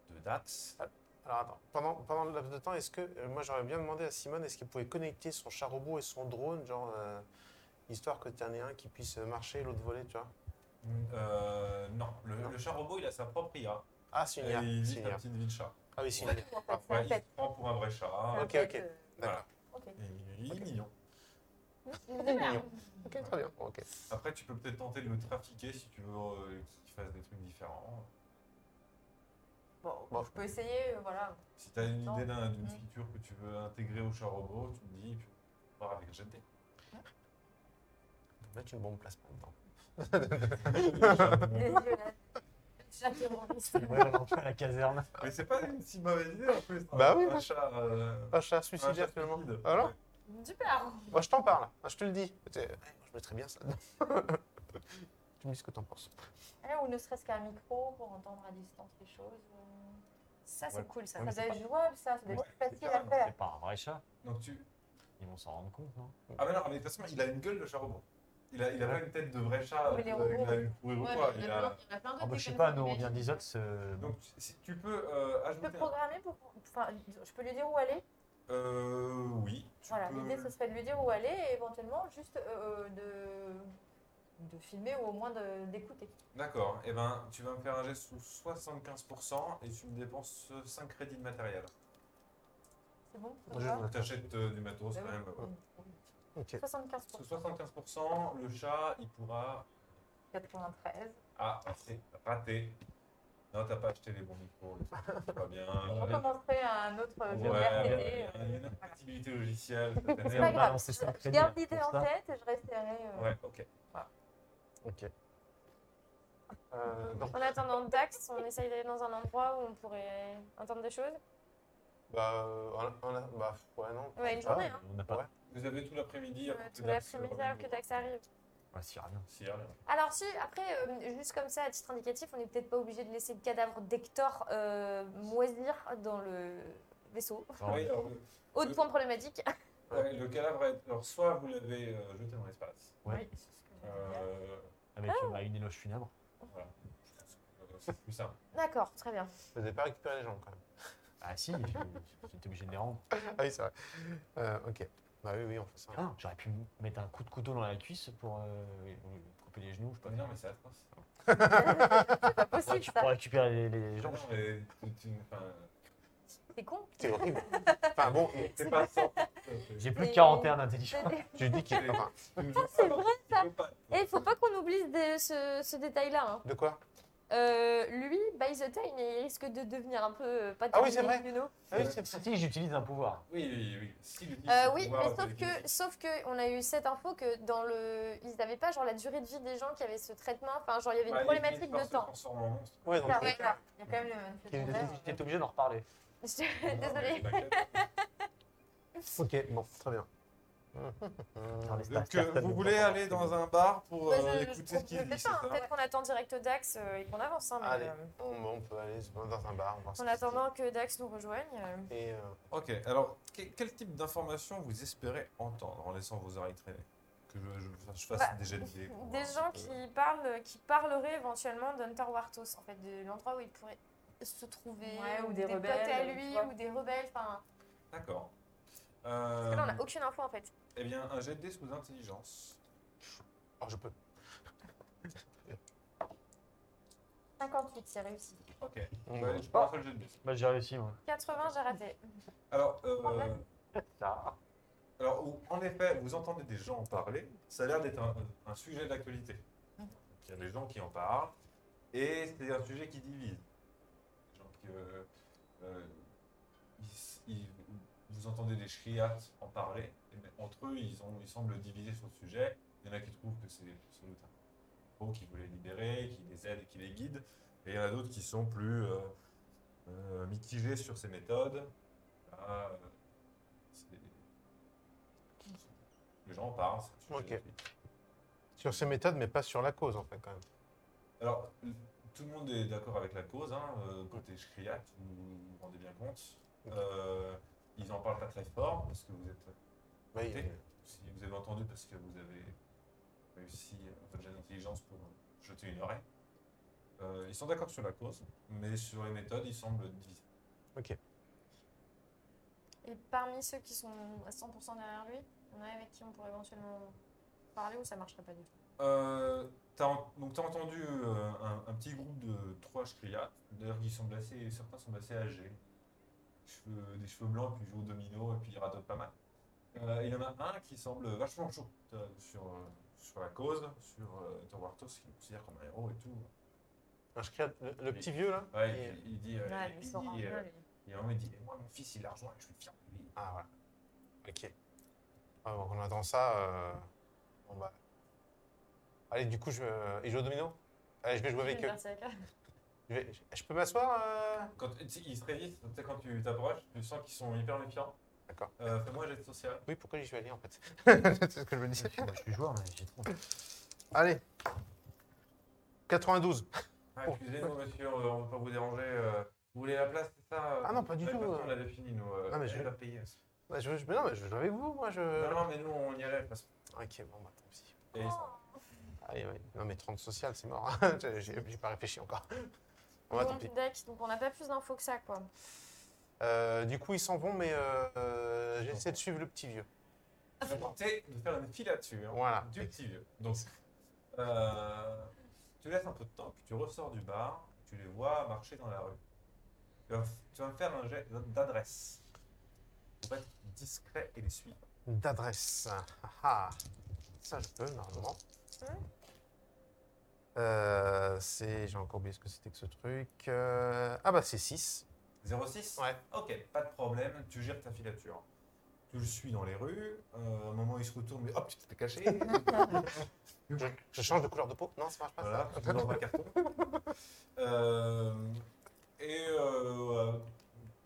A: de Dax.
B: Alors attends, pendant, pendant le laps de temps, est-ce que. euh, moi j'aurais bien demandé à Simone, est-ce qu'il pouvait connecter son char robot et son drone, genre. euh, histoire que t'en aies un qui puisse marcher et l'autre voler, tu vois.
E: Mm.
A: Euh, non, le, le chat robot, il a sa propre IA.
B: Ah, c'est une
A: Et
B: IA.
A: il
B: c'est
A: vit
B: une
A: sa
B: IA.
A: petite vie de chat.
B: Ah oui, c'est une
A: Ouais.
B: IA.
E: En fait, c'est
A: Parfois,
E: un
A: il se
E: pet.
A: prend pour un vrai chat.
E: C'est un
B: ok,
E: pet,
B: ok.
E: euh,
B: D'accord.
E: Ok.
A: Et il est
B: Ok.
A: mignon.
B: mignon. Ok, très bien. Ok.
A: Après, tu peux peut-être tenter de le trafiquer si tu veux euh, qu'il fasse des trucs différents.
E: Bon,
B: Bon.
E: je peux essayer, euh, voilà.
A: Si tu as une
E: Non.
A: idée d'un- d'une
E: Mm.
A: feature que tu veux intégrer au chat robot, tu me dis, et puis on part avec GT.
B: Mettre une bombe place maintenant.
E: Les yeux là. J'ai [LAUGHS] terroriste.
D: Ouais, on rentre à la caserne.
E: [LAUGHS]
A: Mais c'est pas une si mauvaise idée en plus.
B: Bah oui,
A: un
B: moi,
A: chat. euh,
B: Un chat
A: un chat
B: suicidaire finalement.
A: suicide.
B: Ah, Alors
E: Super.
B: Moi je t'en parle, Moi, je te le dis. T'es- Ouais, Je mettrais bien ça. [LAUGHS] dedans. tu me dis ce que t'en penses.
E: Ah, ou ne serait-ce qu'un micro pour entendre à distance les choses. euh.
C: ça c'est
A: Ouais.
C: cool ça.
E: Ça
A: mais
E: doit
A: c'est
E: être jouable, ça. Ça doit
A: Ouais,
E: être
A: c'est
E: facile à
A: carrément,
E: faire.
D: C'est pas un vrai chat.
A: Donc tu.
D: Ils vont s'en rendre compte, non
A: Ah, mais non, mais de toute façon, il a une gueule de chat robot. Il a, il a pas une tête de vrai chat.
E: Mais les
A: euh,
E: robots,
A: il a une fourrure ou quoi. Il a...
E: hein. il y en a plein
D: Ah bah,
E: d'autres. des
D: je sais
E: comme
D: pas,
E: ça,
D: nous, on vient
E: j'imagine.
D: d'Isote. euh, bon.
A: Donc si tu peux euh,
E: Je peux
A: ajouter. un-
E: programmer pour. Enfin, je peux lui dire où aller.
A: Euh, oui. tu
E: Voilà,
A: peux-
E: l'idée, ce serait de lui dire où aller et éventuellement juste euh, euh, de, de filmer ou au moins de- d'écouter.
A: D'accord. Et ben, tu vas me faire un geste sous 75% et tu me dépenses 5 crédits de matériel.
E: C'est bon ça
B: Je
E: va
B: vois.
A: T'achètes euh, du matos
E: Bah
A: quand
E: oui.
A: même.
B: Ok.
E: 75
A: Sous 75%, le chat, il pourra.
E: 93.
A: Ah, c'est raté. Non, t'as pas acheté les bons micros. C'est pas bien.
E: On recommencerait un autre euh,
A: Ouais,
E: jeu
A: ouais,
E: de RTD,
A: ouais, il y a
E: euh,
A: une
E: voilà.
A: compatibilité logicielle.
E: C'est
D: on
E: pas
D: a
A: ouais,
E: grave.
D: lancé cinq
E: Je
D: crédits
E: garde l'idée
D: pour
E: en
D: ça.
E: tête et je resterai. euh,
A: ok.
B: Ok. Euh, non.
C: En attendant Dax, on essaye d'aller dans un endroit où on pourrait entendre des choses.
B: Bah, euh, on a- on a- bah, ouais, non.
C: Ouais, une
B: Ah,
C: journée, hein.
D: On n'a pas.
B: Ouais.
A: Vous avez tout l'après-midi. à
C: Euh,
A: compter
C: Tout
A: d'un
C: l'après-midi
A: seul
C: alors que
A: rendez-vous.
C: Dax arrive.
D: Ouais, Ah, si, rien.
A: Si, rien.
C: Alors si, après, euh, juste comme ça, à titre indicatif, on n'est peut-être pas obligé de laisser le cadavre d'Hector euh, moisir dans le vaisseau.
D: Enfin,
A: Oui, alors,
B: Euh,
C: Autre point problématique.
A: le- ouais, le cadavre, est- alors soit vous l'avez euh, jeté dans l'espace.
D: Ouais.
E: c'est ce que je veux
A: Euh,
E: dire.
D: Avec euh, bah, une éloge funèbre.
A: voilà. Je pense que, euh, C'est plus simple.
C: D'accord, très bien.
B: Vous n'avez pas récupéré les gens quand même.
D: Ah si, j'ai- j'étais obligé de les rendre.
B: Ah oui, c'est vrai. Euh, ok. Bah oui, oui, on fait ça.
D: Ah, j'aurais pu mettre un coup de couteau dans la cuisse pour euh, couper les genoux, je sais pas.
A: Mais non, mais c'est atroce.
E: C'est pas
B: Ah,
D: Pour
E: possible
D: récu-
E: ça.
D: pour récupérer les, les gens.
A: Non, mais tu- tu- enfin,
C: C'est con.
B: C'est horrible. enfin bon, [LAUGHS]
A: c'est pas ça.
D: J'ai plus de
C: Mais-
D: 41 d'intelligence.
C: Et
B: tu dis qu'il est. Enfin,
A: C'est
C: vrai, ça. il faut pas qu'on oublie ce, ce- ce détail-là. hein.
B: de quoi
C: Euh, lui, by the time, il risque de devenir un peu euh, pas
B: Ah oui, c'est
C: terminé,
B: vrai.
C: you know.
B: Ah oui, c'est ça.
D: Euh, Si j'utilise un pouvoir.
A: Oui, oui, oui. Si, le type,
C: Euh,
A: c'est
C: oui,
A: pouvoir
C: mais sauf
A: télékinésie.
C: que, sauf que, on a eu cette info que dans le, ils n'avaient pas genre la durée de vie des gens qui avaient ce traitement. Enfin, genre il y avait une
A: Bah, les
C: problématique
A: dinosaures
C: de
A: se
C: temps.
A: transforment en monstres.
B: Ouais, donc.
C: Ah
E: Ça,
B: euh,
E: ouais, là, Il y a quand même le. le secondaire, euh,
D: J'étais obligé d'en reparler.
C: [LAUGHS] Je-
A: Non, mais
C: Désolée.
A: t'inquiète.
B: Ok, bon, très bien.
C: Ah
D: Dans les
A: Donc,
D: stars,
A: euh,
D: ça
A: vous
D: nous
A: voulez
D: prend.
A: aller dans un bar pour
C: Bah,
A: euh,
C: je- je-
A: écouter ce
C: on
A: qu'il
C: fait
A: dit, c'est
C: pas, hein.
A: ça
C: Peut-être qu'on attend direct Dax euh, et qu'on avance. hein, mais,
B: Allez.
C: euh,
B: Bon, bah, on peut aller se voir dans un bar. voir ce
C: en
B: qu'il dit.
C: attendant que Dax nous rejoigne. euh,
B: Et euh,
A: Ok, alors que- quel type d'information vous espérez entendre en laissant vos oreilles traîner Que je, je- je fasse
C: Bah,
A: des jets de dés pour
C: [LAUGHS] Des
A: voir un
C: gens
A: peu.
C: qui parlent, qui parleraient éventuellement d'Hunter Wartos, en fait, de l'endroit où il pourrait se trouver,
E: Ouais, ou des
C: potes
E: rebelles,
C: à
E: euh, tu
C: lui,
E: vois.
C: ou des rebelles. Enfin,
A: D'accord.
C: parce que là, on n'a
A: Euh,
C: aucune info en fait.
A: eh bien, un jet de dés sous intelligence.
B: Oh, je peux.
E: 58, c'est réussi.
A: Ok.
B: On
A: Ouais,
B: va-
A: je prends un seul jet de dés.
D: Bah, j'ai réussi, moi.
C: 80, j'ai raté.
A: Alors, euh,
E: Problème.
D: Ça.
A: alors, vous- en effet, vous entendez des gens en parler. Ça a l'air d'être un, un sujet d'actualité. Donc, Il y a des gens qui en parlent. Et c'est un sujet qui divise. Donc, euh, euh, ils- ils- vous entendez des chriates en ben, parler. Et mais entre eux, ils, ont, ils semblent divisés sur le sujet. Il y en a qui trouvent que c'est sans doute propos qui veut les libérer, qui les aide et qui les guide. Et il y en a d'autres qui sont plus euh, euh, mitigés sur ces méthodes. Là, euh, c'est- les gens en parlent. c'est le sujet de la
B: Ok.
A: suite.
B: Sur ces méthodes, mais pas sur la cause, en fait, quand même.
A: Alors, l- tout le monde est d'accord avec la cause, hein, euh, côté Shkriak, vous vous rendez bien compte.
B: Ok.
A: Euh, ils en parlent pas très fort, parce que vous êtes.
B: Bah, il-
A: écoutés. Si vous avez entendu, parce que vous avez réussi euh, votre jet d'intelligence pour euh, jeter une oreille. Euh, ils sont d'accord sur la cause, mais sur les méthodes, ils semblent divisés.
C: Et parmi ceux qui sont à 100% derrière lui, il y en a avec qui on pourrait éventuellement parler ou ça marcherait pas du tout.
A: Euh, t'as en- donc tu as entendu euh, un, un petit groupe de trois Shkriya, d'ailleurs qui semblent assez, certains semblent assez âgés, Cheveux- des cheveux blancs, puis ils jouent au domino et puis ils radotent pas mal. Euh, il y en a un qui semble vachement chaud euh, sur, euh, sur la cause, sur euh, Torwartos, qui le considère comme un héros et tout.
B: Un Shkriat, le, le
A: Oui.
B: petit vieux, là
A: Ouais,
B: il-
A: il, il dit, euh,
E: Ouais,
A: il,
E: lui, il saura
A: dit,
E: rien,
A: euh,
E: lui.
A: il, vraiment, il dit, Et moi mon fils il l'a rejoint, je suis fier de lui.
B: Ah, voilà. Ok. Ah, donc, on attend ça. euh, Bon, bah. Allez, du coup, je. Ils jouent au domino Allez, je vais jouer avec eux.
C: Berserk.
B: Je, vais- je- je peux m'asseoir euh
A: Quand tu sais, ils se révisent, tu sais, quand tu t'approches, tu sens qu'ils sont hyper méfiants.
B: D'accord.
A: Euh, Fais-moi un jet de social.
B: Oui, pourquoi j'y suis allé, en fait [LAUGHS] C'est ce que je me disais.
D: Moi, je suis joueur, mais j'ai trop.
B: Allez. 92.
A: Ah, Excusez-nous, monsieur, euh, on ne peut pas vous déranger. euh, Vous voulez la place, c'est ça euh,
B: Ah non, pas du
A: mais
B: tout,
A: parce
B: euh.
A: qu'on l'avait fini, nous. euh,
B: Ah, mais je-
A: elle l'a payé.
B: Bah, je, je- mais non, mais je joue avec vous, moi. Je...
A: Non, non, mais nous, on y allait. de toute façon.
B: Ok, bon, bah, tant pis.
A: Et
B: Allez, ouais. Non, mais 30 sociales, c'est mort. [LAUGHS] J'ai- J'ai j'ai pas réfléchi encore. Bon, bah, tant
C: Donc,
B: pis.
C: deck, donc on n'a pas plus d'infos que ça quoi.
B: Euh, du coup, ils s'en vont, mais euh, euh, j'essaie de suivre le petit vieux.
A: ils ont tenté de faire une filature
B: Voilà.
A: du petit vieux. Donc, euh, tu laisses un peu de temps, puis tu ressors du bar, tu les vois marcher dans la rue. Tu vas, tu vas me faire un jet d'adresse. Pour être discret et les suivre.
B: D'adresse. Ah, ah. Ça, je peux, normalement. Euh, c'est... J'ai encore oublié ce que c'était que ce truc. Euh, Ah bah, c'est 6.
A: 06
B: Ouais.
A: Ok, pas de problème, tu gères ta filature. Tu le suis dans les rues, euh, à un moment il se retourne, mais hop, tu t'es
B: [LAUGHS]
A: caché.
B: Ah, Je, je change de couleur de peau. Non, ça marche pas. ça.
A: voilà, tu te dans un carton. Euh, et euh,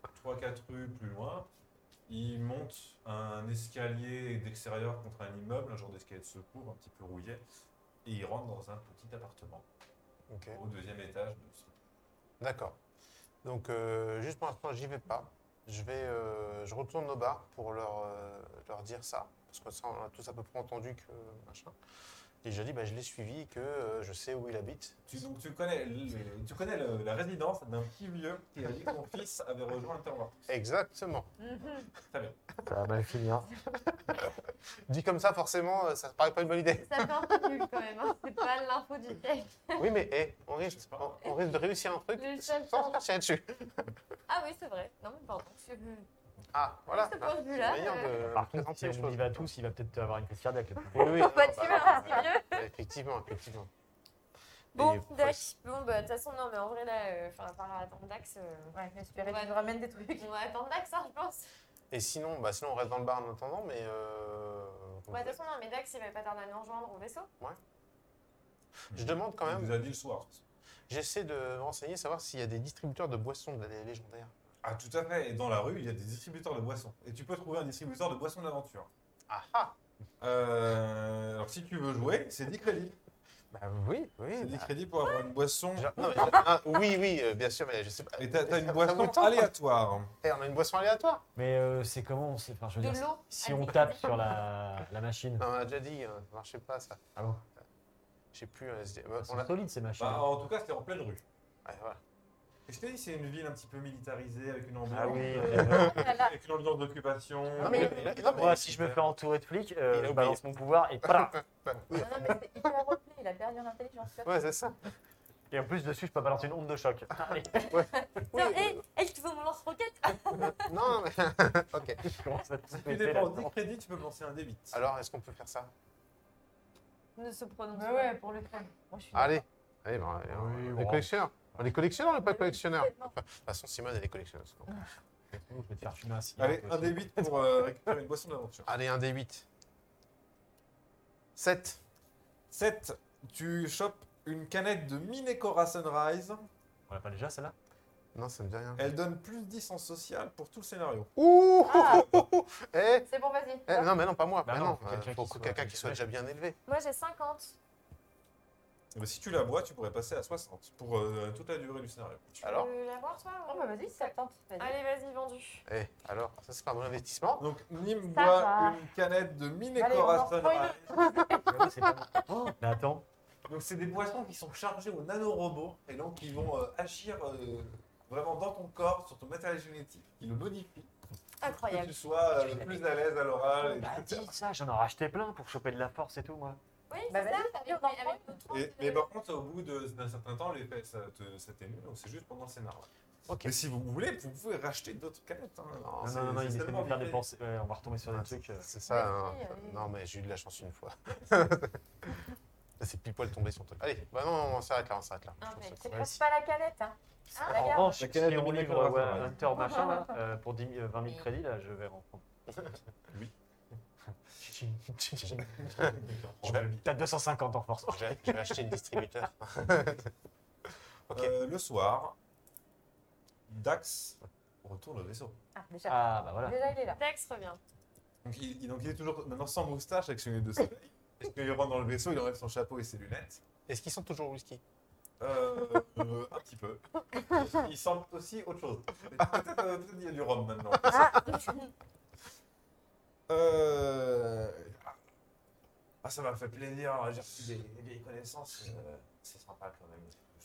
A: à 3-4 rues plus loin, il monte un escalier d'extérieur contre un immeuble, un genre d'escalier de secours un petit peu rouillé, et il rentre dans un petit appartement
B: Ok.
A: au deuxième étage. de ce-
B: D'accord. Donc, euh, juste pour l'instant, j'y vais pas. Je vais, euh, je retourne au bar pour leur, euh, leur dire ça. Parce que ça, on a tous à peu près entendu que machin. Et je leur dis, bah, je l'ai suivi et que euh, je sais où il habite.
A: Tu, donc tu connais, le- tu connais le- la résidence d'un petit vieux qui a dit que son fils avait rejoint le terroir.
B: Exactement.
E: euh,
D: Ça va mal finir.
A: Euh,
B: Dit comme ça, forcément, euh, ça ne paraît pas une bonne
E: [LAUGHS]
B: idée.
E: [LAUGHS] Ça fait un peu nul quand même, hein. c'est pas l'info du deck.
B: Oui, mais hé, on,
A: Je
B: risque,
A: sais pas.
B: on, on risque de réussir un truc
E: Le chef
B: sans se faire tirer dessus.
E: Ah oui, c'est vrai. Non, mais
C: [LAUGHS]
E: pardon. Je...
B: Ah, voilà.
E: Ce
B: C'est
E: point de
B: une
E: vue-là, euh,
B: manière de
D: Par contre,
B: présenter
D: si
B: les
D: on y
B: choses.
D: va tous, il va peut-être avoir une crise
A: [LAUGHS]
D: cardiaque. Euh, le pauvre.
B: Oui, oui, non,
E: Pas
B: bah,
E: de tueur, c'est
B: [LAUGHS]
E: mieux.
B: Effectivement, effectivement.
C: Bon,
B: Et faut-
C: Dax, bon bah de toute façon non mais en vrai là, euh, enfin à part attendre Dax, euh,
E: Ouais, j'espérais
C: Ouais.
E: qu'il nous ramène des trucs. [LAUGHS]
C: on va attendre Dax hein, je pense.
B: Et sinon, bah, sinon, on reste dans le bar en attendant, mais. euh,
C: Bah de toute façon non mais Dax il va pas tarder à nous rejoindre au vaisseau.
B: Je demande quand
A: Il
B: même,
A: nous a dit le soir.
B: j'essaie de me renseigner, savoir s'il y a des distributeurs de boissons de la E légendaire.
A: Ah, tout à fait. Et dans la rue, il y a des distributeurs de boissons. Et tu peux trouver un distributeur de boissons d'aventure.
B: Ah ah
A: Euh, alors, si tu veux jouer, c'est 10 crédits.
B: Bah oui, oui.
A: C'est 10
B: bah,
A: crédits pour avoir une boisson.
B: je- non, mais- ah, oui, oui, euh, bien sûr, mais je sais pas.
A: Et t'as t'as
B: Ça
A: une
B: me
A: boisson
B: tente, quoi.
A: aléatoire.
B: Eh, on a une boisson aléatoire
D: Mais euh, c'est comment on sait. Enfin, je veux
E: De
D: dire,
E: l'eau.
D: si on tape sur la, la machine.
B: Non, on a déjà dit, euh, ça marchait pas ça.
D: Ah bon
B: Je sais plus. euh, c'était- bah,
D: Elles
B: on
D: sont
B: l'a-
D: solides ces machines.
A: Bah, en tout cas, c'était en pleine rue.
B: ouais, voilà.
A: Et je t'ai dit, c'est une ville un petit peu militarisée, avec une ambiance, euh,
D: Ah
A: [LAUGHS]
D: oui.
A: avec une ambiance d'occupation.
B: Non, mais- non, mais-
D: Moi, si je me fais entourer de flics, euh,
B: Il a
D: je
B: oublié.
D: balance mon pouvoir et voilà.
E: Non, non, mais c'est hyper replay, il a perdu en intelligence.
B: Ouais, c'est ça. [LAUGHS]
D: Et en plus, dessus, je peux balancer une onde de choc. [LAUGHS] Allez,
B: Oui,
C: Tiens, eh, hé, hé, tu veux mon lance-roquette
B: Non, mais. [LAUGHS] ok.
D: je commence à tout
A: Tu
D: péter là.
A: dépenses 10 crédits, tu peux me lancer un débit.
B: Alors, est-ce qu'on peut faire ça
C: Ne se prononce
E: Mais
C: pas.
E: Bah ouais, pour le crâne. Moi, je suis
B: Allez. Allez, bah, allez, on-
D: Oui,
B: les
D: bon.
B: collectionneurs. On est collectionneurs ou pas collectionneurs
E: complètement.
B: De toute façon, Simone, elle est collectionneuse. donc.
D: Je vais te faire fumer un cigare,
A: Allez,
D: toi
A: un
D: aussi.
A: débit pour euh, récupérer
D: Ah.
B: Ah.
A: une boisson d'aventure.
B: Allez, un D8. 7.
A: 7. Tu chopes une canette de Minecora Sunrise.
D: On l'a pas déjà celle-là
B: Non, ça me dit
D: Eh.
B: rien.
A: Elle donne plus 10 en social pour tout le scénario.
B: Ouh
E: Ah.
B: Eh,
E: C'est bon, vas-y.
B: eh, Non, mais non, pas moi.
D: Bah
B: mais
D: non,
B: non,
D: faut
B: euh,
D: quelqu'un
B: faut
D: qui
B: que
D: soit-
B: quelqu'un qui soit déjà bien élevé.
C: Moi, j'ai 50.
A: Mais Eh ben, si tu la bois, tu pourrais passer à 60 pour euh, toute la durée du scénario.
C: Tu
B: Alors
C: peux l'avoir, toi
E: Oh,
C: ou-
E: bah vas-y, ça te tente. vas-y.
C: Allez, vas-y, vendu.
B: Eh, alors, ça c'est pas un bon investissement.
A: Donc Nîmes
E: Ça
A: boit
E: va.
A: une canette de
E: Allez, on en
A: Minecora
E: reprend une
A: Sunrise.
D: Ah oui, c'est pas bon. Oh, Mais attends,
A: Donc c'est des boissons qui sont chargées au nanorobots et donc qui vont euh, agir euh, vraiment dans ton corps, sur ton matériel génétique, qui le modifie, pour que
E: Incroyable.
A: tu sois euh, le plus à l'aise à l'oral.
D: bah
A: etc.
D: dis ça, j'en ai racheté plein pour choper de la force et tout, moi.
C: Oui,
E: Bah
C: c'est ça.
E: vas-y, t'as vu, on en
C: Mais
E: prend
C: avec
E: une.
A: Et- mais par contre, au bout de- d'un certain temps, l'effet, ça te- ça t'émue, donc c'est juste pendant le scénario.
B: Ok.
A: Mais si vous voulez, vous pouvez racheter d'autres canettes. hein.
D: Non,
A: c'est-
D: non, non,
A: c'est
D: non, il essaie de
A: tellement
D: nous faire
A: bien.
D: dépenser. Ouais, on va retomber sur
B: Ah,
D: des trucs. euh,
B: C'est ça. hein.
E: Merci, allez.
B: Non, mais j'ai eu de la chance une fois. [LAUGHS] c'est pile poil tombé sur le truc. Allez, bah non, on s'arrête là, on s'arrête là.
E: Ah,
B: Je
E: mais
B: trouve ça-
E: C'est presque pas la canette, hein.
D: En
E: Ah, regarde.
D: revanche,
A: La
D: si
A: canette de
D: on
A: Minecraft,
D: livre ouais,
A: ouais.
D: Hunter machin là, euh, pour 10 000, euh, 20 000 crédits, là, je vais en prendre.
A: Oui.
D: Je vais- T'as 250 en force.
B: Je vais- je vais acheter une distributeur. Ok.
A: Euh, le soir, Dax retourne au vaisseau.
E: Ah, déjà.
D: Ah bah voilà.
E: Déjà, il est là.
C: Dax revient.
A: Donc il, il- donc il est toujours maintenant sans moustache avec son nez de soleil. Parce qu'il rentre dans le vaisseau, il enlève son chapeau et ses lunettes.
B: Est-ce qu'ils sont toujours au whisky
A: Euh, euh, un petit peu. Il semble aussi autre chose. Peut-être euh, peut-être il y a du rhum maintenant. Euh, Ah, ça m'a fait plaisir, j'ai reçu des, des vieilles connaissances. euh, C'est sympa quand même.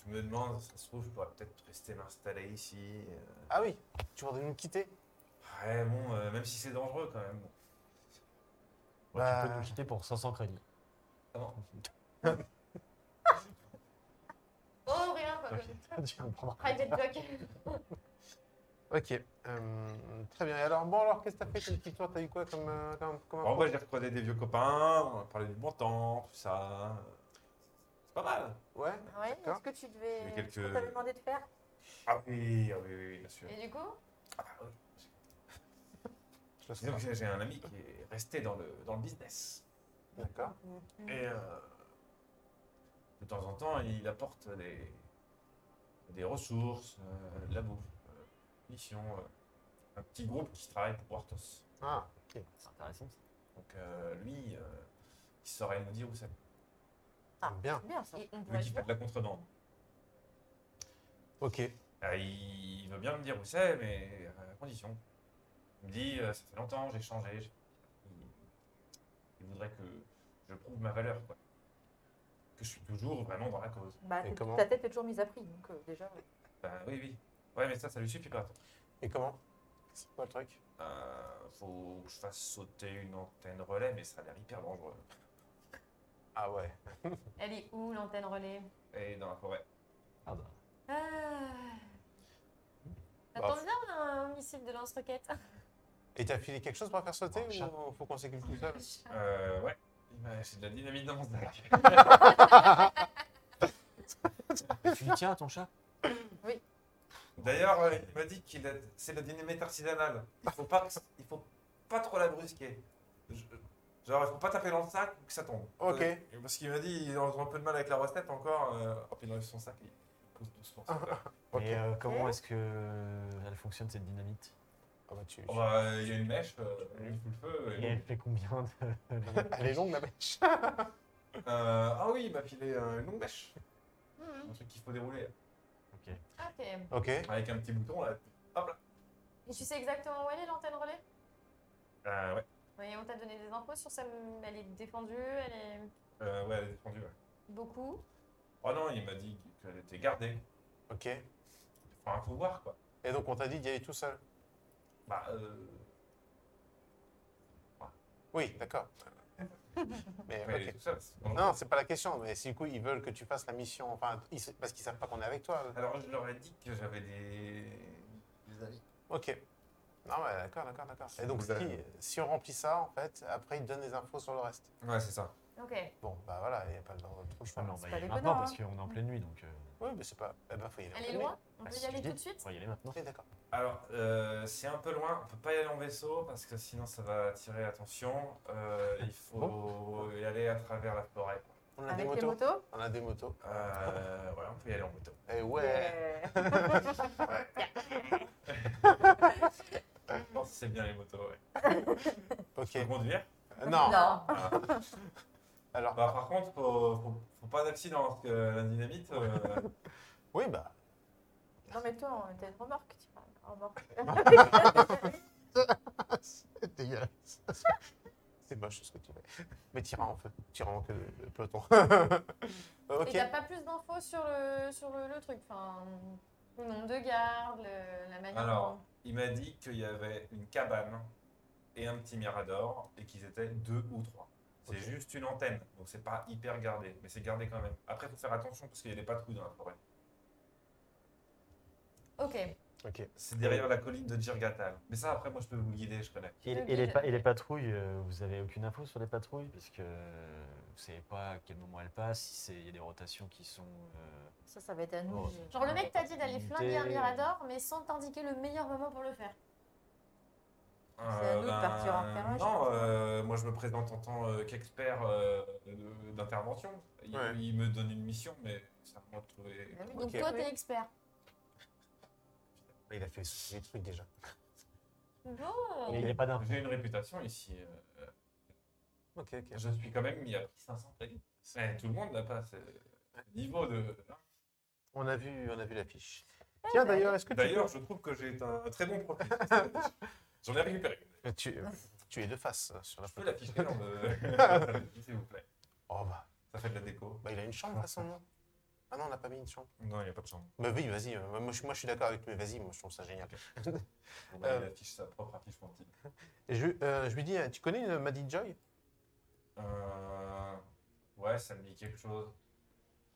A: Je me demande, ça se trouve, je pourrais peut-être rester m'installer ici. euh,
B: Ah oui, tu voudrais nous quitter
A: Ouais, bon, euh, même si c'est dangereux quand même.
D: Ouais, Tu peux
B: Bah.
D: nous quitter pour 500 crédits.
A: Comment
E: Oh, rien, quoi.
D: Ah, tu comprendras.
E: Private joke.
B: Ok, euh, très bien. Et alors, bon, alors, qu'est-ce que t'as fait cette petite histoire T'as eu quoi comme. euh, comme, comme
A: Bon,
B: info
A: moi, j'ai recroisé des vieux copains, on a parlé du bon temps, tout ça. C'est pas mal.
B: Ouais,
E: Ah Ouais,
B: d'accord.
E: est-ce que tu devais.
A: Il y a
E: ce
A: quelques-
E: qu'on t'avait demandé de faire
A: Ah oui, ah oui, oui, oui, bien sûr.
E: Et du coup
A: Ah bah oui.
B: Je le sens.
A: Disons que j'ai- j'ai un ami qui est resté dans le, dans le business.
B: D'accord.
A: Et euh, de temps en temps, il apporte des, des ressources, euh, de la bouffe, euh, des missions. euh, un petit groupe qui travaille pour Portos.
B: Ah, ok.
D: C'est intéressant. ça.
A: Donc euh, lui, euh, il saurait nous dire où c'est.
E: Ah.
B: Bien.
E: Bien, ça.
C: Et on
A: Vu
C: pourrait
A: qu'il fait de la contrebande.
B: Ok.
A: Euh, il veut bien me dire où c'est, mais euh, à condition. Il me dit, euh, ça fait longtemps, j'ai changé. j'ai- Il... il voudrait que je prouve ma valeur, quoi. Que je suis toujours vraiment dans la cause.
E: Bah,
B: Et
E: t'es-
B: comment
E: ta tête est toujours mise à prix, donc euh, déjà.
A: Bah oui, oui. Ouais, mais ça, ça lui suffit pas.
B: Et comment C'est quoi le truc
A: Euh, faut que je fasse sauter une antenne relais, mais ça a l'air hyper dangereux.
B: Ah ouais.
C: [LAUGHS] Elle est où l'antenne relais
A: Et dans la forêt.
D: Ah bah.
C: ah. Ça
B: Bah,
C: tombe bien, on a un missile de lance-roquette.
B: Et t'as filé quelque chose pour faire sauter
D: Un chat.
B: ou faut qu'on s'équipe tout [LAUGHS] seul
A: Euh, ouais. Bah, c'est de la dynamite dans mon sac.
D: Tu lui tiens à ton chat
A: D'ailleurs, euh, il m'a dit qu'il a... c'est la dynamite artisanale. Il faut pas, il faut pas trop la brusquer. Je- Genre, il faut pas taper dans le sac ou que ça tombe.
B: Ok.
A: Euh, parce qu'il m'a dit, il a un peu de mal avec la recette encore. Euh... hop, il enlève son sac. Il pose doucement. son sac.
B: Ok.
D: Et euh, comment
E: Ouais.
D: est-ce que euh, elle fonctionne cette dynamite
B: Ah bah, tu-
A: Bon, bah, euh, il y a une mèche, euh, il fout le feu. et-
D: Et elle fait combien de.
B: Elle est longue la [LAUGHS] mèche.
A: Euh, ah oui, il m'a filé euh, une longue mèche.
C: Mhm.
A: Un truc qu'il faut dérouler.
D: Ok.
C: Ok. Et
B: Ok.
A: Avec un petit bouton là. Hop là.
C: tu sais exactement où elle est l'antenne relais
A: Euh, ouais.
C: Oui, on t'a donné des infos sur ça. Elle est défendue, elle est
A: Euh, ouais, elle est défendue. ouais.
C: beaucoup.
A: Oh non, il m'a dit qu'elle était gardée.
B: Ok. Et
A: Enfin, faut voir quoi.
B: donc, on t'a dit d'y aller tout seul
A: Bah, euh.
B: Oui, d'accord. Mais
A: Ouais, elle est
B: ok.
A: toute seule, c'est dangereux.
B: Non, c'est pas la question, mais si du coup ils veulent que tu fasses la mission, enfin, ils sa- parce qu'ils savent pas qu'on est avec toi.
A: Alors je leur ai dit que j'avais des... des amis.
B: Ok. Non, mais d'accord, d'accord, d'accord. Et donc,
A: Vous
B: si,
A: avez-
B: si on remplit ça, en fait, après ils donnent les infos sur le reste.
A: Ouais, c'est ça.
C: Ok.
B: Bon, bah voilà, il n'y a pas le droit de trop de
D: Ah, mais
B: choix.
D: on
E: c'est
D: va y
E: pas
D: aller
E: déconnant,
D: maintenant
E: hein.
D: parce qu'on est en pleine nuit donc. euh,
B: Oui, mais c'est pas. Eh ben, faut y aller.
C: Elle
B: Oui,
C: est loin On peut
D: bah, c'est
C: y
D: ce que
C: aller
D: je dis.
C: tout de suite
D: On va y aller maintenant.
B: Oui, d'accord.
A: Alors euh, c'est un peu loin, on peut pas y aller en vaisseau parce que sinon ça va attirer l'attention. Euh, il faut y aller à travers la forêt.
B: On a des
E: Avec les
B: motos.
E: motos
B: On a des motos.
A: Euh, ouais, on peut y aller en moto.
B: Eh ouais.
A: Je pense que c'est bien les motos, ouais.
B: Ok. Euh,
A: Tu peux conduire
B: [LAUGHS] Non.
E: Non.
B: Alors,
A: Bah, par contre, faut, faut, faut pas d'accident, parce que la dynamite, euh,
B: oui, bah.
E: Non, mais toi, on- t'as une remorque, tu vois. une Remorque.
B: C'est dégueulasse. [LAUGHS] C'est moche ce que tu fais. Mais tira en feu. Tira en queue de- de peloton. [LAUGHS]
E: Et
B: ok.
E: t'as pas plus d'infos sur le, sur le, le truc Enfin, le nombre de gardes, le- la manière.
A: Alors.
E: dont-
A: il m'a dit qu'il y avait une cabane et un petit mirador, et qu'ils étaient deux ou trois. C'est
B: Ok.
A: juste une antenne, donc c'est pas hyper gardé, mais c'est gardé quand même. Après, faut faire attention, parce qu'il y a des patrouilles dans la forêt.
E: Ok.
B: Ok.
A: C'est derrière la colline de Djirgatal. Mais ça, après, moi, je peux vous guider, je connais.
D: Et,
E: Ok,
D: et les,
E: je-
D: pa- et les patrouilles, euh, vous avez aucune info sur les patrouilles Parce que euh, vous savez pas à quel moment elles passent, si c'est- il y a des rotations qui sont. euh,
E: Ça, ça va être à nous.
D: Oh.
E: Genre, le mec t'a dit d'aller
D: Unité.
E: flinguer un mirador, mais sans t'indiquer le meilleur moment pour le faire.
A: Euh,
E: à nous de partir en ferrage, je
A: Non,
E: pense.
A: euh, moi je me présente en tant euh, qu'expert euh, de- d'intervention. Il,
B: Ouais.
A: il me donne une mission, mais ça moi de trouver.
E: Ah oui,
B: Ok.
E: Donc, toi,
C: Oui.
E: t'es expert.
B: Il a fait des trucs déjà.
E: Oh.
D: Il n'y a pas d'infos.
A: J'ai une réputation ici. euh,
B: Ok, ok.
A: je suis quand même mis à prix 500 crédits. Eh, tout le monde n'a pas ce niveau de.
B: On a vu, on a vu l'affiche. Tiens, d'ailleurs, est-ce que tu,
A: D'ailleurs, je trouve que j'ai un très bon
B: [LAUGHS]
A: profil. J'en ai récupéré.
B: Mais Euh, tu, tu es de face euh, sur la
A: Je peux
B: photo.
A: l'afficher dans
B: [LAUGHS]
A: le. [LAUGHS] S'il vous plaît.
B: Oh bah,
A: Ça fait de la déco.
B: bah, il a une chambre à son nom. Ah non, on n'a pas mis une chambre.
A: Non, il n'y a pas de chambre.
B: Bah oui, vas-y. euh, Moi, je, moi, je suis d'accord avec lui. Vas-y, moi, je trouve ça génial.
A: Bon, bah, Il
B: Euh.
A: affiche sa propre affiche pour
B: Et je, euh, je lui dis, euh, tu connais une Maddie Joy
A: Euh... Ouais, ça me dit quelque chose.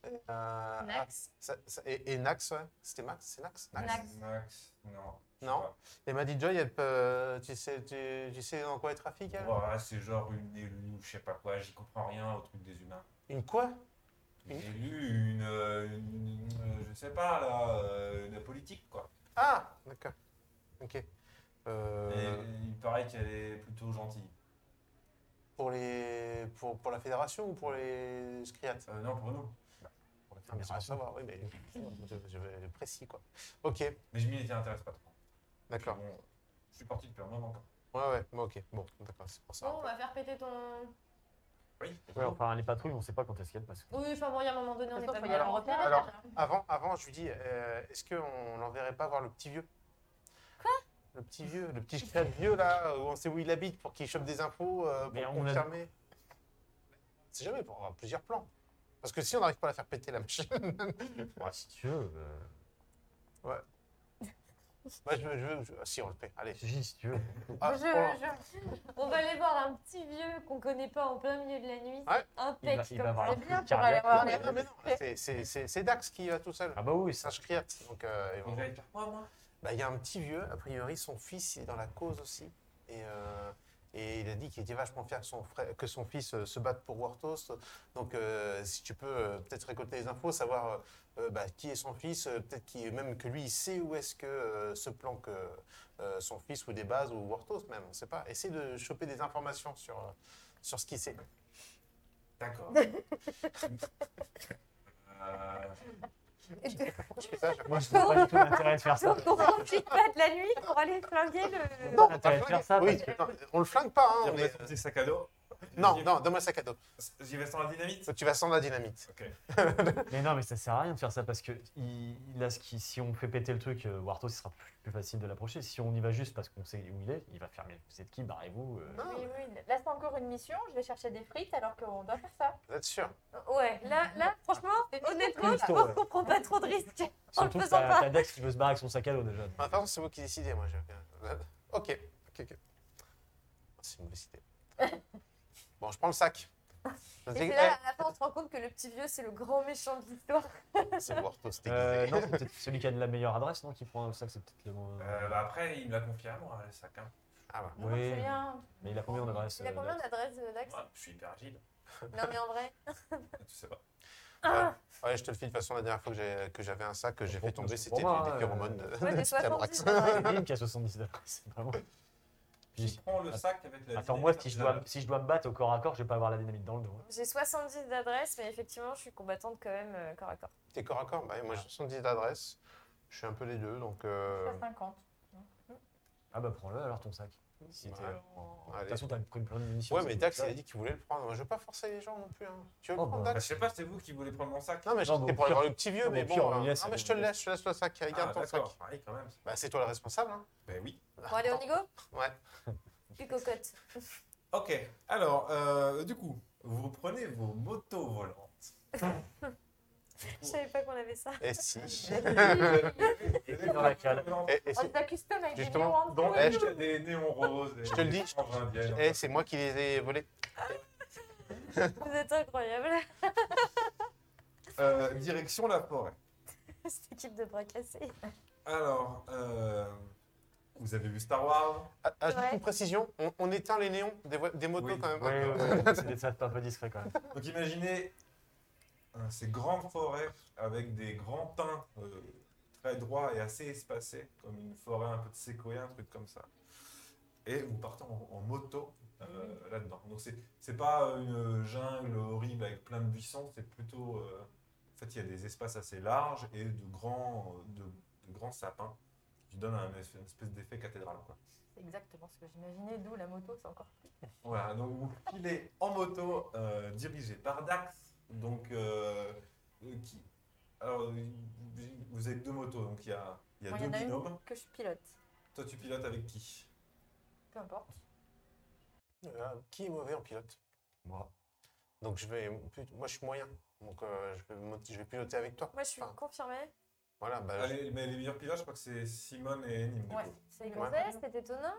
B: Euh, ah,
E: Nax.
B: ça- ça- et, et Nax, ouais. C'était Max C'est Nax, Nax
E: Nax.
A: Max, non. je
B: Non.
A: sais pas.
B: Et Maddie Joy, elle peut, euh, tu, sais, tu, tu sais dans quoi elle trafique elle
A: Ouais, c'est genre une élue, je sais pas quoi, j'y comprends rien au truc des humains.
B: Une quoi
A: Une
B: Oui.
A: élue, une, euh, une- euh, Je sais pas, là, euh, la politique, quoi.
B: Ah D'accord. Ok.
A: Et
B: Euh,
A: il paraît qu'elle est plutôt gentille.
B: pour, les, pour, pour la fédération ou pour les scriates
A: Euh, non, pour nous.
B: Ah, mais c'est pour savoir, oui, mais je, je vais être précis, quoi. Ok,
A: Mais je m'y étais intéresse pas trop.
B: d'accord.
A: Bon, je suis parti depuis un moment. quoi.
B: Ouais, ouais, bon, ok, bon, d'accord, c'est pour
E: Bon,
B: ça.
E: on va faire péter ton.
A: Oui.
D: Ouais, enfin, les patrouilles, on ne sait pas quand est-ce qu'elles passent.
E: Oui, enfin bon, il y a un moment donné, on
C: Parce
E: n'est
C: qu'on
E: pas
C: peut
E: mal
C: y aller
E: à
C: en
E: repérer.
B: Alors, avant, avant, je lui dis, euh, est-ce qu'on l'enverrait pas voir le petit vieux Quoi Le petit vieux, le petit chien vieux, là, où on sait où il habite, pour qu'il chope des infos, euh,
D: Mais
B: pour
D: on a-
B: confirmer. C'est jamais pour avoir plusieurs plans. Parce que si on n'arrive pas à la faire péter, la machine, [LAUGHS]
D: Ouais, si tu veux. euh,
B: moi, je veux, je veux- je- ah, si, on le fait, allez.
D: je dis si tu veux.
B: Ah,
E: Je-
B: on-
E: je- On va aller voir un petit vieux qu'on connaît pas en plein milieu de la nuit.
B: Ouais.
E: Un
D: Il va,
E: pec
D: il va
E: comme
D: avoir
E: ça.
D: un
E: Bien.
D: coup de
E: pour aller
D: cardiaque.
E: voir
B: ah, mais
E: les-
B: non, mais non, c'est- c'est- c'est c'est Dax qui va tout seul.
D: Ah bah oui,
B: C'est
D: ça.
B: un chcriate, donc euh, ils vont-
A: Donc j'allais faire quoi, moi
B: Bah, il y a un petit vieux, a priori son fils il est dans la cause aussi. Et, euh, et il a dit qu'il était vachement fier que son, frère, que son fils euh, se batte pour Wartos. Donc euh, si tu peux euh, peut-être récolter les infos, savoir euh, euh, bah, qui est son fils, euh, peut-être qui, même que lui il sait où est-ce que euh, se planque euh, euh, son fils ou des bases ou Wartos même, on ne sait pas. Essaye de choper des informations sur, euh, sur ce qu'il sait.
A: D'accord. Euh,
B: Je fais ça à chaque fois.
D: Moi, je trouve pas du tout l'intérêt de faire ça.
E: Donc, on profite pas de la nuit pour aller flinguer le.
D: Non, t'as à faire ça,
B: Oui,
D: parce
B: non, on le flingue pas. hein,
A: Tiens,
B: on
A: mets
B: est-
A: ton petit sac à dos.
B: Non,
A: J'y-
B: non, donne-moi le sac à dos.
A: J'y vais sans la dynamite.
B: Tu vas sans la dynamite.
A: Ok.
D: Mais non, mais ça sert à rien de faire ça parce que il- là, ce qui- si on fait péter le truc, euh, Wartos, il sera plus, plus facile de l'approcher. Si on y va juste parce qu'on sait où il est, il va faire Mais vous êtes qui Barrez-vous. euh.
B: Non,
E: Oui, oui. Là, c'est encore une mission. Je vais chercher des frites alors qu'on doit faire ça.
B: vous êtes sûr
E: Ouais, là, là franchement, honnêtement, je
D: Plutôt,
E: pense
D: ouais.
E: qu'on prend pas trop de risques. en le
D: Surtout que
E: faisant
D: t'as
E: pas.
D: t'as Dax qui veut se barrer avec son sac à dos déjà.
B: Ah, pardon, c'est vous qui décidez, moi. je- Euh, Ok, ok, ok. Oh, C'est une mauvaise idée.
C: [LAUGHS]
B: bon, je prends le sac. Je
E: Et
B: dis-
E: c'est là, à la fin, on se rend compte que le petit vieux, c'est le grand méchant de l'histoire.
B: Eh, C'est Wartos déguisé.
D: Euh, non, c'est peut-être celui qui a de la meilleure adresse, non Qui prend le sac, c'est peut-être le moins.
A: Euh, bah après, il me l'a confié à moi, le sac. Hein.
B: Ah, bah.
E: Non, non,
D: Oui.
E: c'est bien.
D: Mais il a combien d'adresses
E: Il a
D: euh,
E: combien
D: Dax
E: d'adresses, euh, Dax
A: Moi, je suis hyper agile.
E: Non, mais en vrai.
A: Tu sais pas.
B: bah, Ouais, je te le file. De toute façon, la dernière fois que j'ai- que j'avais un sac que j'ai
D: Bon,
B: fait tomber,
D: Bah, c'est
B: c'était
D: pour moi,
B: des
D: hein,
B: phéromones [LAUGHS] de,
E: Ouais,
B: de
E: des
B: Stabrax.
E: 70. en vrai.
D: C'est Lynn qui a 70 adresses, c'est pas moi.
A: Qui
D: Puis-
A: prend le sac avec la
D: Attends, moi,
A: dynamite Euh,
D: si je,
A: artisanale.
D: dois, si je dois me battre au corps à corps, je vais pas avoir la dynamite dans le dos. hein.
C: J'ai 70 d'adresse, mais effectivement, je suis combattante quand même euh, corps à corps.
B: T'es corps à corps bah, Moi, j'ai 70 d'adresse. Je suis un peu les deux, donc. euh,
E: à 50.
D: Ah bah prends-le alors ton sac. Si
B: bah,
D: t'es- euh, De toute
B: allez.
D: façon, t'as pris plein de munitions. [LAUGHS]
B: Ouais,
D: c'est
B: mais
D: tout
B: Dax,
D: ça.
B: il a dit qu'il voulait le prendre. Moi, je veux pas forcer les gens non plus. hein. Tu veux le
D: Oh,
B: prendre,
D: bah,
A: Bah,
B: Dax
A: je sais pas, c'est vous qui voulez prendre mon sac.
B: Non, mais
D: Non,
B: j'étais
D: mais au
B: pour aller
D: pire-
B: voir le petit vieux,
D: non,
B: mais
D: mais au
B: bon.
D: pire, on
B: euh,
D: lui laisse,
B: ah, mais
D: on
B: je
D: lui
B: te le
D: laisse.
B: laisse, je te laisse le sac. Regarde
A: Ah,
B: ton sac.
A: d'accord. Ouais, quand même.
B: Bah, c'est toi le responsable. Hein.
A: Ben oui.
C: Bon,
B: [LAUGHS]
C: allez, on y go
B: Ouais.
C: Plus cocotte.
A: Ok, alors, euh, du coup, vous prenez vos motos volantes.
C: Je savais pas qu'on avait ça.
B: Et
A: [LAUGHS]
B: si.
D: [LAUGHS]
A: Et
D: qui dans la cale
B: Et, et
E: On
B: c'est-
E: les accuse pas, mais
B: Justement,
A: Dans
B: Eh,
A: il y a des néons roses.
B: Je te le dis, eh, c'est moi qui les ai volés.
C: Vous êtes incroyable,
B: eh,
A: direction la forêt.
C: [LAUGHS] cette équipe de bras cassés.
A: Alors, euh, vous avez vu Star Wars
B: Ah, ah, juste
C: Ouais.
B: une précision, on, on éteint les néons des, vo- des motos
A: Oui.
B: quand même.
D: Ouais,
B: [LAUGHS]
D: ouais, ouais, c'est des- ça, c'est un peu discret quand même.
A: Donc imaginez euh, ces grandes forêts avec des grands pins euh, très droits et assez espacés, comme une forêt un peu de séquoia, un truc comme ça. Et vous partez en, en moto euh, là-dedans. Donc c'est c'est pas une jungle horrible avec plein de buissons, c'est plutôt euh, en fait il y a des espaces assez larges et de grands euh, de, de grands sapins qui donnent un eff- une espèce d'effet cathédral quoi.
E: C'est exactement ce que j'imaginais, d'où la moto, c'est encore plus.
A: Voilà, donc vous filez en moto, euh, dirigé par Dax. Donc, euh, euh, qui... Alors, vous avez deux motos, donc il y a, il y a
E: Moi, il y
A: deux
E: en a une.
A: binômes.
E: Que je pilote,
A: Toi, tu pilotes avec qui
E: peu importe.
B: Euh, qui est mauvais en pilote
D: Moi,
B: Donc je vais, moi je suis moyen, donc euh, je, vais, mot- je vais piloter avec toi.
C: Moi, je suis confirmée.
B: Voilà, bah, je-
A: Allez, Mais les meilleurs pilotes, je crois que c'est Simone et Nîmes. du
E: Ouais,
A: coup.
E: c'est
B: Ouais.
E: gonzesse.
C: c'est étonnant.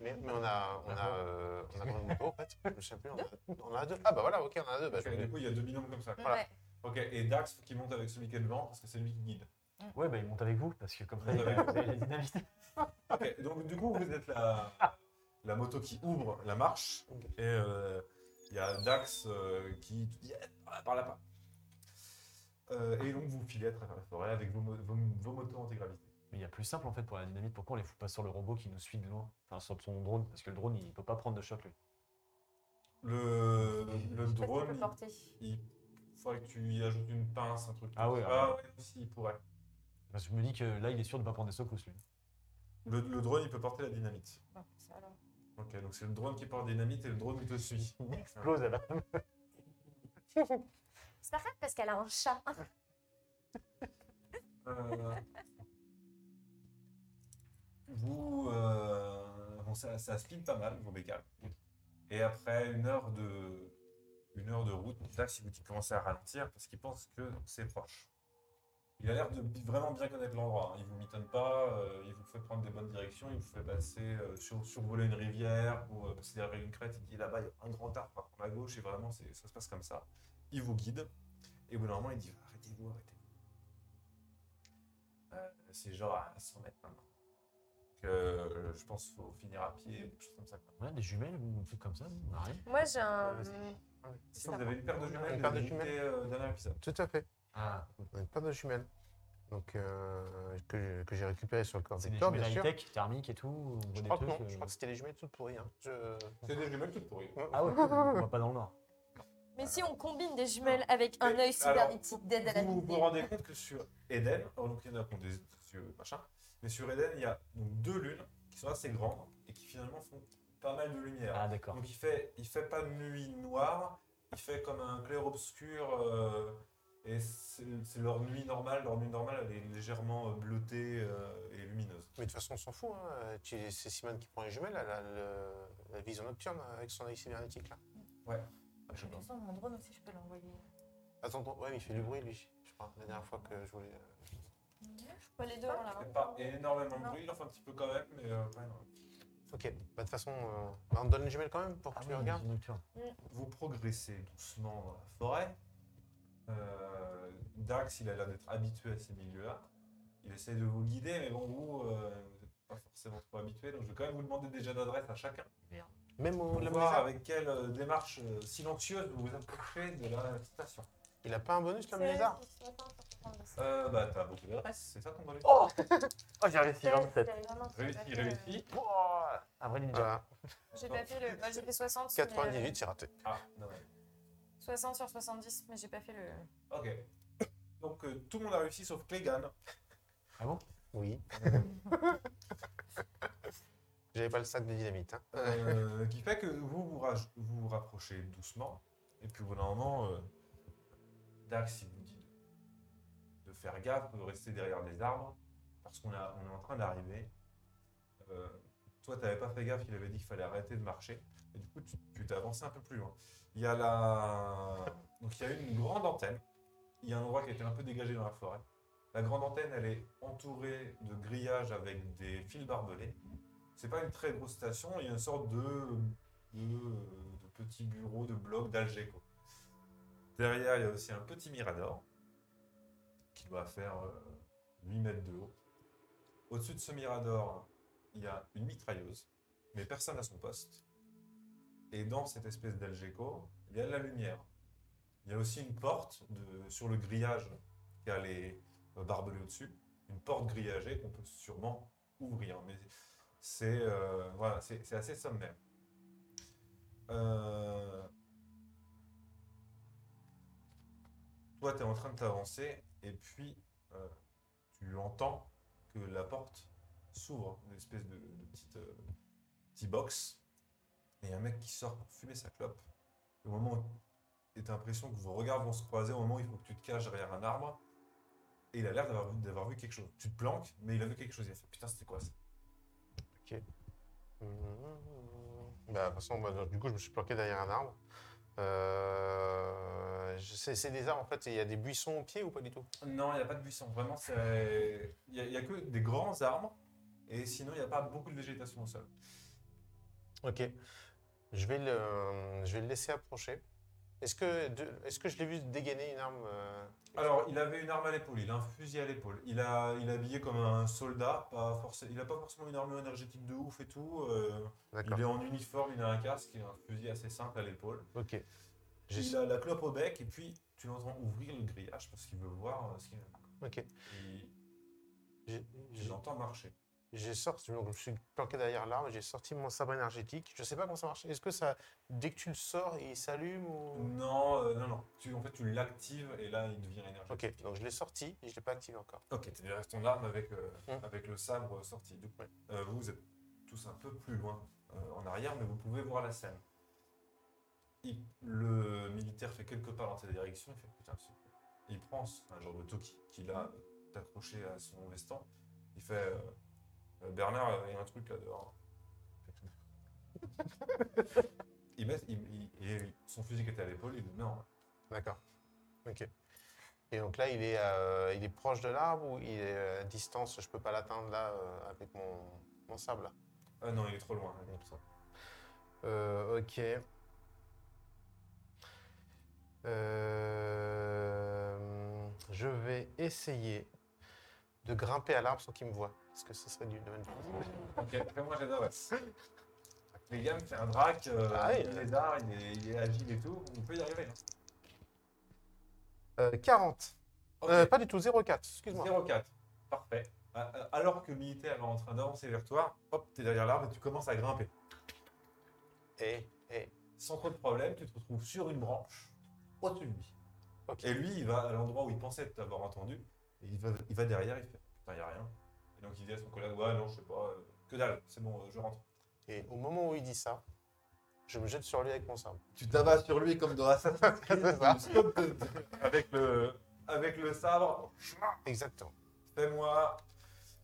B: mais, mais on a, on a, euh, on a combien de motos en fait Je sais plus, on a, on a deux. Ah bah voilà, ok, on en a deux. Bah, je
A: Ok,
B: vais-
A: du coup, il y a deux binômes comme ça.
B: Voilà.
E: Ouais.
A: Ok, et Dax, faut qu'il monte avec celui qui est devant, parce que c'est lui qui guide.
D: ouais, bah ils montent avec vous parce que comme ça,
A: Ils
D: ils
A: montent avec
D: vous avez les dynamites.
A: Ok, donc du coup, vous êtes la, la moto qui ouvre la marche. Et euh, il y a Dax euh, qui te dit Eh, par là, par là, par là. Euh, et donc vous filez à travers la forêt avec vos, mo- vos, vos motos anti-gravité.
D: Mais il y a plus simple en fait pour la dynamite. Pourquoi on les fout pas sur le robot qui nous suit de loin Enfin, sur son drone, parce que le drone il peut pas prendre de choc lui.
A: Le, le
E: Je sais pas si je
A: drone,
E: peux porter.
A: il, il faudrait que tu y ajoutes une pince, un truc.
D: Ah
A: comme
D: ouais,
A: ça.
D: ah
A: ouais, si, il pourrait.
D: Parce que je me dis que là, il est sûr de pas prendre des secousses lui.
A: Le, le drone, il peut porter la dynamite.
E: Non, ça, alors.
A: Ok, donc c'est le drone qui porte la dynamite et le drone qui te suit.
D: Il explose à la
C: C'est pas grave parce qu'elle a un chat.
A: Euh, vous, euh, bon, ça, ça speed pas mal, vos bécanes. Et après une heure de, une heure de route, là, si vous commencez à ralentir, parce qu'il pense que c'est proche. Il a l'air de bi- vraiment bien connaître l'endroit. hein. Il vous mitonne pas, euh, il vous fait prendre des bonnes directions, il vous fait passer, euh, sur, survoler une rivière ou euh, passer derrière une crête. Il dit là-bas, il y a un grand arbre par contre à gauche, et vraiment, c'est- ça se passe comme ça. Il vous guide, et au bout d'un moment, il dit arrêtez-vous, arrêtez-vous. Euh, c'est genre à 100 mètres maintenant. Donc, euh, je pense qu'il faut finir à pied ou quelque chose comme ça. quoi.
D: On a des jumelles ou un truc comme ça non Rien.
C: Moi, j'ai un.
B: Euh,
A: Si vous avez une paire de jumelles,
B: Une paire de
A: vous
B: jumelles.
A: avez été, euh, dernier épisode.
B: Tout à fait.
D: Ah,
B: On a une paire de jumelles, donc euh, que, que j'ai récupéré sur le corps
D: c'est des
B: d'Hector,
D: jumelles
B: bien sûr.
D: high-tech, thermiques et tout. on voit
B: Je
D: des
B: crois que
D: trucs,
B: non, je
D: euh,
B: crois que c'était les jumelles toutes pourries. hein. Je-
A: C'est des jumelles toutes pourries.
D: Ah ouais, on voit pas dans le nord.
C: Mais si on combine des jumelles avec un
A: Mais
C: œil
A: alors,
C: cybernétique d'aide à la
A: Vous vous
C: visée.
A: rendez compte que sur Eden, alors donc il y en a qui ont des yeux machin, mais sur Eden, il y a donc deux lunes qui sont assez grandes et qui finalement font pas mal de lumière.
D: Ah d'accord.
A: Donc il fait, il fait pas de nuit noire, il fait comme un clair obscur euh, et c'est c'est leur nuit normale. Leur nuit normale, elle est légèrement euh, bleutée euh, et lumineuse.
B: Mais de toute façon, on s'en fout. hein. Tu- C'est Simone qui prend les jumelles, elle a le- la vision nocturne hein, avec son œil cybernétique là.
A: Je
E: De toute façon, mon drone aussi, je peux l'envoyer.
B: Attends, attends, ouais, mais il fait du bruit lui. Je crois, la dernière fois que je voulais. euh.
C: Ouais, les deux, on l'a.
A: fait pas énormément de
E: Non.
A: bruit, il en fait un petit peu quand même, mais euh, ouais, non.
B: Ok, bah, de toute façon, euh, bah, on te donne les jumelles quand même pour que
D: Ah
B: tu
D: oui,
B: regardes.
D: c'est nocturne.
A: vous progressez doucement dans la forêt. Euh, Dax, il a l'air d'être habitué à ces milieux-là. Il essaie de vous guider, mais bon, vous, euh, vous n'êtes pas forcément trop habitué, donc je vais quand même vous demander déjà d'adresse à chacun.
B: Même au
A: Pour
B: la
A: voir
B: maison.
A: avec quelle euh, démarche euh, silencieuse vous vous approchez de la station.
B: Il a pas un bonus, l'homme lézard
A: Euh, bah, t'as beaucoup d'adresse, c'est ça ton bonus.
D: Oh j'ai réussi
C: Il
D: 27.
A: Réussi, réussi.
D: Ouah Un Ah, vrai ninja.
B: Voilà.
C: J'ai pas fait le. bah, j'ai fait 60. mais, euh,
B: 98, c'est raté.
A: Ah, non, ouais.
C: 60 sur 70, mais j'ai pas fait le.
A: Ok. Donc euh, tout le monde a réussi sauf Clegan.
B: Oui. [LAUGHS] J'avais pas le sac de dynamite. hein.
A: Euh, qui fait que vous vous, ra- vous vous rapprochez doucement, et puis au bout d'un moment, euh, Dax il vous dit de, de faire gaffe, de rester derrière les arbres, parce qu'on a- on est en train d'arriver. Euh, toi, t'avais pas fait gaffe, il avait dit qu'il fallait arrêter de marcher, et du coup, tu tu t'es avancé un peu plus loin. Il y a la... Donc il y a une grande antenne, il y a un endroit qui a été un peu dégagé dans la forêt. La grande antenne, elle est entourée de grillages avec des fils barbelés c'est pas une très grosse station, il y a une sorte de, de, de petit bureau de bloc d'Algeco. Derrière, il y a aussi un petit mirador qui doit faire euh, 8 mètres de haut. Au-dessus de ce mirador, il y a une mitrailleuse, mais personne à son poste. Et dans cette espèce d'Algeco, il y a de la lumière. Il y a aussi une porte de- sur le grillage qui a les euh, barbelés au-dessus. Une porte grillagée qu'on peut sûrement ouvrir. Mais c'est euh, voilà, c'est c'est assez sommaire. Euh, Toi, tu es en train de t'avancer et puis euh, tu entends que la porte s'ouvre, une espèce de, de petite euh, petit box, et il y a un mec qui sort pour fumer sa clope. Et Au moment où et t'as l'impression que vos regards vont se croiser, au moment où il faut que tu te caches derrière un arbre, et il a l'air d'avoir vu, d'avoir vu quelque chose. Tu te planques, mais il a vu quelque chose. Il a fait putain, c'était quoi ça
B: Mmh. Bah, de toute façon, bah, du coup, je me suis planqué derrière un arbre. Euh, je- c'est c'est des arbres en fait, il y a des buissons au pied ou pas du tout
A: Non, il n'y a pas de buisson. Vraiment, c'est- il n'y a, il y a que des grands arbres. Et sinon, il n'y a pas beaucoup de végétation au sol.
B: Ok. Je vais le, je vais le laisser approcher. Est-ce que, de- est-ce que je l'ai vu dégainer une arme euh,
A: Alors, il avait une arme à l'épaule, il a un fusil à l'épaule. Il a, il est habillé comme un soldat. Pas forcé- il n'a pas forcément une armure énergétique de ouf et tout. euh,
B: D'accord.
A: il est en uniforme, il a un casque, il a un fusil assez simple à l'épaule.
B: Ok. J'ai-
A: Il a la clope au bec et puis tu l'entends ouvrir le grillage parce qu'il veut voir euh, ce qu'il a.
B: Ok.
A: Et
B: J'ai-
A: tu
B: j'ai-
A: l'entends marcher.
B: J'ai sorti, donc je me suis planqué derrière l'arbre, j'ai sorti mon sabre énergétique. Je sais pas comment ça marche. Est-ce que ça, dès que tu le sors, il s'allume ou...
A: Non, euh, non, non. Tu, en fait, tu l'actives et là, il devient énergétique.
B: Ok, donc je l'ai sorti et je l'ai pas activé encore.
A: Ok, tu restes ton arme avec, euh,
B: Mm.
A: avec le sabre euh, sorti. Du coup,
B: Ouais.
A: euh, vous, vous êtes tous un peu plus loin euh, en arrière, mais vous pouvez voir la scène. Il- le militaire fait quelques pas dans cette direction, il fait putain, c'est- il prend ce- un genre de toki qu'il a euh, accroché à son veston. Il fait euh, Euh, Bernard, euh, il y a un truc là dehors. il met, il- il- et son fusil qui était à l'épaule, il le met en main.
B: D'accord. Ok. Et donc là, il est, euh, il est proche de l'arbre ou il est euh, à distance, je peux pas l'atteindre là euh, avec mon, mon sabre là.
A: Ah non, il est trop loin. il est trop loin.
B: Euh, ok. Euh, je vais essayer de grimper à l'arbre sans qu'il me voie. Parce que ce serait du domaine.
A: Ok, après moi j'adore. Les gammes, c'est un drac, euh,
B: Ah oui.
A: il est dard, il est, il est agile et tout, on peut y arriver. hein.
B: Euh, 40.
A: Ok,
B: Euh, pas du tout, 0,4, excuse-moi.
A: 0,4, parfait. Ah, ah, Alors que le militaire est en train d'avancer vers toi, hop, t'es derrière l'arbre et tu commences à grimper.
B: Eh, eh,
A: Sans trop de problème, tu te retrouves sur une branche, au-dessus de lui.
B: Ok.
A: Et lui, il va à l'endroit où il pensait t'avoir entendu, et il va, il va derrière, il fait Putain, y a rien. Et donc il dit à son collègue Ouais, non, je sais pas, euh, que dalle, c'est bon, euh, je rentre.
B: Et eh, au moment où il dit ça, je me jette sur lui avec mon sabre.
A: tu t'abats sur lui comme dans Assassin's Creed,
B: [LAUGHS] C'est ça.
A: tu le sautes de- de- [LAUGHS] avec, le, avec le sabre.
B: Exactement.
A: Fais-moi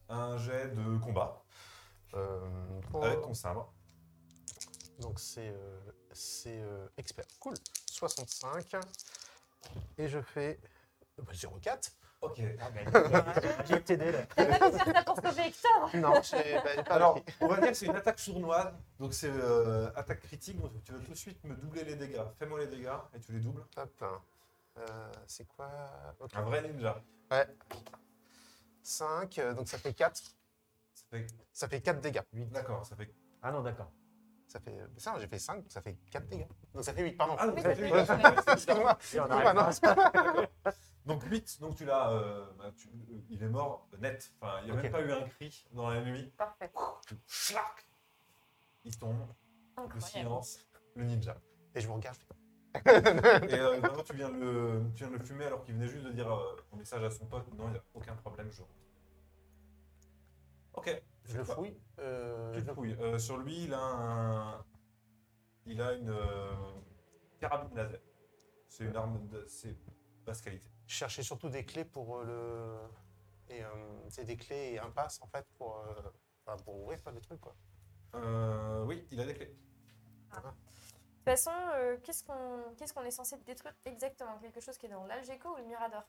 A: un jet de combat
B: Euh, pour-
A: avec ton sabre.
B: Donc c'est euh, c'est, euh, expert. Cool. 65. Et je fais euh, bah, 0,4.
A: Ok.
D: Qui Ah, bah, est hein. t'aider là
E: T'as pas pu faire ça pour sauver Hector
B: Non, j'ai bah, j'ai pas
A: Alors,
B: réussi.
A: on va dire que c'est une attaque sournoise, donc c'est euh, attaque critique, donc tu vas tout de suite me doubler les dégâts. Fais-moi les dégâts et tu les doubles.
B: Hop. Euh, c'est quoi Ok.
A: Un vrai ninja.
B: 5, euh, donc ça fait 4.
A: Ça fait...
B: Ça fait 4 dégâts.
A: D'accord, ça fait.
D: Ah non, d'accord.
B: Ça fait. Ça, j'ai fait 5, donc ça fait 4 dégâts. Donc ça fait 8, pardon.
A: Ah, donc ça fait
E: Oui,
A: huit.
D: [LAUGHS]
E: oui,
B: Excuse-moi.
D: Et on
B: Excuse-moi,
D: arrive
B: non.
D: pas.
A: Donc 8, donc tu l'as. euh, bah, tu- euh, il est mort net. Enfin, il n'y a
D: Ok.
A: même pas eu un cri dans la nuit.
E: Parfait.
A: Tu- Schlack Il tombe, le
C: Incroyable.
A: silence, le ninja.
B: Et je vous regarde.
A: Et euh, vraiment, tu viens, de le, tu viens de le fumer alors qu'il venait juste de dire euh, ton message à son pote. Non, il n'y a aucun problème, je rentre. Ok.
B: Je le
A: Bah,
B: fouille. euh,
A: Tu
B: je
A: le
B: le fouille.
A: fouilles. Euh, sur lui, il a un... Il a une euh, carabine laser. C'est une arme de... C'est basse qualité.
B: Je cherchais surtout des clés pour euh, le. Et euh, c'est des clés et un pass en fait pour, euh, enfin, pour ouvrir pas des trucs quoi.
A: Euh, oui, il a des clés.
C: De toute façon, euh, qu'est-ce qu'on qu'est-ce qu'on est censé détruire exactement Quelque chose qui est dans l'Algeco ou le Mirador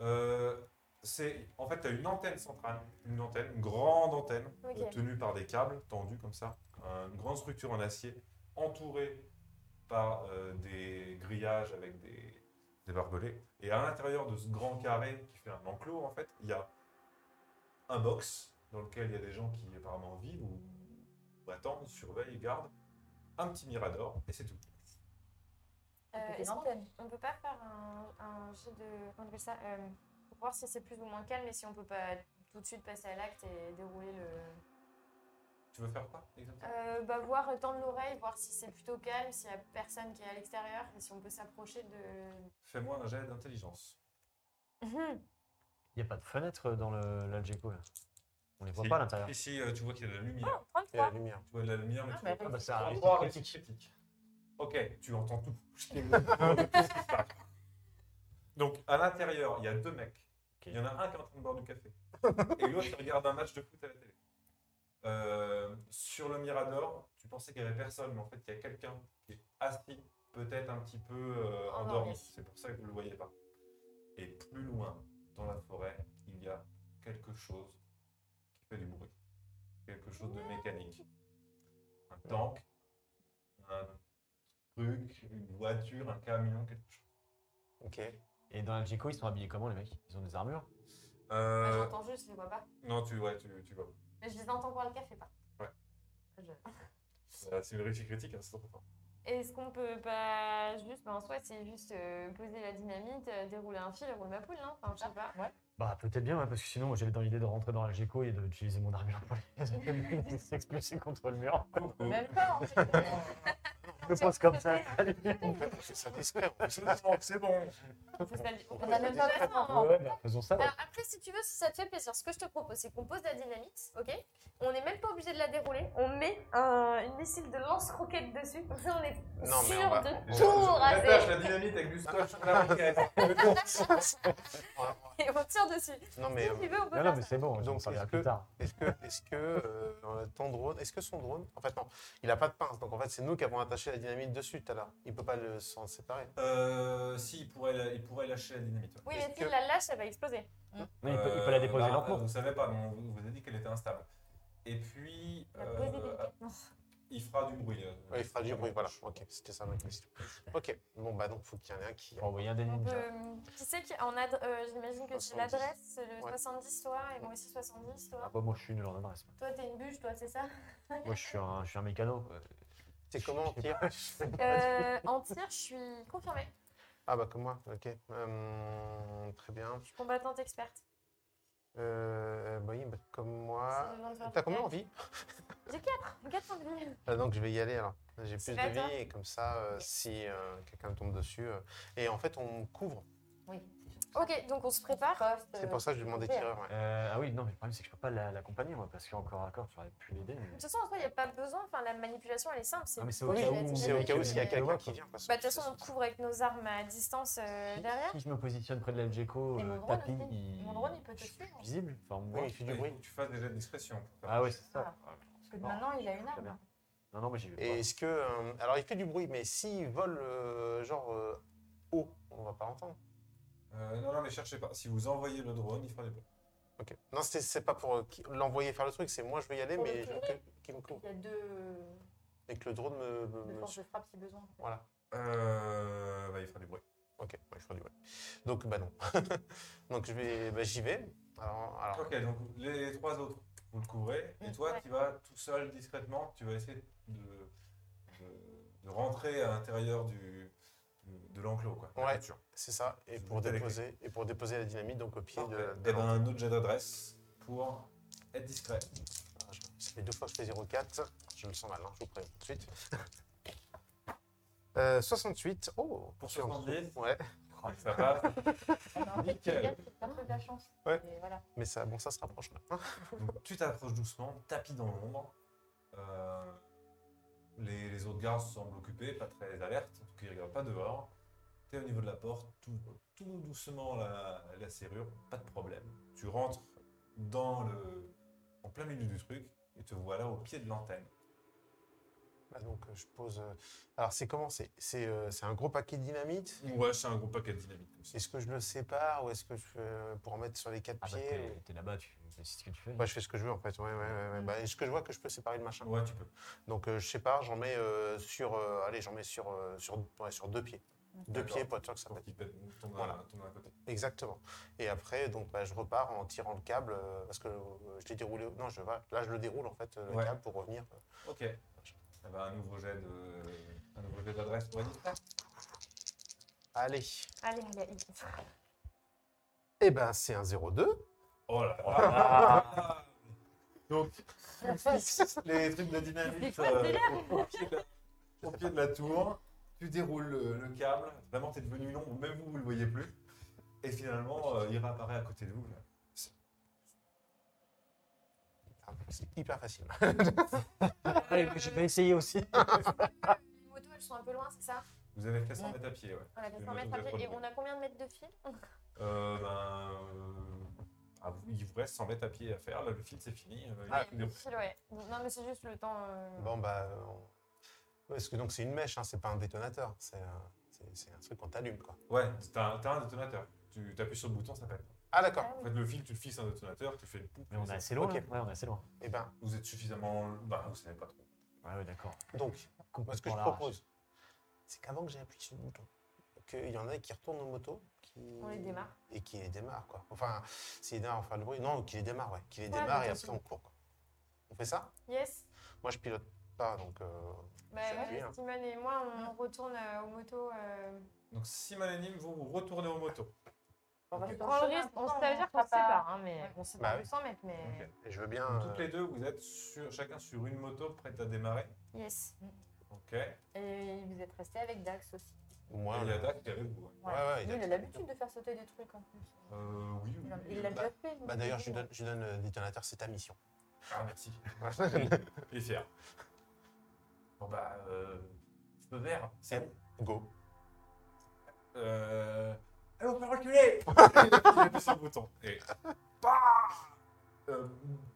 A: Euh, c'est... En fait, tu as une antenne centrale. Une antenne, une grande antenne,
C: Ok.
A: euh, tenue par des câbles tendus comme ça. Euh, Une grande structure en acier, entourée par euh, des grillages avec des, des barbelés. Et à l'intérieur de ce grand carré qui fait un enclos, en fait, il y a un box dans lequel il y a des gens qui apparemment vivent ou, ou attendent, surveillent, gardent, un petit mirador et c'est tout.
C: Euh,
E: Avec
C: est-ce
E: une
C: qu'on-
E: antenne.
C: On peut pas faire un, un jet de. Comment on appelle ça Euh, Pour voir si c'est plus ou moins calme et si on peut pas tout de suite passer à l'acte et dérouler le.
A: Tu veux faire quoi exactement
C: Euh, bah, voir, euh, tendre l'oreille, voir si c'est plutôt calme, s'il y a personne qui est à l'extérieur et si on peut s'approcher de.
A: Fais-moi un jet d'intelligence.
C: Mhm.
D: Il n'y a pas de fenêtre dans le- l'Algeco là. On les voit
A: Si.
D: pas à l'intérieur.
A: Ici, euh, tu vois qu'il y a de la lumière.
C: Ah.
B: Et la lumière.
A: Tu vois de la lumière, mais
E: Ah,
A: tu
E: bah,
A: vois pas.
E: Ah,
D: bah, c'est
A: Trois
D: un réussite
A: réussites
D: critique.
A: critiques. Ok, tu entends tout. [LAUGHS] Je t'ai- tout ce qui se passe. Donc, à l'intérieur, il y a deux mecs.
D: Ok.
A: Il y en a un qui est en train de boire du café. Et l'autre qui regarde un match de foot à la télé. Euh, sur le Mirador, tu pensais qu'il n'y avait personne, mais en fait, il y a quelqu'un qui est assis, peut-être un petit peu euh,
E: Endormi.
A: endormi. C'est pour ça que vous ne le voyez pas. Et plus loin, dans la forêt, il y a quelque chose qui fait du bruit. Quelque chose de mécanique. Un tank, un truc, une voiture, un camion, quelque chose.
B: Ok.
D: Et dans l'Algeco, ils sont habillés comment les mecs Ils ont des armures
E: Ah,
A: Euh,
E: J'entends juste, je les vois pas.
A: non, tu, ouais, tu, tu vois.
E: Mais je les entends boire le café, pas.
A: Ouais.
E: Je-
A: Euh, C'est une réussite critique, hein, c'est trop fort. [LAUGHS]
C: Est-ce qu'on peut pas juste. Bah, en soi, c'est juste euh, poser la dynamite, euh, dérouler un fil, roule ma poule, hein Enfin, je sais pas.
D: Bah peut-être bien, ouais, parce que sinon moi j'avais dans l'idée de rentrer dans l'Algeco et d'utiliser mon armure pour les
C: [LAUGHS]
D: [LAUGHS] s'expulser contre le mur.
E: Même pas,
B: [LAUGHS]
E: en fait.
C: Ah,
D: Je pense comme ça.
B: En fait, on fait ça d'espère. on fait ça
A: C'est bon, c'est bon.
C: Faut se la-
E: On a même pas pris de
C: Non.
D: Ouais, bah, faisons ça. ouais.
C: Alors après, si tu veux, si ça te fait plaisir, ce que je te propose, c'est qu'on pose la dynamite, ok On n'est même pas obligé de la dérouler. On met un- une missile de lance-roquette dessus, [LAUGHS] comme ça on est
B: Non, mais on
C: sûr
B: va- on
C: de
B: va-
C: tout
A: J'attache
C: raser.
A: la dynamite avec du scotch
C: [LAUGHS]
A: pour la maquette. Est-ce
C: Et on tire dessus.
B: Non
C: Si
B: mais euh,
C: tu veux, on peut
D: Non, non,
C: faire
D: mais
C: ça.
D: c'est bon,
B: Donc,
D: donc ça
B: est-ce
D: vient
B: que-
D: plus tard.
B: est-ce que est-ce que euh, ton drone, est-ce que son drone, en fait non, il a pas de pince donc en fait c'est nous qui avons attaché la dynamite dessus tout à l'heure. Il peut pas le s'en séparer.
A: Euh, si, il pourrait, la- il pourrait lâcher la dynamite.
C: Oui,
B: est-ce
C: mais si
B: que-
C: on la lâche, elle va exploser.
B: Euh,
D: Non, il, peut, il peut la déposer
B: bah,
A: dans
D: lentement.
A: Vous savez pas, mais on vous, vous a dit qu'elle était instable. Et puis,
C: La
A: euh,
C: poser délicatement.
A: il fera du bruit. euh,
B: Ouais, il fera du bruit voilà. Ok c'était ça ma question. Ok bon bah donc faut qu'il y en ait un qui.
D: Faut envoyer un des
C: On
D: ninjas.
C: peut- Qui c'est qui en adre- euh, J'imagine que tu
B: 70.
C: l'adresse, le
B: Ouais.
C: 70 toi, et moi aussi 70
D: Ah
C: toi.
D: bah, moi je suis nul en adresse.
C: Toi t'es une bûche, toi
B: [LAUGHS]
C: c'est ça
D: Moi je suis un, je suis un mécano.
B: C'est comment on tire
C: euh, En tir, je suis confirmée.
B: Ah bah comme moi. Ok. Hum, très bien.
C: Je suis combattante experte.
B: Euh, bah oui bah, comme moi.
C: Ça demande vraiment
B: T'as combien
C: quatre.
B: en vie
C: J'ai 4 4 points de vie.
B: Ah, donc je vais y aller alors. J'ai
C: C'est
B: plus
C: pas
B: de
C: grave.
B: vie et comme ça, euh, si euh, quelqu'un me tombe dessus. euh, et en fait, on couvre.
E: Oui. Oh,
C: Ok, donc on se prépare.
B: C'est pour ça que je demandais
E: couvert.
B: tireur. ouais.
D: Euh, ah oui, non, mais le problème c'est que je peux pas la- l'accompagner moi parce qu'encore à corps, j'aurais pu l'aider. mais-
C: De toute façon, en soi, il n'y a pas besoin. Enfin, la manipulation, elle est simple. C'est
D: Ah, mais c'est
C: Oui,
D: au cas
C: mais
D: où.
B: C'est au cas où s'il y a
C: Mais-
B: quelqu'un qui vient. quoi.
C: Bah, de toute façon, on couvre avec nos armes à distance euh,
D: Si-
C: derrière.
D: Si je me positionne près de l'Algeco,
E: Mais
D: euh,
E: mon drone
D: tapis,
E: aussi.
D: il...
E: Mon drone, il peut te
D: je suis
E: suivre.
D: visible. Enfin, moi.
B: Oui, il fait
A: Il
B: du
A: faut
B: bruit.
A: que tu fasses déjà de discrétion. pour faire
D: Ah ouais,
A: ça.
D: c'est ça.
E: Parce que maintenant, il a une
D: Très
E: arme.
D: bien. Non, non, moi j'y vais.
B: Et
D: pas.
B: est-ce que. euh, alors, il fait du bruit, mais s'il vole, euh, genre, euh, haut, on va pas l'entendre.
A: Euh, non, non, mais cherchez pas. Si vous envoyez le drone, il fera des bruits.
B: Ok. Non, c'est- c'est pas pour euh, qui- l'envoyer faire le truc, c'est moi, je vais y aller,
E: Pour
B: mais
E: le
B: je veux que- qu'il me couvre.
E: Il y a deux
B: Et que le drone me. me-
E: deux
B: me-
E: forces de frappe si besoin.
B: Voilà.
A: Euh, bah, il fera du bruit.
B: Ok, ouais, je ferai du bruit. Donc, bah non. [LAUGHS] Donc, je vais, bah, j'y vais. Alors, alors,
A: Ok, donc les trois autres, vous le couvrez. Et
E: Mm.
A: toi,
C: Ouais.
A: tu vas tout seul, discrètement, tu vas essayer de, de- de rentrer à l'intérieur du, de l'enclos, quoi. de la
B: Ouais.
A: voiture.
B: c'est ça. Et
A: Je
B: pour,
A: vais t'arrêter.
B: déposer, et pour déposer la dynamite, donc au pied de.
A: Parfait.
B: de
A: Eh ben,
B: l'antenne.
A: un autre jet d'adresse pour être discret.
D: Ah,
B: je- Ça fait deux fois que je fais 04. Je le sens mal, hein, je vous préviens tout de suite. [LAUGHS] Euh, 68. Oh,
A: Pour
B: je suis en dessous.
A: 70.
B: Ouais,
A: Ça passe.
E: Non, en fait,
A: Nickel.
E: les gars, c'est un peu de la chance.
B: Ouais.
E: Et voilà.
B: mais ça, bon, ça se rapproche là.
A: Donc tu t'approches doucement, tapis dans l'ombre. Euh, les, les autres gardes semblent occupés, pas très alertes, en tout cas ils regardent pas dehors. Tu es au niveau de la porte, tout, tout doucement la, la serrure, pas de problème. Tu rentres dans le, en plein milieu du truc et te voilà au pied de l'antenne.
B: Bah, donc, euh, je pose. euh, Alors, c'est comment C'est c'est, euh, c'est un gros paquet de dynamite
A: Ouais, c'est un gros paquet de dynamite comme ça.
B: Est-ce que je le sépare ou est-ce que je fais euh, pour en mettre sur les quatre
D: Ah, bah,
B: pieds
D: t'es- Mm. t'es là-bas, tu c'est ce que tu fais.
B: ou- Ouais, je fais ce que je veux en fait. Ouais, ouais, ouais, ouais. Bah, est-ce que je vois que je peux séparer le machin
A: Ouais, tu peux.
B: Donc euh, je sépare, j'en mets euh, sur, euh, allez, j'en mets sur, euh, sur, ouais, sur deux pieds. Deux
A: D'accord.
B: pieds pour être sûr que ça
A: Pour
B: pète.
A: qu'il pète- tombe à-
B: Voilà.
A: tombe à côté.
B: Exactement. Et après, donc, bah, je repars en tirant le câble euh, parce que euh, je l'ai déroulé. Non, je, voilà, là, je le déroule en fait, euh, le
A: Ouais.
B: câble pour revenir.
A: Ok. Ça va, un nouveau jet de- un nouveau jet d'adresse pour Anita.
B: Allez.
C: Allez, allez, allez.
B: Eh ben, c'est un 02.
A: Oh là [LAUGHS] là Donc,
E: La
A: tu fixes les trucs de dynamite
E: quoi ce
A: euh,
E: délire
A: au, au pied de la, au pied de la tour, tu déroules le, le câble, vraiment t'es devenu long, même vous, vous le voyez plus, et finalement, euh, il réapparaît à côté de vous. là.
B: Ah, C'est hyper facile.
D: Allez, j'ai pas essayé aussi.
C: Les motos, elles sont un peu loin, c'est ça
A: Vous avez fait 100 mètres à pied, ouais.
C: On a fait
A: Les
C: 100 mètres
A: motos,
C: à pied.
A: elles
C: Et on a combien de mètres de fil
A: Euh, ben, euh, ah, vous- il vous reste 100 mètres à pied à faire, là, le fil c'est fini. euh, il
C: Ouais,
A: faut dérouler.
C: fil, ouais. Non, mais c'est juste le temps. euh,
B: Bon, bah. euh, on- Parce que donc, c'est une mèche, hein, c'est pas un détonateur. C'est euh, c'est- c'est un truc qu'on t'allume, quoi.
A: Ouais, t'as un- t'as un détonateur. Tu appuies sur le bouton, ça pète.
B: Ah, d'accord.
A: En fait, le fil, tu le fixes à un détonateur, tu fais le poup.
D: Mais on est
A: ça-
D: assez loin.
B: Ok.
D: hein. Ouais, on est assez loin.
B: Eh ben,
A: Vous êtes suffisamment. Bah, vous savez pas trop.
D: Ouais, ouais, d'accord.
B: donc, Moi, ce que
D: Complètement
B: je
D: à l'arrache.
B: propose, c'est qu'avant que j'ai appuyé sur le bouton, qu'il y en ait qui retournent aux motos, qui...
C: On les démarre.
B: Et qui les démarrent, quoi. Enfin, s'ils démarrent, enfin le bruit. Non, qui les démarrent, ouais. Qui les
C: Ouais,
B: démarrent
C: mais
B: et
C: t'as
B: après
C: tout.
B: on court, quoi. On fait ça
C: Yes.
B: Moi, je pilote pas, donc. euh,
C: Bah,
B: Ça fait bien.
C: Simon et moi, on retourne euh, aux motos. euh,
A: Donc, Simon et Nîmes, vous vous retournez aux motos.
E: On va
A: Ok.
E: se
C: On prend le risque, on sait dire qu'on se sépare, hein, mais
E: Ouais.
C: on se
B: Bah
C: sépare
B: oui.
C: 100 mètres, mais
A: Ok.
B: Et je veux bien.
A: Donc,
B: euh,
A: Toutes les deux, vous êtes sur, chacun sur une moto prête à démarrer.
C: yes.
A: Ok. Et
E: Et vous êtes resté avec Dax aussi.
B: Moi,
A: il y a
B: le-
A: Dax qui est avec vous. ouais.
B: Ouais, ouais, il
E: Lui,
B: a-
E: il a l'habitude de faire sauter des trucs en plus.
A: Euh, oui, oui,
E: Il l'a-
A: oui.
E: Il l'a
B: Bah-
E: déjà fait. donc
B: Bah, D'ailleurs, je lui
E: bon.
B: donne, je lui donne le détonateur, c'est ta mission.
A: Ah, merci. Il est fier. Bon, bah, euh, feu vert, c'est bon.
B: Go.
A: Euh... Allez, on peut reculer [LAUGHS] Il appuie sur le bouton. Et... Bah Euh,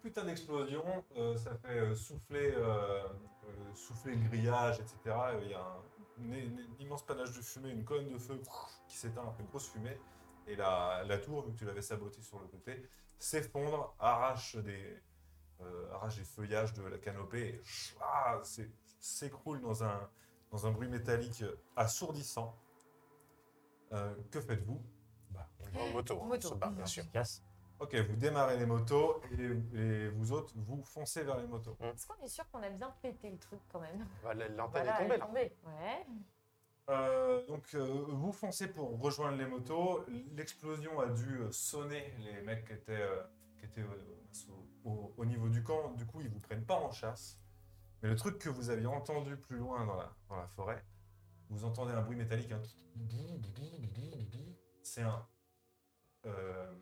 A: putain d'explosion, euh, ça fait euh, souffler, euh, euh, souffler le grillage, etc. Et Euh, Il y a un, une- une- un immense panache de fumée, une colonne de feu qui s'éteint, une grosse fumée. Et la, la tour, vu que tu l'avais sabotée sur le côté, s'effondre, arrache des, euh, arrache des feuillages de la canopée, et chouah, s'é- s'écroule dans un, dans un bruit métallique assourdissant. Euh, que faites-vous
B: Bah, on va en moto, hein,
E: Moto.
B: on se
D: Ah,
B: barre, bien sûr.
D: Casse.
A: Ok, vous démarrez les motos et, et vous autres, vous foncez vers les motos.
E: Est-ce qu'on est sûr qu'on a bien pété le truc quand même
B: Bah, la- L'antenne
E: Voilà,
B: est tombée, là.
E: Ouais.
A: Euh, donc euh, vous foncez pour rejoindre les motos. L'explosion a dû euh, sonner les mecs qui étaient, euh, qui étaient euh, au, au- au niveau du camp. Du coup, ils vous prennent pas en chasse. Mais le truc que vous aviez entendu plus loin dans la, dans la forêt, vous entendez un bruit métallique. un boum, boum, boum, boum. C'est un, euh,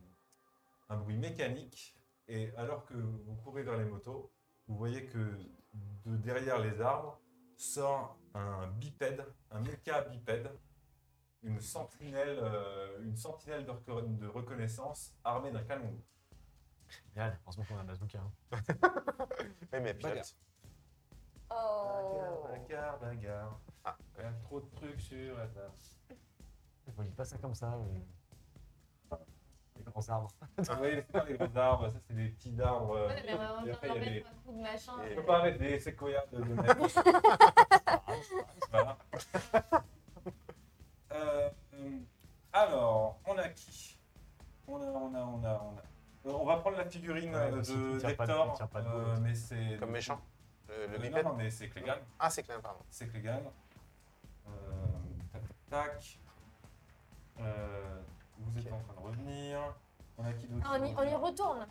A: un bruit mécanique. Et alors que vous courez vers les motos, vous voyez que de derrière les arbres sort un bipède, un méca bipède, une sentinelle, euh, une sentinelle de, reconna- de reconnaissance armée d'un canon.
D: Génial. Heureusement qu'on a un bazooka. hein.
B: Mais, mais pilote.
A: Bagarre.
E: Oh.
A: bagarre, bagarre.
B: Ah.
A: Il y a trop de trucs sur la table.
D: Je voyais pas ça comme ça. mais- Les grands arbres.
A: Vous voyez, c'est pas Ah les gros arbres, ça c'est des petits arbres. euh,
C: Ouais, mais on va
A: et après, il y a des...
C: mettre un coup de machin.
A: Je
B: Et-
A: peux pas mettre des séquoias de, de neige. [LAUGHS] Voilà. Euh, euh, alors, on a qui On a, on a, on a, on a. Euh, on va prendre la figurine
D: Ouais,
A: euh,
D: si tu
A: de
D: tires pas de-
A: d'Hector,
D: tu tires pas de
A: euh,
D: boule.
A: mais c'est
B: Comme méchant. Le, le
A: Euh,
B: bipède.
A: non, non, mais c'est Clegan.
B: Ah, c'est clair, pardon.
A: C'est Clegan. Euh, tac, tac. Euh, vous êtes
B: Ok.
A: en train de revenir. On a qui d'autre
C: Ah, on, y, on y retourne.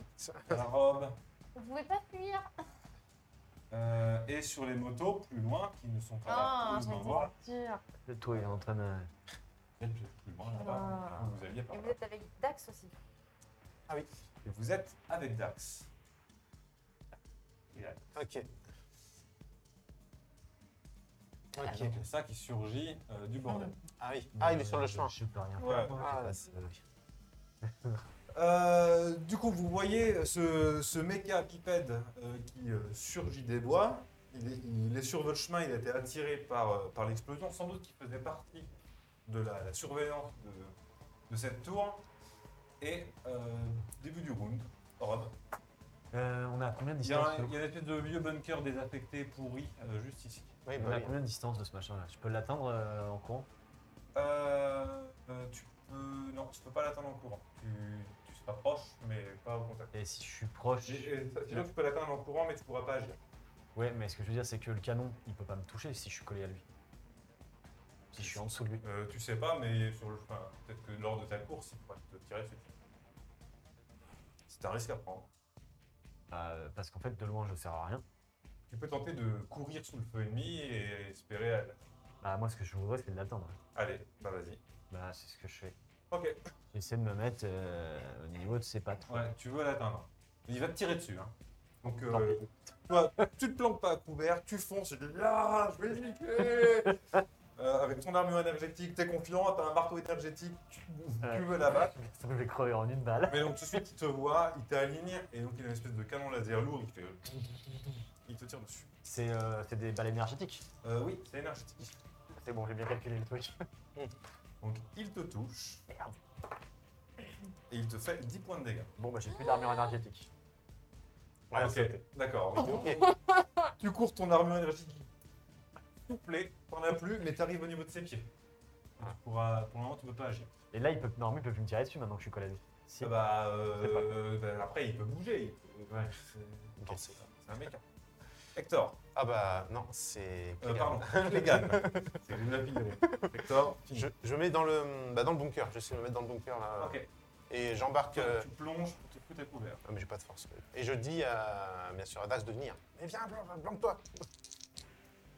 A: La robe.
C: Vous pouvez pas fuir.
A: Euh, et sur les motos, plus loin, qui ne sont pas
C: Ah,
A: là.
C: je
A: Vous en
C: vais te
A: voir.
C: sortir.
D: Le toit est en train de.
A: Vous êtes plus loin là-bas.
C: Ah.
A: Vous aviez pas.
E: Et vous êtes avec Dax aussi.
B: Ah oui.
A: Et vous êtes avec Dax. Et là,
B: Ok.
A: il
E: Ah,
B: Ok.
A: y a ça qui surgit euh, du bordel.
B: Ah oui. Ah, il est sur le chemin.
D: Je peux rien
A: Ouais.
D: faire.
B: Ah, là, c'est-
A: Euh, du coup, vous voyez ce, ce méca bipède euh, qui euh, surgit des bois. Il est, il est sur votre chemin, il a été attiré par, euh, par l'explosion, sans doute qu'il faisait partie de la, la surveillance de, de cette tour. Et euh, début du round, Rob.
D: Euh, on a combien de
A: Il y a,
D: distance
A: un- il y a une espèce de vieux bunker désaffecté, pourri, euh, juste ici.
B: Oui,
D: On
B: bah
D: a
B: oui.
D: combien de distance de ce machin là Je peux l'atteindre euh, en courant
A: Euh, euh, tu peux. Non, tu peux pas l'atteindre en courant. Tu, tu te rapproches, mais pas au contact.
D: Et si je suis proche.
A: Et- et ça- Sinon, tu peux l'atteindre en courant, mais tu pourras pas agir.
D: Ouais, mais ce que je veux dire, c'est que le canon, il peut pas me toucher si je suis collé à lui. Si je suis en dessous de lui.
A: Euh, tu sais pas, mais sur le enfin, peut-être que lors de ta course, il pourrait te tirer dessus. C'est un risque à prendre.
D: Euh, parce qu'en fait, de loin, je sers à rien.
A: Tu peux tenter de courir sous le feu ennemi et espérer. à-
D: Bah, moi, ce que je voudrais, c'est de l'atteindre.
A: Allez, bah vas-y.
D: Bah, c'est ce que je fais.
A: Ok,
D: J'essaie de me mettre euh, au niveau de ses pattes. [LAUGHS]
A: ouais, tu veux l'atteindre. Il va te tirer dessus. Hein. Donc,
D: Tant
A: euh, toi, tu te planques pas à couvert, tu fonces, tu dis Ah, je vais le niquer Euh, Avec ton armure énergétique, t'es confiant, t'as un marteau énergétique, tu, tu
D: Ouais.
A: veux la battre.
D: Je vais crever en une balle.
A: Mais donc tout de suite, il te voit, il t'aligne, et donc il a une espèce de canon laser lourd, il fait. Il te tire dessus.
D: C'est euh, c'est des balles énergétiques.
A: Euh, oui, c'est énergétique.
D: C'est bon, j'ai bien calculé le truc. [LAUGHS]
A: Donc il te touche.
D: Merde.
A: Et il te fait 10 points de dégâts.
D: Bon, bah, j'ai plus d'armure énergétique.
A: Ah,
D: Voilà,
A: ok,
D: sauter.
A: d'accord.
B: Ok.
A: tu cours ton armure énergétique soufflée, t'en as plus, mais t'arrives au niveau de ses pieds. Et tu pourras- pour le moment, tu peux pas agir.
D: Et là, il peut, normalement, il peut plus me tirer dessus maintenant que je suis collé à lui. Si.
A: Ah bah,
D: C'est pas-
A: euh, bah, après, il peut bouger. il peut-
D: Ouais.
A: C'est
D: Ok.
B: Non, c'est-
A: un mec. Hector,
B: Ah bah non, c'est.
A: euh, pardon, Clégane. C'est la fille de Hector, fini.
B: Je, je mets dans le, bah dans le bunker. J'essaie de me mettre dans le bunker là.
A: Ok.
B: Et j'embarque. euh,
A: Tu plonges, tu tout est couvert.
B: Ah, mais j'ai pas de force. Et je dis à, bien sûr à Dax de venir. Mais viens, blanc- blanque-toi.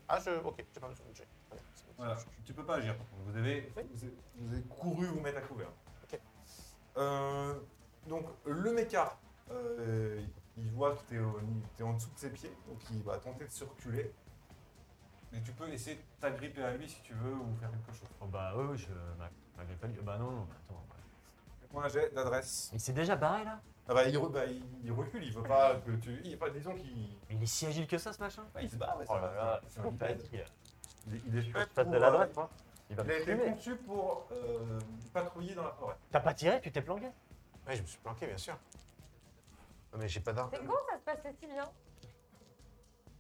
B: Ah, je. Ok, j'ai pas j'ai- très bien, c'est bon,
A: Voilà,
B: c'est bon.
A: tu peux pas agir. Vous avez,
B: Oui.
A: vous avez, vous avez couru vous mettre à couvert.
B: Ok.
A: Euh, donc le méca, euh, il voit que tu es, en dessous de ses pieds, donc il va tenter de se reculer. Mais tu peux essayer de t'agripper à lui si tu veux ou faire quelque chose.
D: Oh, bah, oui, oui, je m'a- m'agrippe à lui. Bah, non, non, mais attends. ouais.
A: Fais-moi un jet d'adresse.
D: Il s'est déjà barré là
A: Ah bah, il, re- bah, il, il recule, il veut pas que tu. Il, enfin, disons qu'il
D: Mais il est si agile que ça, ce machin
A: bah, il se barre. ouais,
D: Oh
A: ça
D: là
A: va.
D: là,
A: C'est un bipède. Il, est- il est
D: Je
A: fait
D: passe
A: pour,
D: de la
A: euh,
D: droite, moi. Il va
A: Il a
D: me
A: été
D: fumer.
A: conçu pour euh, patrouiller dans la forêt.
D: T'as pas tiré, tu t'es planqué.
B: Ouais, je me suis planqué, bien sûr. Non, Mais j'ai pas d'arme.
E: C'est con, ça se passait si bien.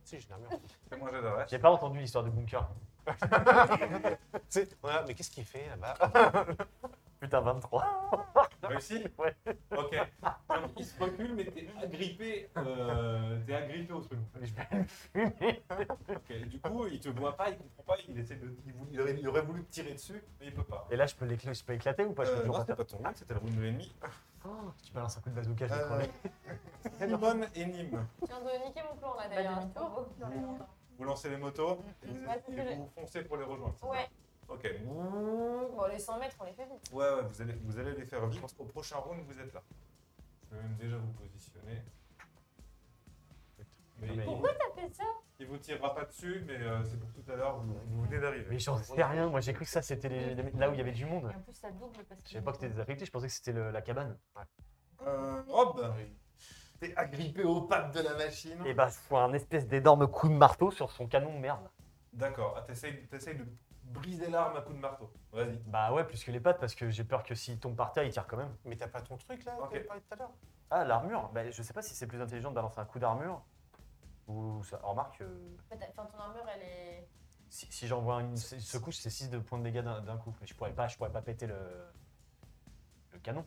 B: Si, j'ai une armure.
A: Fais-moi un jet d'adresse.
D: J'ai pas entendu l'histoire de bunker.
B: Tu sais, on est là, mais qu'est-ce qu'il fait là-bas Ah,
D: Putain, [LAUGHS] 23.
A: Réussi
D: Ouais.
A: Ok. Donc, il se recule, mais t'es agrippé, euh, t'es agrippé au truc.
D: Je vais me fumer.
A: Ok. Du coup, il te voit pas, il comprend pas, il essaie de, il, vou- il aurait, il aurait voulu te tirer dessus, mais il peut pas.
D: Et là, je peux, l'éclater- je peux éclater ou pas Je peux
A: Euh,
D: toujours
A: non,
D: pas
A: c'était pas ton round, c'était le round de l'ennemi.
D: faire- Oh, Tu balances un coup de bazooka, je vais
A: Euh,
D: crever.
A: Simone et Nîmes,
E: Je viens de niquer mon plan là d'ailleurs.
C: Bah, demi-tour.
E: Oh, oh, oh, oh,
A: vous lancez les motos et vous,
E: Ouais, c'est ce que
A: et
E: j'ai-
A: vous foncez pour les rejoindre. c'est
E: oh. Ouais.
A: ça Ok. Ouais,
C: Mmh.
E: Bon, les 100 mètres, on les fait vite.
A: ouais, vous allez, vous allez les faire vite. Au prochain round, vous êtes là. Je vais même déjà vous positionner. Mais,
D: Non, Ah, mais-
A: il-
E: T'as fait ça
A: il vous tirera pas dessus, mais euh, c'est pour tout à l'heure, vous, vous venez d'arriver.
D: Mais j'en sais rien, moi j'ai cru que ça c'était les- les- là où il y avait du monde.
E: Et en plus, ça double parce que.
D: Je savais pas que t'étais désaffecté, je pensais que c'était le- la cabane.
A: Euh, Rob, t'es agrippé aux pattes de la machine.
D: Et bah, faut un espèce d'énorme coup de marteau sur son canon de merde.
A: D'accord, ah, t'essayes t'essayes de briser l'arme à coups de marteau. Vas-y.
D: Bah ouais, plus que les pattes, parce que j'ai peur que s'il tombe par terre, il tire quand même.
B: Mais t'as pas ton truc là
A: Ok.
B: que t'avais parlé tout à l'heure
D: Ah, l'armure Bah, je sais pas si c'est plus intelligent de balancer un coup d'armure. Ou ça. Remarque, euh,
E: Bah, t'as- Enfin, ton armure, elle est.
D: Si, si j'envoie une se- secousse, c'est 6 de points de dégâts d'un d'un coup. Mais je pourrais pas, je pourrais pas péter le, le canon.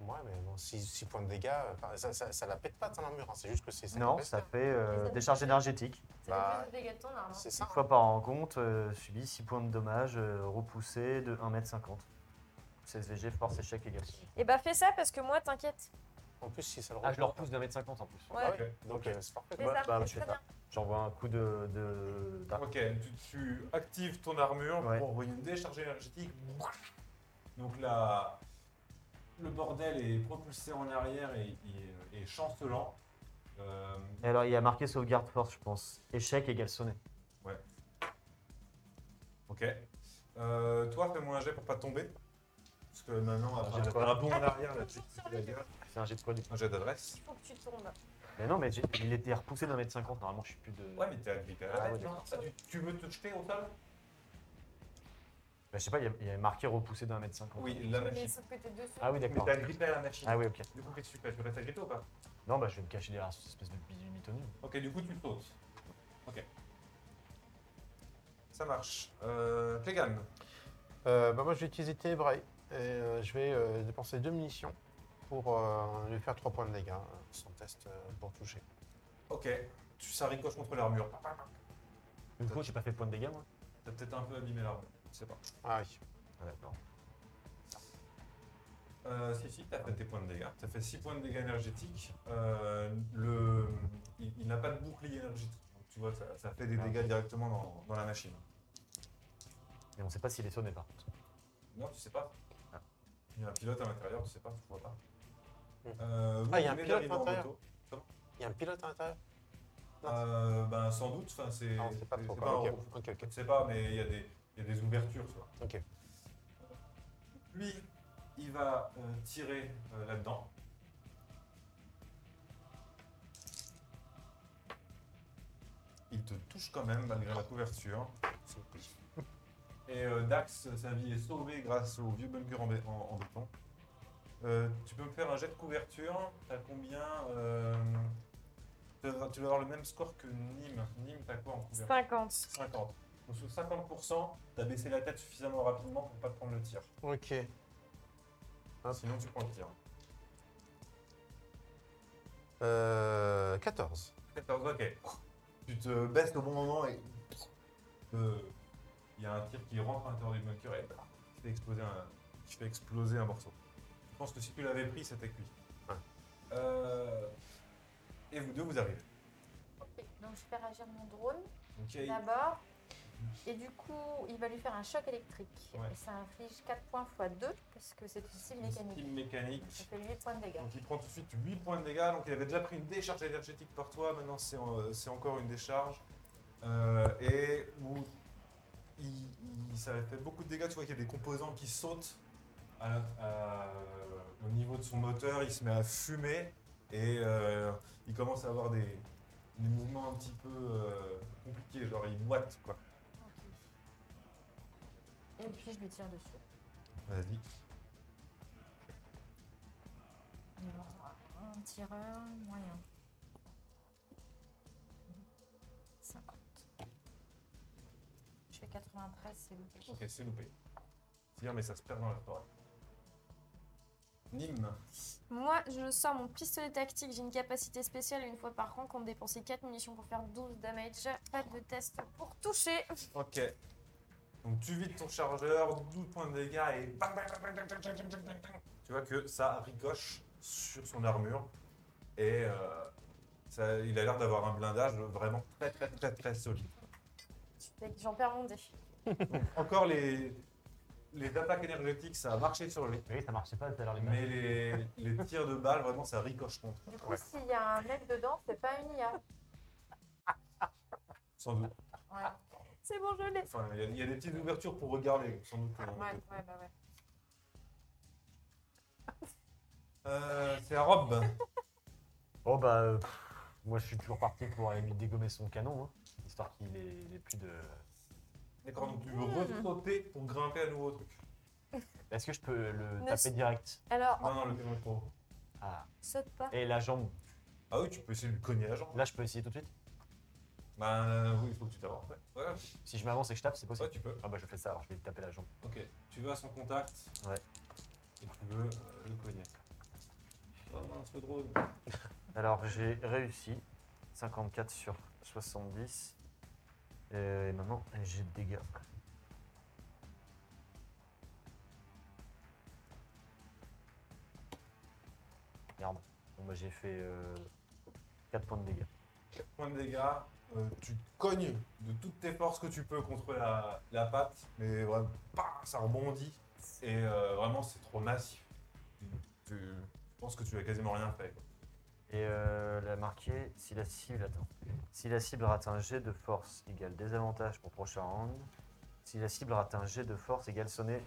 B: Ouais, mais bon, 6 points de dégâts, euh, par- ça, ça, ça la pète pas ton armure, hein, c'est juste que c'est ça.
D: Non,
B: qui pète.
D: ça fait
E: Et ça
D: euh,
E: fait
D: décharge énergétique.
E: Ça
B: Bah,
E: fait plus de dégâts de ton arme. hein.
B: C'est
D: 6
B: ça.
D: fois par rencontre, euh, subit 6 points de dommages, euh, repoussé de 1m50. 16 VG, force, échec, égal.
C: Eh Et bah fais ça parce que moi, t'inquiète.
B: En plus, si ça le
D: Ah, je le
B: reprend-
D: repousse d'un mètre cinquante en plus.
B: Ah
E: Ouais,
B: ouais, donc
D: Ok.
B: euh, c'est parfait.
E: les
D: bah,
E: arcs,
D: bah,
E: c'est
D: je sais
E: très
D: pas.
E: bien.
D: J'envoie un coup de. de... d'arc.
A: Ok, tu, tu actives ton armure
D: Ouais.
A: pour envoyer une décharge énergétique. Donc là, le bordel est propulsé en arrière et, et- et chancelant. Euh,
D: Et alors, il y a marqué sauvegarde force, je pense. Échec égale sonné.
A: ok. Euh, toi, fais-moi un jet pour pas tomber. Parce que maintenant,
D: J'ai
A: après
D: quoi
A: un bond en arrière, là, tu
C: Toujours sur
A: tu
C: le
A: la
C: dos.
A: gueule.
D: C'est un jet de quoi du coup
A: Un jet d'adresse.
C: Il faut que tu tombes.
D: Mais non, mais j'ai- il était repoussé d'un mètre cinquante. Normalement, je suis plus de.
A: Ouais, mais t'es à- t'es à la
D: Ah
A: tête, non
D: ouais, d'accord. Ah
A: Ah, tu, tu veux te jeter au sol
D: Bah, je sais pas, il y a- il y avait marqué repoussé d'un mètre cinquante.
A: Oui, la
E: Mais
A: machine.
E: il faut que t'es dessus.
D: Ah oui,
A: Mais
D: d'accord.
A: t'as grippé à la machine.
D: Ah oui, ok.
A: Du coup, qu'est-ce que tu fais Tu restes agrippé ou pas
D: Non, bah, je vais me cacher derrière cette espèce de bidule mitonneuse.
A: Ok, du coup, tu sautes. Ok. Ça marche. Euh, Clegan.
B: Euh, bah, moi, je vais utiliser Ténébrae. Et euh, je vais euh, dépenser deux munitions pour euh, lui faire 3 points de dégâts euh, sans test euh, pour toucher.
A: Ok. Tu ça ricoche contre l'armure.
D: Du coup, j'ai pas fait de point de dégâts, moi.
A: T'as peut-être un peu abîmé l'armure. Je sais pas.
B: Ah oui.
D: Ah, d'accord.
A: Euh, si, si, t'as fait tes points de dégâts. T'as fait 6 points de dégâts énergétiques. Euh, le... Il, il n'a pas de bouclier énergétique. Donc, tu vois, ça, ça fait
D: Ah.
A: des dégâts directement dans, dans la machine.
D: Mais on sait pas s'il est sonné, par contre.
A: Non, tu sais pas.
D: Ah.
A: Il y a un pilote à l'intérieur, tu sais pas, tu vois pas.
B: Hmm.
A: Euh, vous
B: Ah, il y a un
A: venez
B: pilote à
A: d'arriver en
B: l'intérieur.
A: moto.
B: Il y a un pilote à l'intérieur
A: Euh, ben, sans doute, enfin, c'est.
B: Non, Euh, c'est pas
A: c'est-
B: trop.
A: c'est
B: quoi.
A: pas
B: Ok,
A: un-
B: ok, ok.
A: Je ne sais pas, mais il y, a des- il y a des ouvertures, tu vois.
B: Ok.
A: Lui, il va euh, tirer euh, là-dedans. Il te touche quand même, malgré la couverture. Et euh, Dax, sa vie est sauvée grâce au vieux bunker en, bé- en- en béton. Euh, tu peux me faire un jet de couverture. T'as combien euh, Tu vas tu vas avoir le même score que Nîmes. Nîmes, t'as quoi en couverture
C: 50.
A: 50. Donc sur 50%, t'as baissé la tête suffisamment rapidement pour pas te prendre le tir.
B: Ok.
A: Sinon tu prends le tir.
B: Euh, 14.
A: 14, ok. Tu te baisses au bon moment et. Euh, Il y a un tir qui rentre à l'intérieur du bunker et bah, qui fait exploser un, qui fait exploser un morceau. Je pense que si tu l'avais pris, c'était cuit.
B: Ouais.
A: Euh, et vous deux, vous arrivez.
E: Donc je fais réagir mon drone
A: Ok.
E: d'abord. Et du coup, il va lui faire un choc électrique.
A: Ouais.
E: Et ça inflige 4 points x 2 parce que c'est une cible
A: une
E: mécanique.
A: steam
E: Ça
A: mécanique.
E: fait 8 points de dégâts.
A: Donc il prend tout de suite 8 points de dégâts. Donc il avait déjà pris une décharge énergétique par toi. Maintenant c'est en- euh, c'est encore une décharge. Euh, et où il, il- ça fait beaucoup de dégâts. Tu vois qu'il y a des composants qui sautent à l'int- à- au niveau de son moteur. Il se met à fumer. Et euh, il commence à avoir des, des mouvements un petit peu euh, compliqués. Genre il moite quoi.
E: Et puis je lui tire dessus.
A: Vas-y.
E: Alors, Un tireur moyen. 50. Je fais 93, c'est loupé.
A: Ok, c'est loupé. C'est bien, mais ça se perd dans la forêt. Nîmes.
C: Moi, je sors mon pistolet tactique. J'ai une capacité spéciale une fois par rang qu'on me dépensait 4 munitions pour faire 12 damage. Pas de test pour toucher.
A: Ok. Donc tu vides ton chargeur, 12 points de dégâts et bang, bang, bang, bang, bang, bang, bang, bang, bang, bang. tu vois que ça ricoche sur son armure et euh, ça- il a l'air d'avoir un blindage vraiment très très très très solide.
C: Fait que J'en perds mon dé.
A: Encore les, les attaques énergétiques, ça a marché sur lui,
D: Oui, ça marchait pas tout à l'heure, les gars.
A: mais les, les tirs de balles, vraiment ça ricoche contre.
E: Du coup, s'il y a un mec dedans, c'est pas une IA.
A: Sans doute.
E: Ouais,
C: C'est bon, je l'ai.
A: Enfin, il y a- il y, a des petites ouvertures pour regarder, sans doute. euh,
E: ouais, ouais, bah ouais.
A: Euh, C'est à robe.
D: Oh, bah, euh, pff, moi, je suis toujours parti pour aller lui dégommer son canon, hein, histoire qu'il ait, il ait plus de.
A: D'accord, donc tu veux ressauter pour grimper à nouveau au truc.
D: Est-ce que je peux le
C: Ne
D: taper
C: s-
D: direct
C: Alors,
A: Non, non, le canon est trop haut.
D: Ah.
C: saute pas.
D: Et la jambe
A: Ah oui, tu peux essayer de lui cogner la jambe.
D: Là, je peux essayer tout de suite
A: Bah oui, il faut que tu t'avances. Ouais, ouais,
D: Si je m'avance et que je tape, c'est
A: ouais,
D: possible
A: tu peux.
D: Ah, bah, je fais ça, alors je vais lui taper la jambe.
A: Ok, tu vas à son contact.
D: Ouais.
A: Et tu veux euh, le cogner. Oh mince, le drone.
D: Alors j'ai réussi, 54 sur 70. Et maintenant j'ai de dégâts. Merde. Bon, bah, j'ai fait 4 points de dégâts.
A: Point de dégâts, euh, tu cognes de toutes tes forces que tu peux contre la, la patte, mais vraiment, pam, ça rebondit, et euh, vraiment c'est trop massif. Tu, tu- je pense que tu as quasiment rien fait. quoi.
D: Et euh, la marquer si la cible attends. Si la cible rate un jet de force égale désavantage pour prochain round. Si la cible rate un jet de force égale sonner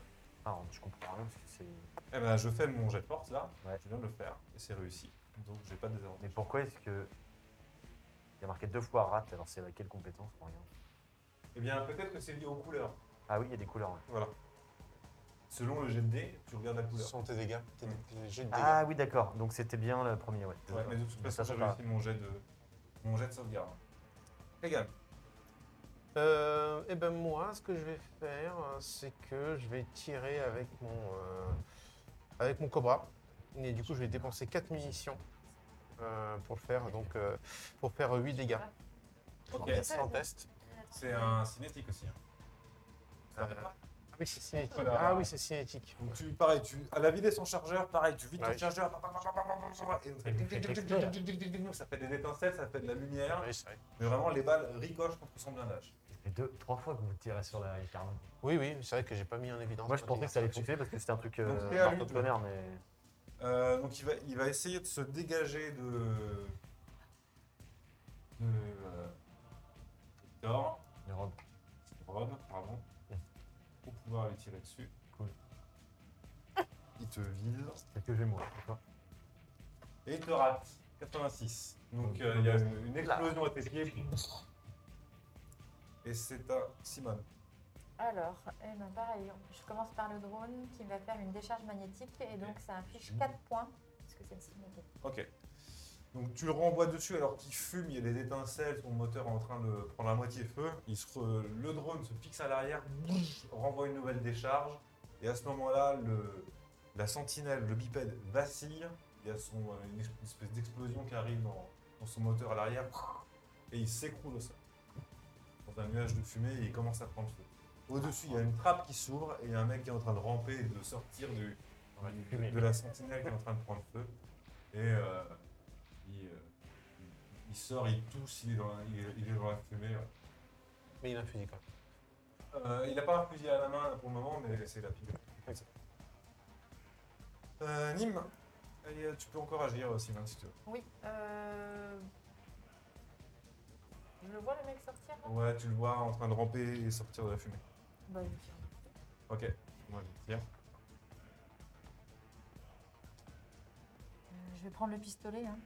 D: un round. Je comprends rien parce que c'est.
A: Eh ben, je fais mon jet de force là,
D: Ouais.
A: je viens de le faire, et c'est réussi. Donc j'ai pas de désavantage.
D: Mais pourquoi est-ce que. Il y a marqué deux fois rate alors c'est laquelle compétence pour rien
A: Eh bien, peut-être que c'est lié aux couleurs.
D: Ah oui, il y a des couleurs. ouais.
A: Voilà. Selon le jet de dés, tu regardes la
B: Ce
A: couleur.
B: sont tes dégâts, tes tes jets de dégâts.
D: Ah oui, d'accord. Donc c'était bien le premier, ouais.
A: Ouais, mais de toute
D: Mais ça,
A: façon, j'ai
D: ça va.
A: réussi mon jet de, mon jet de sauvegarde. Égal.
B: Euh, et ben moi, ce que je vais faire, euh, c'est que je vais tirer avec mon euh, avec mon cobra. Et du coup, je vais dépenser 4 munitions euh, pour le faire donc euh, pour faire 8 dégâts.
A: Ok.
B: Et Sans test.
A: C'est un cinétique aussi. hein. Ça
B: Euh,
A: va.
B: Ah oui, c'est cinétique.
A: Voilà.
B: Ah oui, c'est cinétique.
A: Donc tu, pareil, tu, à la vider son chargeur, pareil, tu vides
B: Ouais.
A: ton chargeur, pa, pa, pa, pa, pa, pa, pa, et on fait- ça fait des étincelles, ça fait de la lumière,
B: Oui, c'est vrai.
A: mais vraiment les balles ricochent contre son blindage.
D: Ça fait deux, trois fois que vous tirez sur la Carmen.
B: Oui, oui, c'est vrai que j'ai pas mis en évidence.
D: Moi je
B: ma
D: pensais que ça allait
B: dégâts.
D: fonctionner parce que c'était un truc
A: Donc,
D: euh,
A: c'est à lui
D: marteau de
A: de-
D: tonnerre, mais.
A: Euh, donc il va, il va essayer de se dégager de. de. euh, d'or,
D: Les robes.
A: Rod, pardon, pour pouvoir lui tirer dessus.
D: Mm. Cool.
A: Il te vise
D: C'est que j'ai moi.
A: et il te rate. 86.
D: Mm.
A: Donc euh, il y a une une explosion à tes pieds. Et c'est à Simone.
E: Alors, eh ben pareil, je commence par le drone qui va faire une décharge magnétique et donc ça affiche 4 points parce que c'est une cible magnétique.
A: Ok. Donc tu le renvoies dessus alors qu'il fume, il y a des étincelles, son moteur est en train de prendre la moitié feu. Il se re- Le drone se fixe à l'arrière, bouff, renvoie une nouvelle décharge. Et à ce moment-là, le... la sentinelle, le bipède vacille. Il y a son, euh, une, ex- une espèce d'explosion qui arrive dans, dans son moteur à l'arrière. Et il s'écroule au sol. Dans un nuage de fumée, et il commence à prendre feu. Au-dessus, il y a une trappe qui s'ouvre et il y a un mec qui est en train de ramper et de sortir du, du- de la sentinelle qui est en train de prendre feu. Et euh, il, euh, il- il sort, il tousse, il est dans la, il est- il est dans la fumée. ouais.
B: Mais il a un fusil, quoi.
A: Euh, il n'a pas un fusil à la main pour le moment, mais c'est la figure. Euh, Nîmes, allez, euh, tu peux encore agir, euh, Sylvain, si tu veux.
E: Oui. Euh... Je le vois le mec sortir là
A: Ouais, tu le vois en train de ramper et sortir de la fumée.
E: Bah, je tire.
A: Ok, moi je tire.
E: Euh, Je vais prendre le pistolet. Hein.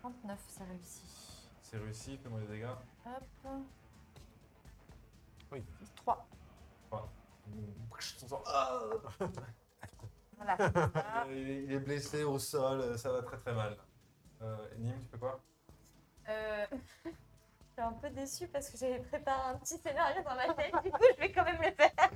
E: 39, ça réussit.
A: C'est réussi, fais-moi des dégâts.
E: Hop.
B: Oui.
E: 3.
A: Son sang- Ah
E: Voilà.
A: Euh, [LAUGHS] il est- il est blessé au sol, euh, ça va très très mal. Euh, Nîmes, tu fais quoi
E: Euh, [LAUGHS] Je suis un peu déçue parce que j'avais préparé un petit scénario dans ma tête. Du coup, je vais quand même le faire.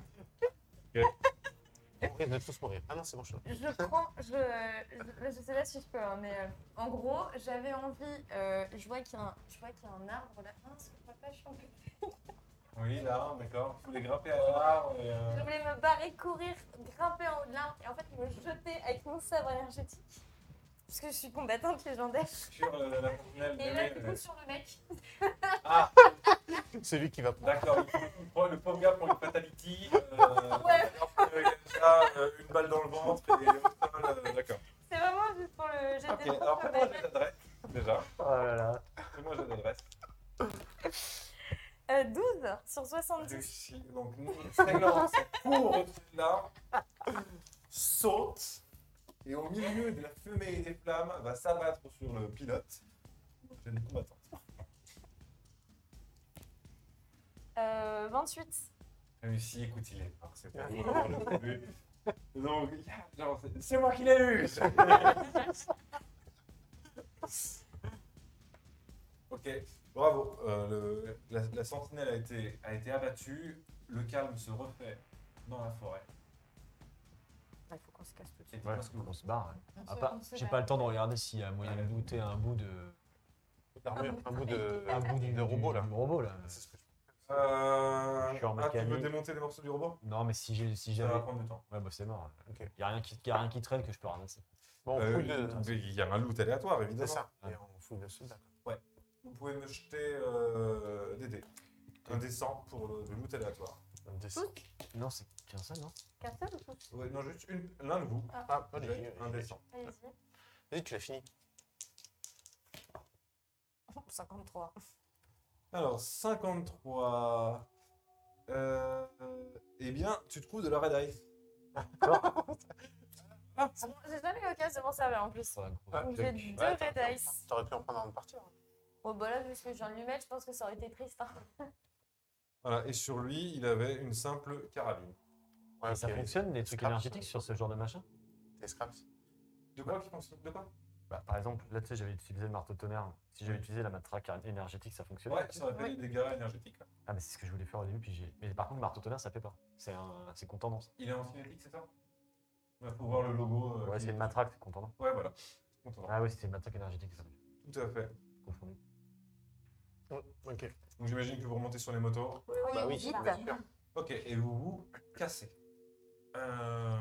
B: On risque de tous mourir. Ah non, c'est bon, je
E: Je prends, je, je, je sais pas si je peux, hein, mais euh, en gros, j'avais envie. euh, je vois qu'il y, a un- je vois qu'il y a un arbre là. Ah, c'est papa, je suis un peu-
A: Oui, là, d'accord. Il faut les grimper à l'arbre. et, euh,
E: Je voulais me barrer, courir, grimper en haut de l'arbre et en fait me jeter avec mon sabre énergétique. Parce que je suis combattante légendaire.
A: sur euh, la sentinelle.
E: Et
A: mais
E: là,
A: oui,
E: du
A: mais-
E: coup, sur le mec.
A: Ah,
B: C'est lui qui va prendre.
A: d'accord. il prend- il prend- Le pauvre gars prend une fatality. Euh,
E: Ouais.
A: [LAUGHS] alors que, euh, ça, euh, une balle dans le ventre et au sol, euh, D'accord.
E: C'est vraiment juste pour le jeter.
A: Ok, alors fais-moi un jet d'adresse. Déjà,
D: Oh là là.
A: fais-moi un jet d'adresse.
E: Euh, 12 sur 70.
A: Réussi. Donc, nous, Sanglant, ça court au-dessus de l'arbre, saute, et au milieu de la fumée et des flammes, va s'abattre sur le pilote. Je ne combattant.
E: Euh, 28.
C: [LAUGHS]
A: Réussi, écoute, il est mort, c'est pas vraiment le [LAUGHS] début. Donc, genre, c'est- c'est moi qui l'ai eu [LAUGHS] Ok, bravo. Euh, le- la, la sentinelle a été, a été abattue, le calme se refait dans la forêt.
E: Il faut qu'on se casse tout de
A: Et
E: suite.
A: dis-moi ce que vous-
D: on se barre.
E: On
D: Ah,
E: se-
D: pas-
E: on se
D: J'ai
E: bat.
D: pas le temps de regarder s'il y a moyen de
A: Ouais.
D: douter un bout de.
B: d'armure, un bout de,
D: Un bout du,
B: de Mm. robot,
D: du-
B: là.
D: du robot là.
B: C'est ce que je-
A: Euh,
D: Je suis en
A: ah, tu veux
D: mécanique.
A: démonter les morceaux du robot
D: Non mais si j'ai si
A: Ça
D: j'avais.
A: va prendre du temps.
D: Ouais bah c'est mort.
B: Ok.
D: Y a rien qui y a rien qui traîne que je peux ramasser.
B: Bon, on
A: Euh,
B: fouille de.
A: Il y a un loot aléatoire,
B: C'est
A: évidemment.
B: ça. Et on fouille de soldats.
A: Vous pouvez me jeter euh, des dés. Un des 100 pour euh, le le loot aléatoire.
B: Un dessin.
E: Toutes
D: Non, c'est qu'un seul, non
E: Qu'un seul ou tous
A: Ouais, non, juste une- l'un de vous.
B: Ah, moi, j'ai-
A: jette Un des 100.
C: [LAUGHS]
E: Allez-y.
B: Vas-y, tu l'as fini.
E: 53.
A: Alors, 53. Euh, eh bien, tu trouves de la red ice.
E: Ah bon, J'ai jamais eu l'occasion de m'en servir en plus.
D: Enfin,
C: Ah,
D: gros.
E: Donc j'ai deux red ice.
B: T'aurais pu en prendre un de partir.
E: Bon, bah là, vu ce que j'en lui mets, je pense que ça aurait été triste. hein.
A: Voilà, et sur lui, il avait une simple carabine.
B: Ouais,
D: Et ça
B: ok.
D: fonctionne, les trucs
B: Scraps.
D: énergétiques sur ce genre de machin
B: Des scraps.
A: De quoi qui fonctionne De quoi
D: bah, Par exemple, là, tu sais, j'avais utilisé le marteau tonnerre. Si j'avais utilisé la matraque énergétique, ça fonctionne
A: Ouais, qui sont appelés des dégâts énergétiques.
D: Ah, mais c'est ce que je voulais faire au début, puis j'ai. Mais par contre, le marteau tonnerre, ça fait pas. C'est un... c'est contendance.
A: Il est en cinétique, c'est ça Il faut voir le logo. euh,
D: Ouais,
A: qui-
D: c'est une matraque, c'est contendant.
A: Ouais, voilà. Content.
D: Ah, oui, c'était une matraque énergétique, ça.
A: Tout à fait.
D: Confondu.
B: Ouais, Ok.
A: Donc j'imagine que vous remontez sur les motos.
B: Bah oui,
E: vite.
B: bien sûr.
A: Ok, et vous vous cassez. Euh,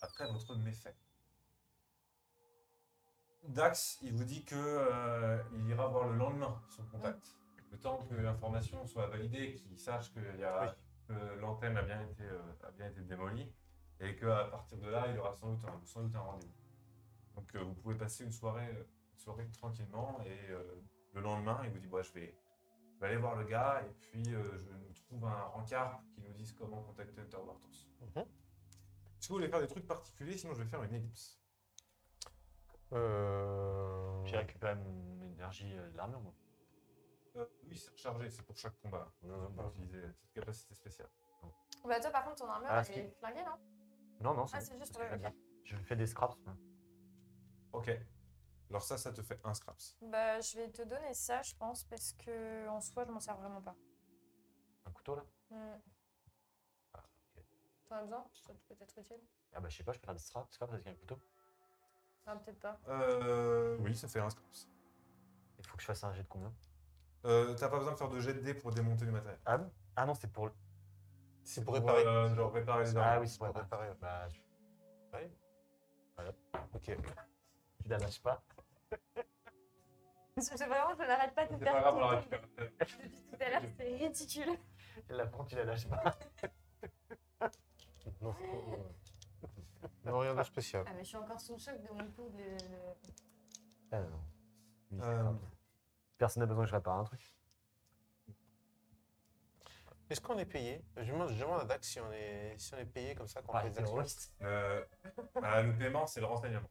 A: Après votre méfait. Dax, il vous dit que euh, il ira voir le lendemain son contact. Le temps que l'information soit validée, qu'il sache que, y a- que l'antenne a bien été euh, a bien été démolie et qu'à partir de là, il aura sans doute un, sans doute un rendez-vous. Donc euh, vous pouvez passer une soirée euh, une soirée tranquillement et euh, le lendemain, il vous dit bah, je vais je vais aller voir le gars et puis euh, je nous trouve un rencard pour qu'il nous dise comment contacter Hunter Bartos.
B: Mhm.
A: Si vous voulez faire des trucs particuliers, sinon je vais faire une ellipse.
B: Euh.
D: J'ai récupéré mon énergie euh, de l'armure, moi.
A: Euh, oui, c'est rechargé, c'est pour chaque combat. Vous
B: Ah.
A: utilisez cette capacité spéciale.
E: Bah toi, par contre, ton armure,
D: Ah,
E: elle
D: ce
E: est flinguée, non
D: Non, non,
E: Ah,
D: c'est
E: c'est juste...
D: parce que
E: ouais,
D: j'aime
E: ok.
D: Je fais des scraps. hein. moi.
A: Ok. Alors ça, ça te fait un scraps.
C: Bah, je vais te donner ça, je pense, parce que en soi, je m'en sers vraiment pas.
D: Un couteau, là
C: Hmm.
D: Ah, ok.
E: T'en as besoin Ça peut être utile
D: Ah, bah, je sais pas, je peux faire des scraps scraps avec un couteau.
E: Non, peut-être pas.
A: Euh, oui, ça fait un scraps.
D: Il faut que je fasse un jet de combien
A: Euh, T'as pas besoin de faire de jet de dés pour démonter du matériel.
D: Ah, bon ah non, c'est pour le.
B: C'est pour réparer.
A: euh, genre réparer les
D: Ah
A: armes.
D: oui, c'est
B: Pour
D: pour le.
B: réparer. ouais.
D: Bah, je-
B: Ok.
D: tu la lâches pas.
E: C'est vraiment, je n'arrête pas de
A: C'est
E: te
A: pas grave, on la
E: faire tout
A: récupère.
E: tout à l'heure, c'est ridicule.
D: La prends, tu la lâches pas.
B: Non, non, rien de spécial.
E: Ah, mais je suis encore sous le choc de mon coup de...
D: Ah non. Oui, c'est
A: Euh.
D: grave. Personne n'a besoin que je répare un truc.
B: Est-ce qu'on est payé je demande, je demande à Dax si on est, si on est payé comme ça quand on
D: Ah,
B: fait des actions.
A: Euh, [LAUGHS] bah, le paiement, c'est le renseignement.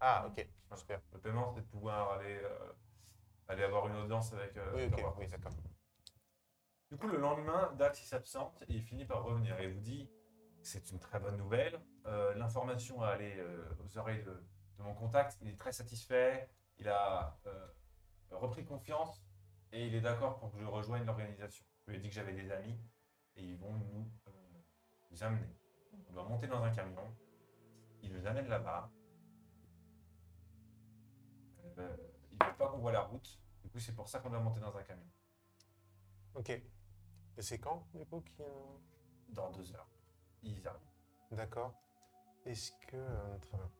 B: Ah, ok. Super.
A: Le paiement, Bah, c'est de pouvoir aller, euh, aller avoir une audience avec euh,
B: Oui,
A: Hunter
B: ok.
A: Bartos.
B: Oui, d'accord.
A: Du coup, le lendemain, Dax il s'absente et il finit par revenir et vous dit c'est une très bonne nouvelle. Euh, L'information a allé euh, aux oreilles de, de mon contact. Il est très satisfait. Il a euh, repris confiance et il est d'accord pour que je rejoigne l'organisation. Je lui ai dit que j'avais des amis et ils vont nous, euh, nous amener. On doit monter dans un camion. Ils nous amènent là-bas. Euh, ils ne veulent pas qu'on voit la route. Du coup, c'est pour ça qu'on doit monter dans un camion.
B: Ok. Et c'est quand, du coup, qui. euh,
A: Dans deux heures. Ils arrivent.
B: D'accord. Est-ce que. euh, très bien.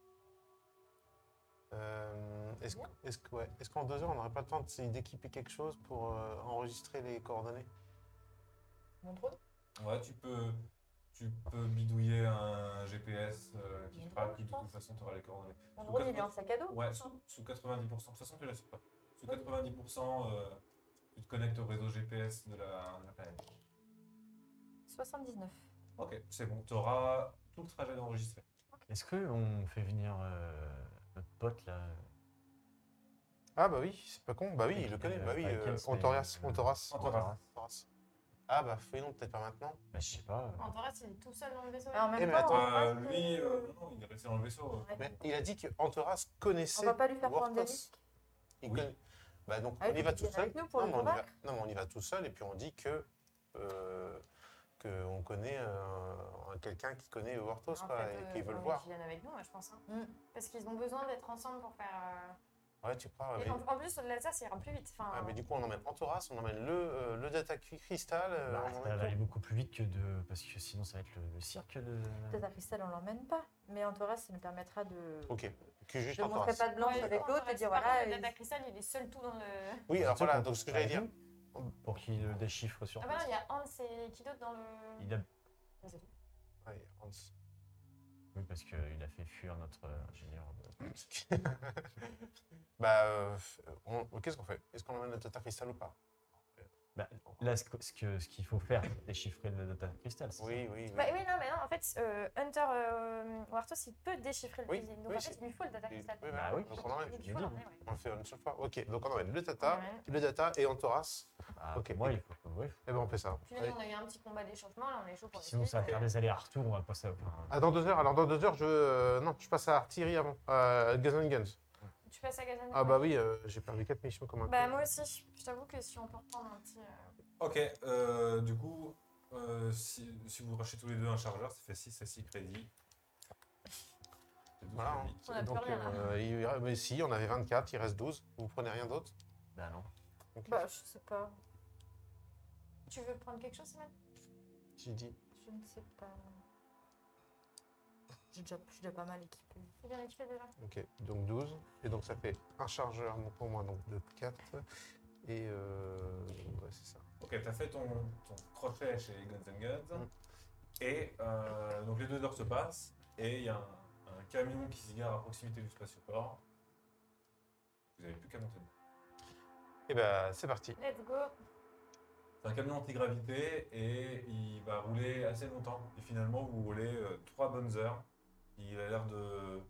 B: Euh, est-ce, que- est-ce, que- ouais, est-ce qu'en deux heures, on n'aurait pas le temps de- d'équiper quelque chose pour euh, enregistrer les coordonnées
E: Mon drone
A: Ouais, tu peux, tu peux bidouiller un GPS euh, qui
E: Mais
A: te traque,
E: non,
A: puis
E: je
A: de toute
E: pense.
A: façon, tu auras les coordonnées.
E: Mon
A: Sous
E: drone, il est
A: 80.
E: en sac à dos
A: Ouais, sous, sous 90%. De toute façon, tu ne l'as pas. Sous 90%, euh, tu te connectes au réseau GPS de la, de la planète.
E: 79.
A: Ok, c'est bon, tu auras tout le trajet d'enregistré.
D: Est-ce qu'on fait venir euh, notre pote là
B: Ah, bah oui, c'est pas con. Bah oui,
D: Et
B: il le
D: qui,
B: connaît.
D: euh,
B: Bah oui,
D: pas
B: euh,
D: Kels, mais,
B: Hontoras.
D: euh,
B: Hontoras.
A: Hontoras.
B: Hontoras. Ah, bah faisons peut-être pas maintenant.
D: bah, Je sais pas.
C: Euh,
E: En reste, il est tout seul dans le vaisseau.
C: Ah, en
B: Eh,
C: même
B: mais
C: temps,
B: attends,
C: on
A: Euh,
C: pense que-
A: lui, euh, non, il est resté dans le vaisseau. euh.
E: Ouais.
B: Mais il a dit que Hontoras
E: On
B: connaissait.
E: va pas lui faire prendre des
B: Worthos.
E: risques.
B: Il
A: Oui.
B: conna- Bah donc,
E: Ah oui,
B: on y va
E: il
B: tout
E: vient
B: seul.
E: avec nous pour le
B: mais on y va-
E: convaincre.
B: non, mais on y va tout seul et puis on dit que. euh, qu'on connaît euh, quelqu'un qui connaît Hortos
E: En
B: quoi,
E: fait,
B: et
E: euh,
B: qui veut
E: faut
B: le voir.
C: Mm.
E: qu'ils viennent avec nous, moi, je pense. hein. Parce qu'ils ont besoin d'être ensemble pour faire... euh,
B: Ouais, tu crois. ouais,
C: Et
B: mais-
C: en, en plus, le laser, ça ira plus vite. Enfin,
B: Ah, mais du coup, on emmène Antoras, on emmène le, euh, le data cri- cristal. euh,
D: Bah,
B: on
D: ça
B: emmène
D: va
B: tout.
D: aller beaucoup plus vite que de. Parce que sinon, ça va être le, le cirque de.
E: Peut-être Christelle, on l'emmène pas. Mais Antora, ça nous permettra de.
B: Ok, que juste
E: Je ne montrer
B: Antoras.
E: pas de blanche
C: ouais,
E: avec
C: on
E: l'autre et
C: reste
E: dire
C: pas
E: voilà.
C: comme
E: euh,
C: le Dada Crystal, il est seul tout dans le.
B: Oui, alors
D: Tu sais
B: voilà,
D: qu'on-
B: donc ce que j'allais dire.
D: Pour qu'il le déchiffre sur
C: Ah bah non, il y a Hans et qui d'autre dans le.
D: Il a...
B: Ouais, Hans. [LAUGHS]
D: Oui, parce qu'il a fait fuir notre euh, ingénieur.
B: bah, euh, on- qu'est-ce qu'on fait Est-ce qu'on emmène le data cristal ou pas
D: Bah, là, ce que- ce que- ce qu'il faut faire, c'est déchiffrer le data cristal. c'est
B: Oui, oui.
C: Bah
B: oui.
C: oui, non, mais non, en fait, euh, Hunter euh, Wartos, il peut déchiffrer le
B: Oui,
C: cuisine. Donc
B: oui,
C: en fait,
B: c'est-
C: il lui faut le data
B: Et-
C: crystal.
B: oui,
D: Bah
B: bah,
D: oui.
B: Donc on emmène.
C: Donc,
D: je
C: il faut
D: dis.
C: l'emmener, ouais.
B: On le fait une seule fois. Ok, donc on emmène le data,
C: Ouais.
B: le data et Antoras.
D: ça. Ah,
B: Ok.
D: Pour moi, il faut. que- ouais.
B: Et ben on fait ça.
C: Puis là,
B: Allez.
C: on a eu un petit combat d'échauffement, là, on est chaud pour
D: Puis sinon, ça va
C: suite. Euh,
D: faire des allers-retours, on va pas ça. enfin,
B: Ah, dans deux heures, alors dans deux heures, je. euh, non, je passe à artillerie avant. Euh, Guns and Guns.
C: Tu passes à Gazan
B: Ah, bah oui, euh, j'ai perdu quatre missions comme un.
C: Bah
B: con.
C: moi aussi, je t'avoue que si on peut reprendre un petit... euh,
A: Ok, euh, du coup, euh, si, si vous rachetez tous les deux un chargeur, ça fait 6 à 6 crédits. C'est douze
B: Voilà, hein.
A: crédits.
C: On a plus
B: Donc,
C: rien, là.
B: euh, il y aura- mais si, on avait 24, il reste 12. Vous prenez rien d'autre
D: Bah non.
B: Ok.
E: Bah, je sais pas.
C: Tu veux prendre quelque chose, Simon
B: J'ai dit.
E: Je ne sais pas. J'ai déjà- Je suis déjà pas mal équipée.
C: C'est bien équipé déjà.
B: Ok, donc 12. Et donc ça fait un chargeur donc, pour moi, donc de 4. Et euh, ouais, c'est ça.
A: Ok, t'as fait ton, ton crochet chez Guns N' Guns.
B: Mm.
A: Et euh, donc les deux heures se passent et il y a un, un camion qui se gare à proximité du spatioport. Vous avez plus qu'à monter. dedans.
B: Et bah c'est parti.
C: Let's go
A: C'est un camion antigravité et il va rouler assez longtemps. Et finalement, vous roulez euh, trois bonnes heures. Il a l'air de,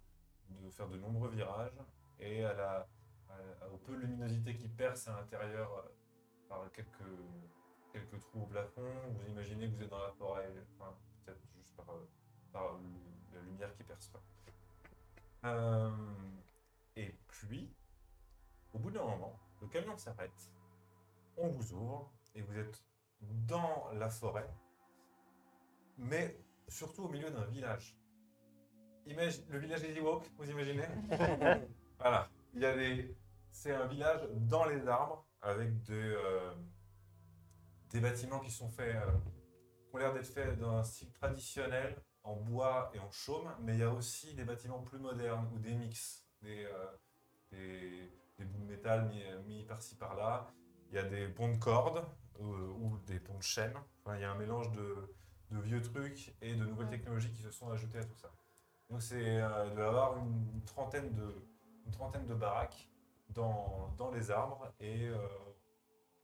A: de faire de nombreux virages. Et à la, à- au peu de luminosité qui perce à l'intérieur euh, par quelques, quelques trous au plafond, vous imaginez que vous êtes dans la forêt. Enfin, peut-être juste par, euh, par le- la lumière qui perce. quoi. Euh, et puis, au bout d'un moment, le camion s'arrête. On vous ouvre et vous êtes dans la forêt, mais surtout au milieu d'un village. Imagine, le village Easy Walk, vous imaginez Voilà, il y a des, c'est un village dans les arbres avec des, euh, des bâtiments qui sont faits, euh, qui ont l'air d'être faits d'un style traditionnel, en bois et en chaume, mais il y a aussi des bâtiments plus modernes ou des mix, des, euh, des, des bouts de métal mis, mis par-ci par-là. Il y a des ponts de cordes euh, ou des ponts de chaîne. Enfin, il y a un mélange de, de vieux trucs et de nouvelles
C: Ouais.
A: technologies qui se sont ajoutées à tout ça. Donc c'est euh, il doit y avoir une trentaine de, une trentaine de baraques dans, dans les arbres et euh,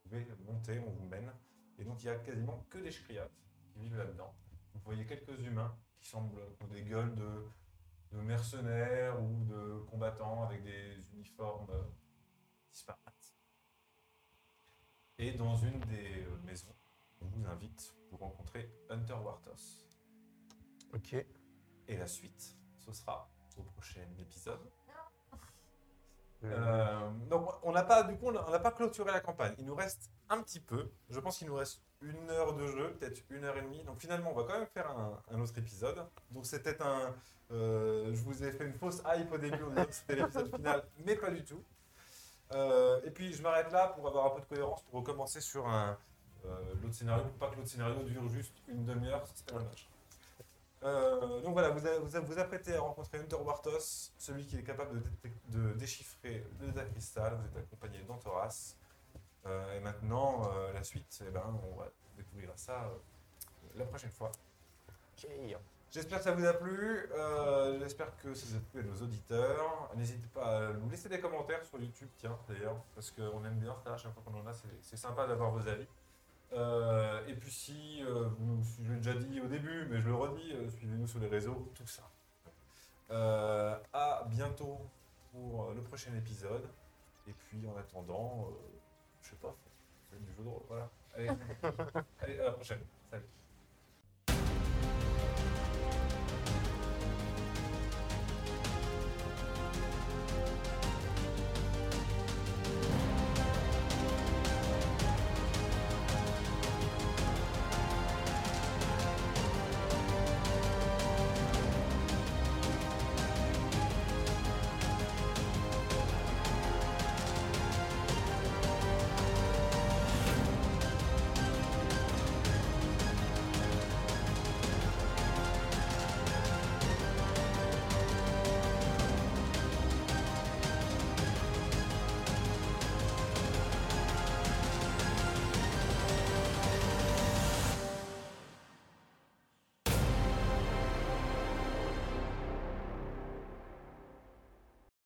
A: vous pouvez monter, on vous mène. Et donc il y a quasiment que des chcriates qui vivent là-dedans. Vous voyez quelques humains qui semblent ont des gueules de, de mercenaires ou de combattants avec des uniformes euh, disparates. Et dans une des euh, maisons, on vous invite pour rencontrer Hunter Wartos.
B: Ok.
A: Et la suite, ce sera au prochain épisode.
B: Euh,
A: Euh, donc on n'a pas, du coup, on n'a on n'a pas clôturé la campagne. Il nous reste un petit peu. Je pense qu'il nous reste une heure de jeu, peut-être une heure et demie. Donc finalement, on va quand même faire un, un autre épisode. Donc c'était un, euh, je vous ai fait une fausse hype au début, on disait que c'était l'épisode final, mais pas du tout. Euh, et puis je m'arrête là pour avoir un peu de cohérence, pour recommencer sur un euh, l'autre scénario, pour pas que l'autre scénario dure juste une demi-heure, ce serait dommage. Euh, donc voilà, vous a- vous a- vous apprêtez à rencontrer Hunter Wartos, celui qui est capable de, détec- de déchiffrer le data cristal. Vous êtes accompagné d'Antoras. Euh, et maintenant, euh, la suite, eh ben, on va découvrir ça euh, la prochaine fois.
B: Ok.
A: J'espère que ça vous a plu. euh, J'espère que ça vous a plu à nos auditeurs. N'hésitez pas à nous laisser des commentaires sur YouTube, tiens, d'ailleurs, parce qu'on aime bien ça. À chaque fois qu'on en a, c'est c'est sympa d'avoir vos avis. Euh, et puis, si euh, vous, je l'ai déjà dit au début, mais je le redis, euh, suivez-nous sur les réseaux, tout ça. Euh, à bientôt pour euh, le prochain épisode. Et puis, en attendant, euh, je sais pas, faites du jeu de rôle, voilà. Allez, allez à la prochaine.